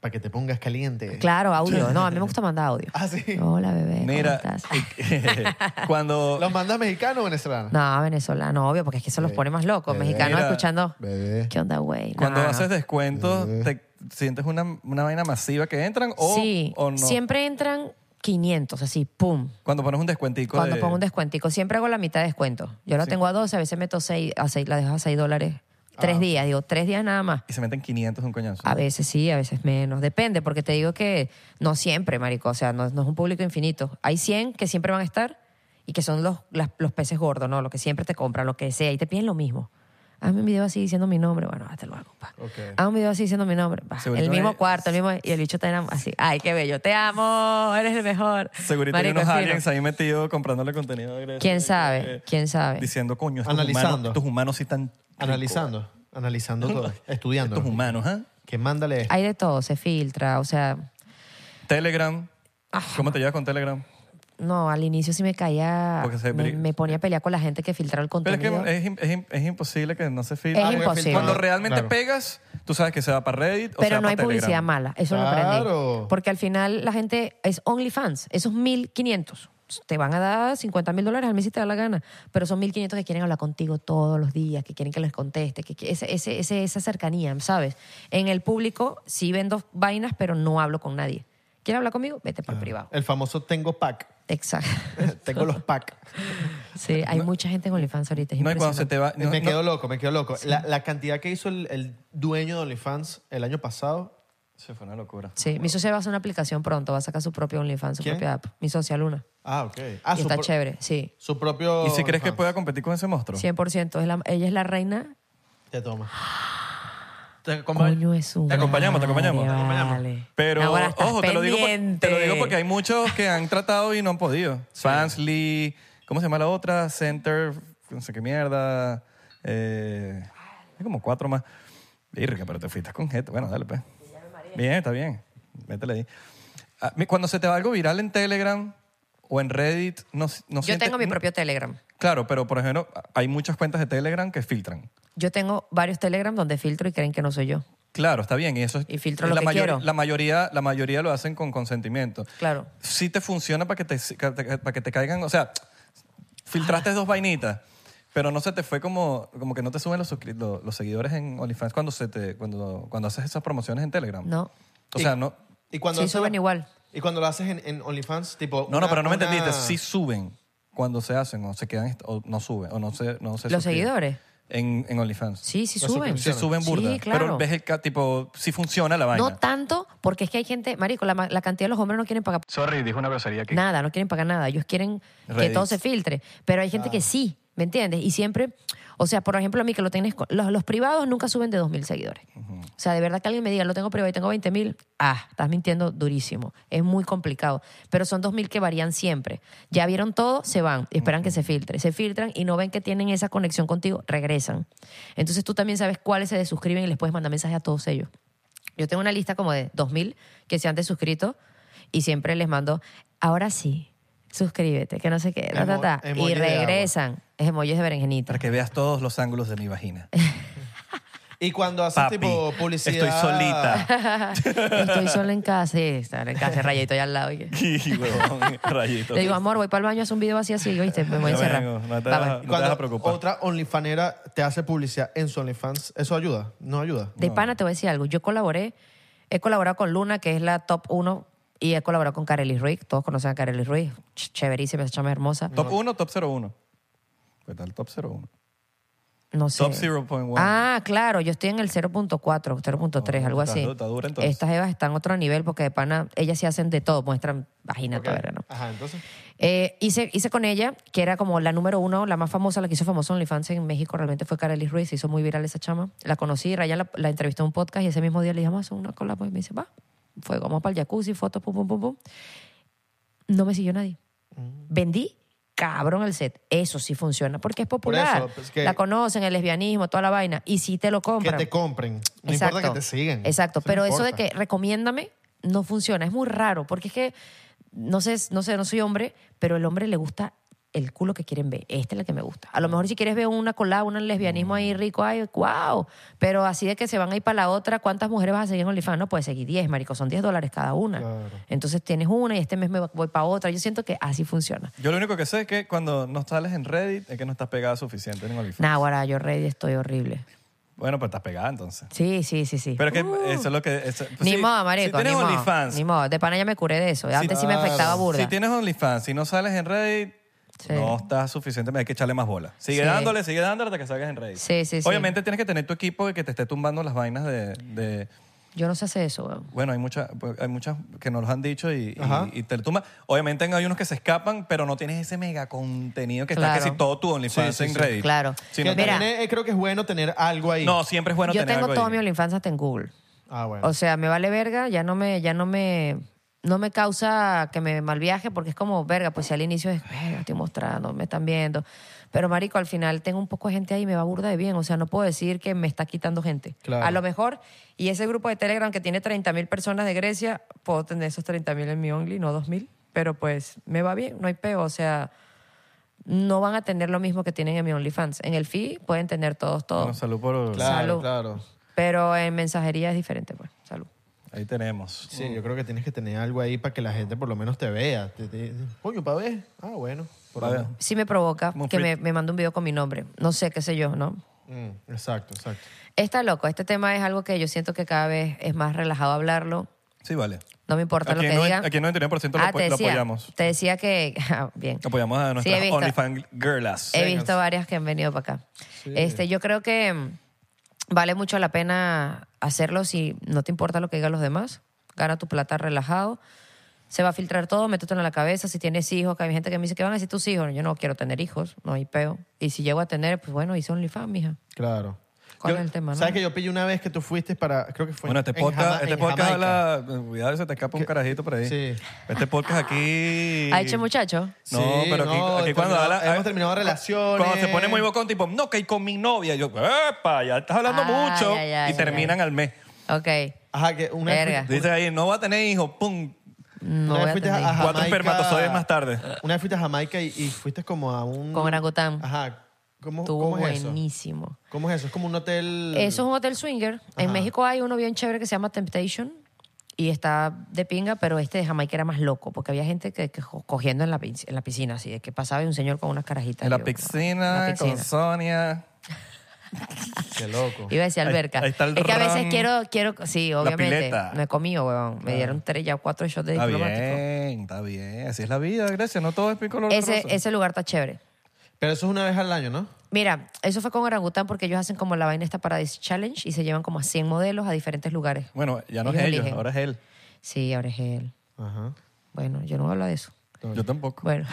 para que te pongas caliente. Claro, audio. No, a mí me gusta mandar audio. Ah, sí. Hola, bebé. ¿cómo Mira, eh, estás? cuando... ¿Los mandas mexicano o venezolano? No, venezolano, obvio, porque es que eso los pone más locos. Mexicanos Mira, escuchando. bebé. ¿Qué onda, güey? Cuando No, no. haces descuentos, ¿te sientes una, una vaina masiva que entran o, Sí, o no? siempre entran 500, así, pum. Cuando pones un descuentico Cuando de- pongo un descuentico, siempre hago la mitad de descuento. Yo la tengo a 12, a veces meto 6, a seis, la dejo a 6 dólares. Ah. Tres días, digo, tres días nada más. y se meten 500 de un coñazo. A veces sí, a veces menos. Depende, porque te digo que no siempre, marico. O sea, no, no es un público infinito. Hay 100 que siempre van a estar y que son los, las- los peces gordos, ¿no? Los que siempre te compran, lo que sea, y te piden lo mismo. Hazme un video así diciendo mi nombre. Bueno, hasta luego, pa. Hazme un video así diciendo mi nombre. pa. Segurito El mismo hay- cuarto, el mismo... Y el bicho te era así. Ay, qué bello. Te amo. Eres el mejor. Segurito Marico, hay unos fino. aliens ahí metidos comprándole contenido. de Grecia. eh, ¿Quién sabe? ¿Quién sabe? Diciendo, coño, estos Analizando. humanos, estos humanos sí están... ricos. Analizando, analizando todo, estudiando. Estos humanos, ¿ah? Que mándale esto. Hay de todo, se filtra. O sea, Telegram. Ah. ¿Cómo te llevas con Telegram? no, al inicio sí me caía... Porque se Me, bri- me ponía a pelear con la gente que filtraba el Pero contenido. es que es, im- es im- es imposible que no se filtre. Es Ah, porque imposible. filtrado. Cuando realmente Claro. pegas, tú sabes que se va para Reddit o se Pero va no para hay publicidad Telegram. mala, eso lo Claro. aprendí. Porque al final la gente es OnlyFans, esos 1.500. Te van a dar 50 mil dólares al mes si te da la gana, pero son 1.500 que quieren hablar contigo todos los días, que quieren que les conteste, que que ese, ese- ese- esa cercanía, ¿sabes? En el público sí vendo vainas, pero no hablo con nadie. ¿Quieres hablar conmigo? Vete Ah. para el privado. El famoso tengo pack. Exacto. tengo los pack. Sí, hay mucha gente en OnlyFans ahorita. es No, y cuando se impresionante. te va... no- Eh, me no- quedo loco, me quedo loco. La, la cantidad que hizo el, el dueño de OnlyFans el año pasado. Se fue una locura. Sí, mi socia va a hacer una aplicación pronto, va a sacar su propio OnlyFans, su ¿Quién? propia app. Mi socia Luna. Ah, ok. Ah, y está pro- chévere, sí. Su propio. ¿Y si crees que OnlyFans. pueda competir con ese monstruo? 100%. Es la- ella es la reina. Te toma. Te acompaño. Coño, es un. Te acompañamos, te acompañamos. Vale, Te vale. Pero, Ahora estás ojo, te lo, digo por- pendiente. te lo digo porque hay muchos que han tratado y no han podido. Fans Lee, ¿cómo se llama la otra? Center, no sé qué mierda. Eh, hay como cuatro más. Virga, pero te fuiste con gente. Bueno, dale, pues. Bien, está bien. Métele ahí. Ah, mi- Cuando se te va algo viral en Telegram o en Reddit, no, no Yo tengo mi propio Telegram. Claro, pero por ejemplo, hay muchas cuentas de Telegram que filtran. Yo tengo varios Telegram donde filtro y creen que no soy yo. Claro, está bien. Y eso es- Y filtro la lo que mayor- quiero. La mayoría, la mayoría lo hacen con consentimiento. Claro. Sí te funciona para que te, ca- te- para que te caigan, o sea, filtraste dos vainitas, pero no se te fue como, como que no te suben los, suscri- lo- los seguidores en OnlyFans cuando, se te, cuando, cuando haces esas promociones en Telegram. No. O sea, no. Y cuando Sí, haces- suben igual. Y cuando lo haces en, en OnlyFans, tipo. No, no, una- pero no me una- entendiste. Sí suben cuando se hacen o se quedan, est- o no suben, o no se, no se ¿Los suscriben. seguidores? En, en OnlyFans. Sí, sí No suben. Se suben burda. Sí, claro. Pero ves el ca- tipo, si funciona la vaina. No tanto, porque es que hay gente, marico, la, ma- la cantidad de los hombres no quieren pagar Sorry, dijo una grosería aquí. nada, no quieren pagar nada. Ellos quieren Reddit. Ah. que todo se filtre. Pero hay gente que sí, ¿me entiendes? Y siempre, o sea, por ejemplo, a mí que lo tienes, con- los, los privados nunca suben de 2.000 seguidores. O sea, de verdad que alguien me diga, lo tengo privado y tengo 20.000, ah, estás mintiendo durísimo. Es muy complicado. Pero son 2.000 que varían siempre. Ya vieron todo, se van, esperan que se filtre. Se filtran y no ven que tienen esa conexión contigo, regresan. Entonces tú también sabes cuáles se desuscriben y les puedes mandar mensajes a todos ellos. Yo tengo una lista como de 2.000 que se han desuscrito y siempre les mando, ahora sí, suscríbete, que no sé qué, ta, ta, ta, Emo- y emoji de agua. regresan. Es emojis de berenjenita. Para que veas todos los ángulos de mi vagina. Y cuando haces Papi, tipo publicidad. estoy solita. Estoy sola en casa, sí, estar en casa, rayito allá al lado. oye. Y, huevón, rayito. Le digo, amor, voy para el baño, haz un video así, así, ¿viste? Me voy a Ya encerrar. vengo, no te Bye, vas bye. a- Y No te cuando vas a preocupar. otra OnlyFanera te hace publicidad en su OnlyFans, ¿eso ayuda? ¿No ayuda? De pana te voy a decir algo. Yo colaboré, he colaborado con Luna, que es la top 1, y he colaborado con Kareli Ruiz. Todos conocen a Kareli Ruiz. Ch- Chéverísima, esa chama es hermosa. Top 1, top 01. ¿Qué tal top 01? No sé. Top 0.1. Ah, claro, yo estoy en el 0.4, 0.3, Oh, algo está así. du- está dura, entonces. Estas evas están a otro nivel porque de pana, ellas sí hacen de todo, muestran vagina, toda verga, ¿no? Ajá, entonces. Eh, hice, hice con ella, que era como la número uno, la más famosa, la que hizo famosa OnlyFans en México, realmente fue Kareli Ruiz, se hizo muy viral esa chama. La conocí, Raya la, la entrevistó en un podcast y ese mismo día le dije, vamos a hacer una cola, pues me dice, va, fue, vamos para el jacuzzi, fotos, pum, pum, pum, pum. No me siguió nadie. Mm. Vendí cabrón el set. Eso sí funciona porque es popular. eso, pues, que- la conocen, el lesbianismo, toda la vaina. Y sí te lo Que compran. te compren. No Exacto. importa que te siguen. Exacto, no pero eso de importa. que recomiéndame no funciona, es muy raro, porque es que no sé, no sé, no soy hombre, pero el hombre le gusta el culo que quieren ver. Esta es la que me gusta. A lo mejor si quieres ver una colada, un lesbianismo Mm. ahí rico, ay, wow. Pero así de que se van a ir para la otra, ¿cuántas mujeres vas a seguir en OnlyFans? No puedes seguir 10, marico, son 10 dólares cada una. Entonces tienes una y este mes me voy para otra. Yo siento que así funciona. Yo lo único que sé es que cuando no sales en Reddit es que no estás pegada suficiente en OnlyFans. Nah, guará, yo ready estoy horrible. Bueno, pues estás pegada entonces. Sí, sí, sí, sí. Uh. Pero es que eso es lo que... eso- pues, ni sí, modo, marico, Si ni tienes modo. OnlyFans, Ah, Ni modo, de pana ya me curé de eso. Antes sí me afectaba burda. si tienes OnlyFans, si no sales en Reddit, Sí. no estás suficientemente, hay que echarle más bola. Sigue Sí. dándole, sigue dándole hasta que salgas en Reddit. Sí, sí, sí. Obviamente tienes que tener tu equipo que te esté tumbando las vainas de... de- Yo no sé hacer eso, weón. bueno, hay, muchas hay muchas que nos los han dicho y, y- Ajá. y te tumban. Obviamente hay unos que se escapan, pero no tienes ese mega contenido que está Claro. casi todo tu OnlyFans Sí, sí, en sí. Reddit. Claro. Sí, Que no- Mira. también, eh, creo que es bueno tener algo ahí. No, siempre es bueno yo tener tengo algo todo ahí. mi OnlyFans hasta en Google. Ah, bueno. O sea, me vale verga, ya no me, ya no me, no me causa que me malviaje porque es como verga, pues si al inicio es, verga, estoy mostrando, me están viendo. Pero marico, al final tengo un poco de gente ahí y me va burda de bien. O sea, no puedo decir que me está quitando gente. Claro. A lo mejor, y ese grupo de Telegram que tiene 30.000 personas de Grecia, puedo tener esos 30.000 en mi Only, no 2.000. Pero pues me va bien, no hay peo. O sea, no van a tener lo mismo que tienen en mi OnlyFans. En el fee pueden tener todos, todos. Bueno, salud por... claro, salud. claro. Pero en mensajería es diferente, pues. Salud. Ahí tenemos. Sí, yo creo que tienes que tener algo ahí para que la gente por lo menos te vea. Te- te- Coño, para ver. Ah, bueno. Por lo Vale. menos. Sí me provoca Como que me, frito. me mande un video con mi nombre. No sé, qué sé yo, ¿no? Mm, exacto, exacto. Está loco. Este tema es algo que yo siento que cada vez es más relajado hablarlo. Sí, vale. No me importa lo Aquí que el noven- digan. aquí el 99% lo apo- te lo decía- apoyamos. Te decía que... ah, bien. Apoyamos a Sí, he nuestras visto. OnlyFans girlas. He visto varias que han venido para acá. Este, yo creo que mm, vale mucho la pena hacerlo si no te importa lo que digan los demás. Gana tu plata relajado. Se va a filtrar todo, métetelo en la cabeza. Si tienes hijos, que hay gente que me dice que van a decir tus hijos. Yo no quiero tener hijos, no hay peo. Y si llego a tener, pues bueno, hice OnlyFans, mija. Claro. ¿Cuál Yo- es el tema, no? ¿Sabes que yo pillé una vez que tú fuiste para. Creo que fue. Bueno, este Pues en podcast, Jama- este en podcast Jamaica. habla. Cuidado, se te escapa un carajito por ahí. Sí. Este podcast aquí. ¿Ha hecho muchacho? No, Sí, pero aquí, no, aquí cuando terminado- habla. hemos terminado relaciones. Cuando se pone muy bocón, tipo, no, que con mi novia. Yo, ¡epa! Ya estás hablando Ah, mucho. ya, ya, y ya, terminan al mes. Ok. Ajá, que una vez Verga. fuiste- Dice ahí, no va a tener hijos, pum. No Una vez voy a fuiste tener a- hijos. Cuatro Jamaica. espermatozoides más tarde. Una vez fuiste a Jamaica y, y fuiste como a un. Con orangután. Mm, Ajá. ¿Cómo, Estuvo cómo es eso? buenísimo. ¿Cómo es eso? Es como un hotel. Eso es un hotel swinger. En México hay uno bien chévere que se llama Temptation y está de pinga, pero este de Jamaica era más loco porque había gente que, que co- cogiendo en la, pin- en la piscina, así de que pasaba y un señor con unas carajitas. En la Yo, piscina, en la con piscina. Sonia. Qué loco. Iba a decir Ahí- alberca. ahí está el es que a veces ron. quiero, quiero, sí, obviamente. pileta. Ah. No he comido, huevón. Me dieron tres ya cuatro shots de Está diplomático. bien, está bien. Así es la vida, Grecia. No todo es picolor. de Ese, rosa. ese lugar está chévere. Pero eso es una vez al año, ¿no? Mira, eso fue con Orangután porque ellos hacen como la vaina esta Paradise Challenge y se llevan como a 100 modelos a diferentes lugares. Bueno, ya no es Ellos ellos, eligen. ahora es él. Sí, ahora es él. Ajá. Bueno, yo no hablo de eso. Yo tampoco. Bueno.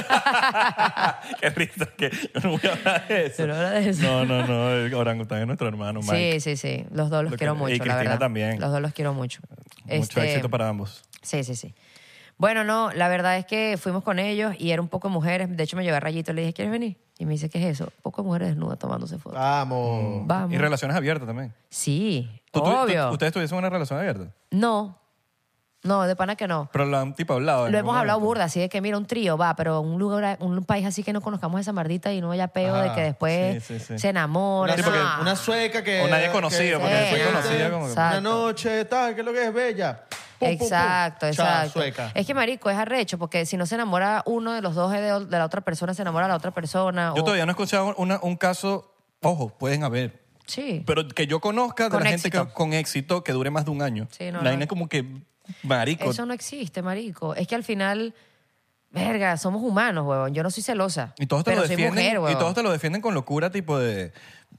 Qué risa, que yo no voy a hablar de Yo eso. no voy a hablar de eso. No, no, no, el orangután es nuestro hermano, Mike. Sí, sí, sí. Los dos los Lo que- quiero y mucho, la Cristina verdad. también. Los dos los quiero mucho. Mucho Este, éxito para ambos. Sí, sí, sí. Bueno, no, la verdad es que fuimos con ellos y era un poco de mujeres. De hecho, me llevé a Rayito y le dije, ¿quieres venir? Y me dice, ¿qué es eso? Un poco de mujeres desnudas tomándose fotos. Vamos. Vamos. Ah, Y relaciones abiertas también. Sí, ¿Tú- tú- obvio. tú- ¿Ustedes tuviesen una relación abierta? No, No, de pana que no. Pero lo han tipo hablado. en Lo algún hemos hablado momento. burda, así de que mira, un trío va, pero un lugar, un país así que no conozcamos esa mardita y no haya peo de Ah, que después sí, sí, sí. se enamora. Sí, no. porque Una sueca que. O nadie que- conocido, porque Sí. fue conocido como que- Exacto. Una noche, tal, que es lo que es bella. Pum, pum, pum. Exacto, Chao, exacto. sueca. Es que marico es arrecho porque si no se enamora uno de los dos de, de la otra persona se enamora la otra persona. Yo o- todavía no he escuchado una- un caso, ojo, pueden haber, Sí. pero que yo conozca de Con la gente éxito. que- con éxito que dure más de un año. Sí, no, la no. vaina es como que marico. Eso no existe, marico. Es que al final, verga, somos humanos, huevón. Yo no soy celosa. Y todos te pero lo defienden. soy mujer, y huevón. todos te lo defienden con locura, tipo de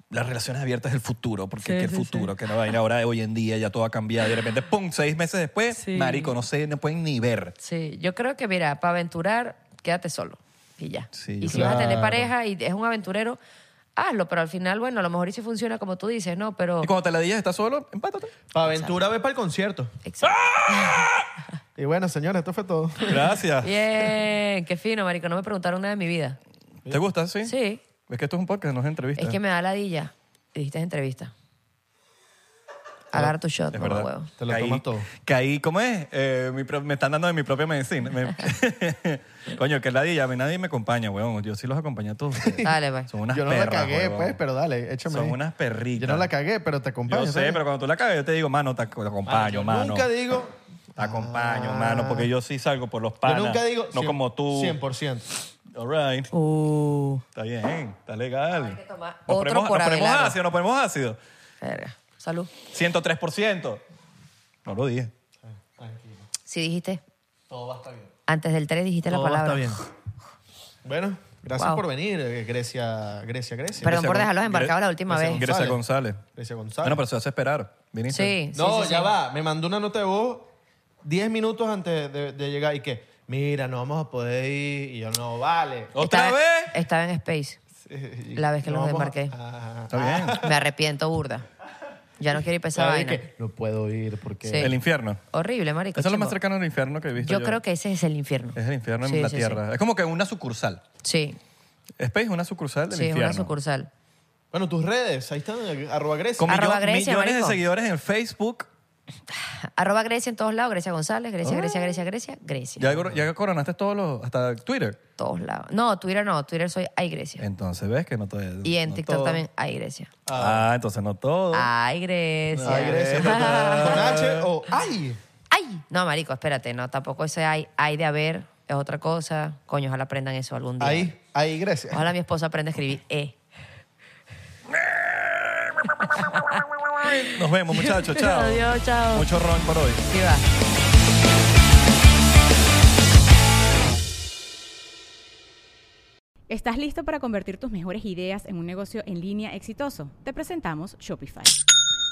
las relaciones abiertas del futuro, porque que el futuro, que la vaina ahora de hoy en día ya todo ha cambiado. Y de repente, ¡pum! Seis meses después, Sí. marico, no sé, no pueden ni ver. Sí, yo creo que, mira, para aventurar, quédate solo y ya. Sí, y yo si vas a tener Claro. pareja y es un aventurero, hazlo, pero al final, bueno, a lo mejor y si funciona como tú dices, ¿no? Pero... Y cuando te la digas, estás solo, empátate. Pa' aventura, ve para el concierto. Exacto. ¡Ah! Y bueno, señores, esto fue todo. Gracias. Bien, qué fino, marico. No me preguntaron nada de mi vida. ¿Te gusta? Sí. Sí, Es que esto es un podcast, no es entrevista. es que me da ladilla. Dijiste entrevista. Agarra tu shot, Es mamá verdad. huevo. Te lo Caí- tomas todo. Caí, ¿cómo es? Eh, mi pro- me están dando de mi propia medicina. Me- Coño, que ladilla, a mí nadie me acompaña, huevón. Yo sí los acompañé a todos. ustedes. Dale, pues. Son unas Yo no la perras, cagué, huevón. pues, pero dale, échame. Son ahí. unas perritas. Yo no la cagué, pero te acompaño. Yo sé, ¿sabes? pero cuando tú la cagas, yo te digo, mano, te, ac- te acompaño, Yo mano. Nunca digo. Te acompaño, mano, porque yo sí salgo por los Yo panas. nunca digo. No cien- como tú. 100%. All right. Uh, Está bien, está legal. que tomar otro Nos ponemos, por nos ponemos Abelardo. ácido, nos ponemos ácido. verga. Salud. 103%. No lo dije. Si dijiste, Todo va a estar bien. antes del 3 dijiste Todo la está palabra. bien. Bueno, gracias Wow. por venir, eh, Grecia, Grecia, Grecia. Perdón Grecia por Gon- dejarlos embarcados Gre- la última Grecia vez. Gon- Grecia González. González. Grecia González. Bueno, pero se hace esperar. Viniste. Sí, sí, No, sí, ya sí. va. Me mandó una nota de voz 10 minutos antes de, de llegar y que, mira, no vamos a poder ir. Y yo, no, vale. ¿Otra Estaba- vez? Estaba en Space. Y- La vez que los vamos a- embarqué. Ah, Está bien. Me arrepiento, burda. Ya no quiero ir para esa ¿sabes vaina. qué? no puedo ir porque... Sí. El infierno. Horrible, marico. Eso es lo chimbo. más cercano al infierno que he visto. Yo, creo que ese es el infierno. Es el infierno en Sí, la sí, tierra. Es como que una sucursal. Sí, Space es una sucursal del sí, es infierno. una sucursal. Bueno, tus redes, ahí están, arroba Grecia. Con Arroba millo- Grecia, millones marico. de seguidores en Facebook. Arroba Grecia en todos lados, Grecia González, Grecia, Grecia, Grecia, Grecia, Grecia. Ya, ya coronaste todos los. hasta Twitter. Todos lados. No, Twitter no, Twitter soy Ay Grecia. Entonces ves que no todo es- y en no TikTok todo. también Ay Grecia. Ah, entonces no todo. Ay Grecia. Ay, Ah, Grecia. Con H o ay. Ay. No, marico, espérate, no, tampoco ese Ay, Ay de haber es otra cosa. Coño, ojalá aprendan eso algún día. Ahí, ahí Grecia. Ojalá mi esposa aprenda a escribir E. Nos vemos, muchachos. Chao. Adiós, chao. Mucho ron por hoy. Sí, va. ¿Estás listo para convertir tus mejores ideas en un negocio en línea exitoso? Te presentamos Shopify.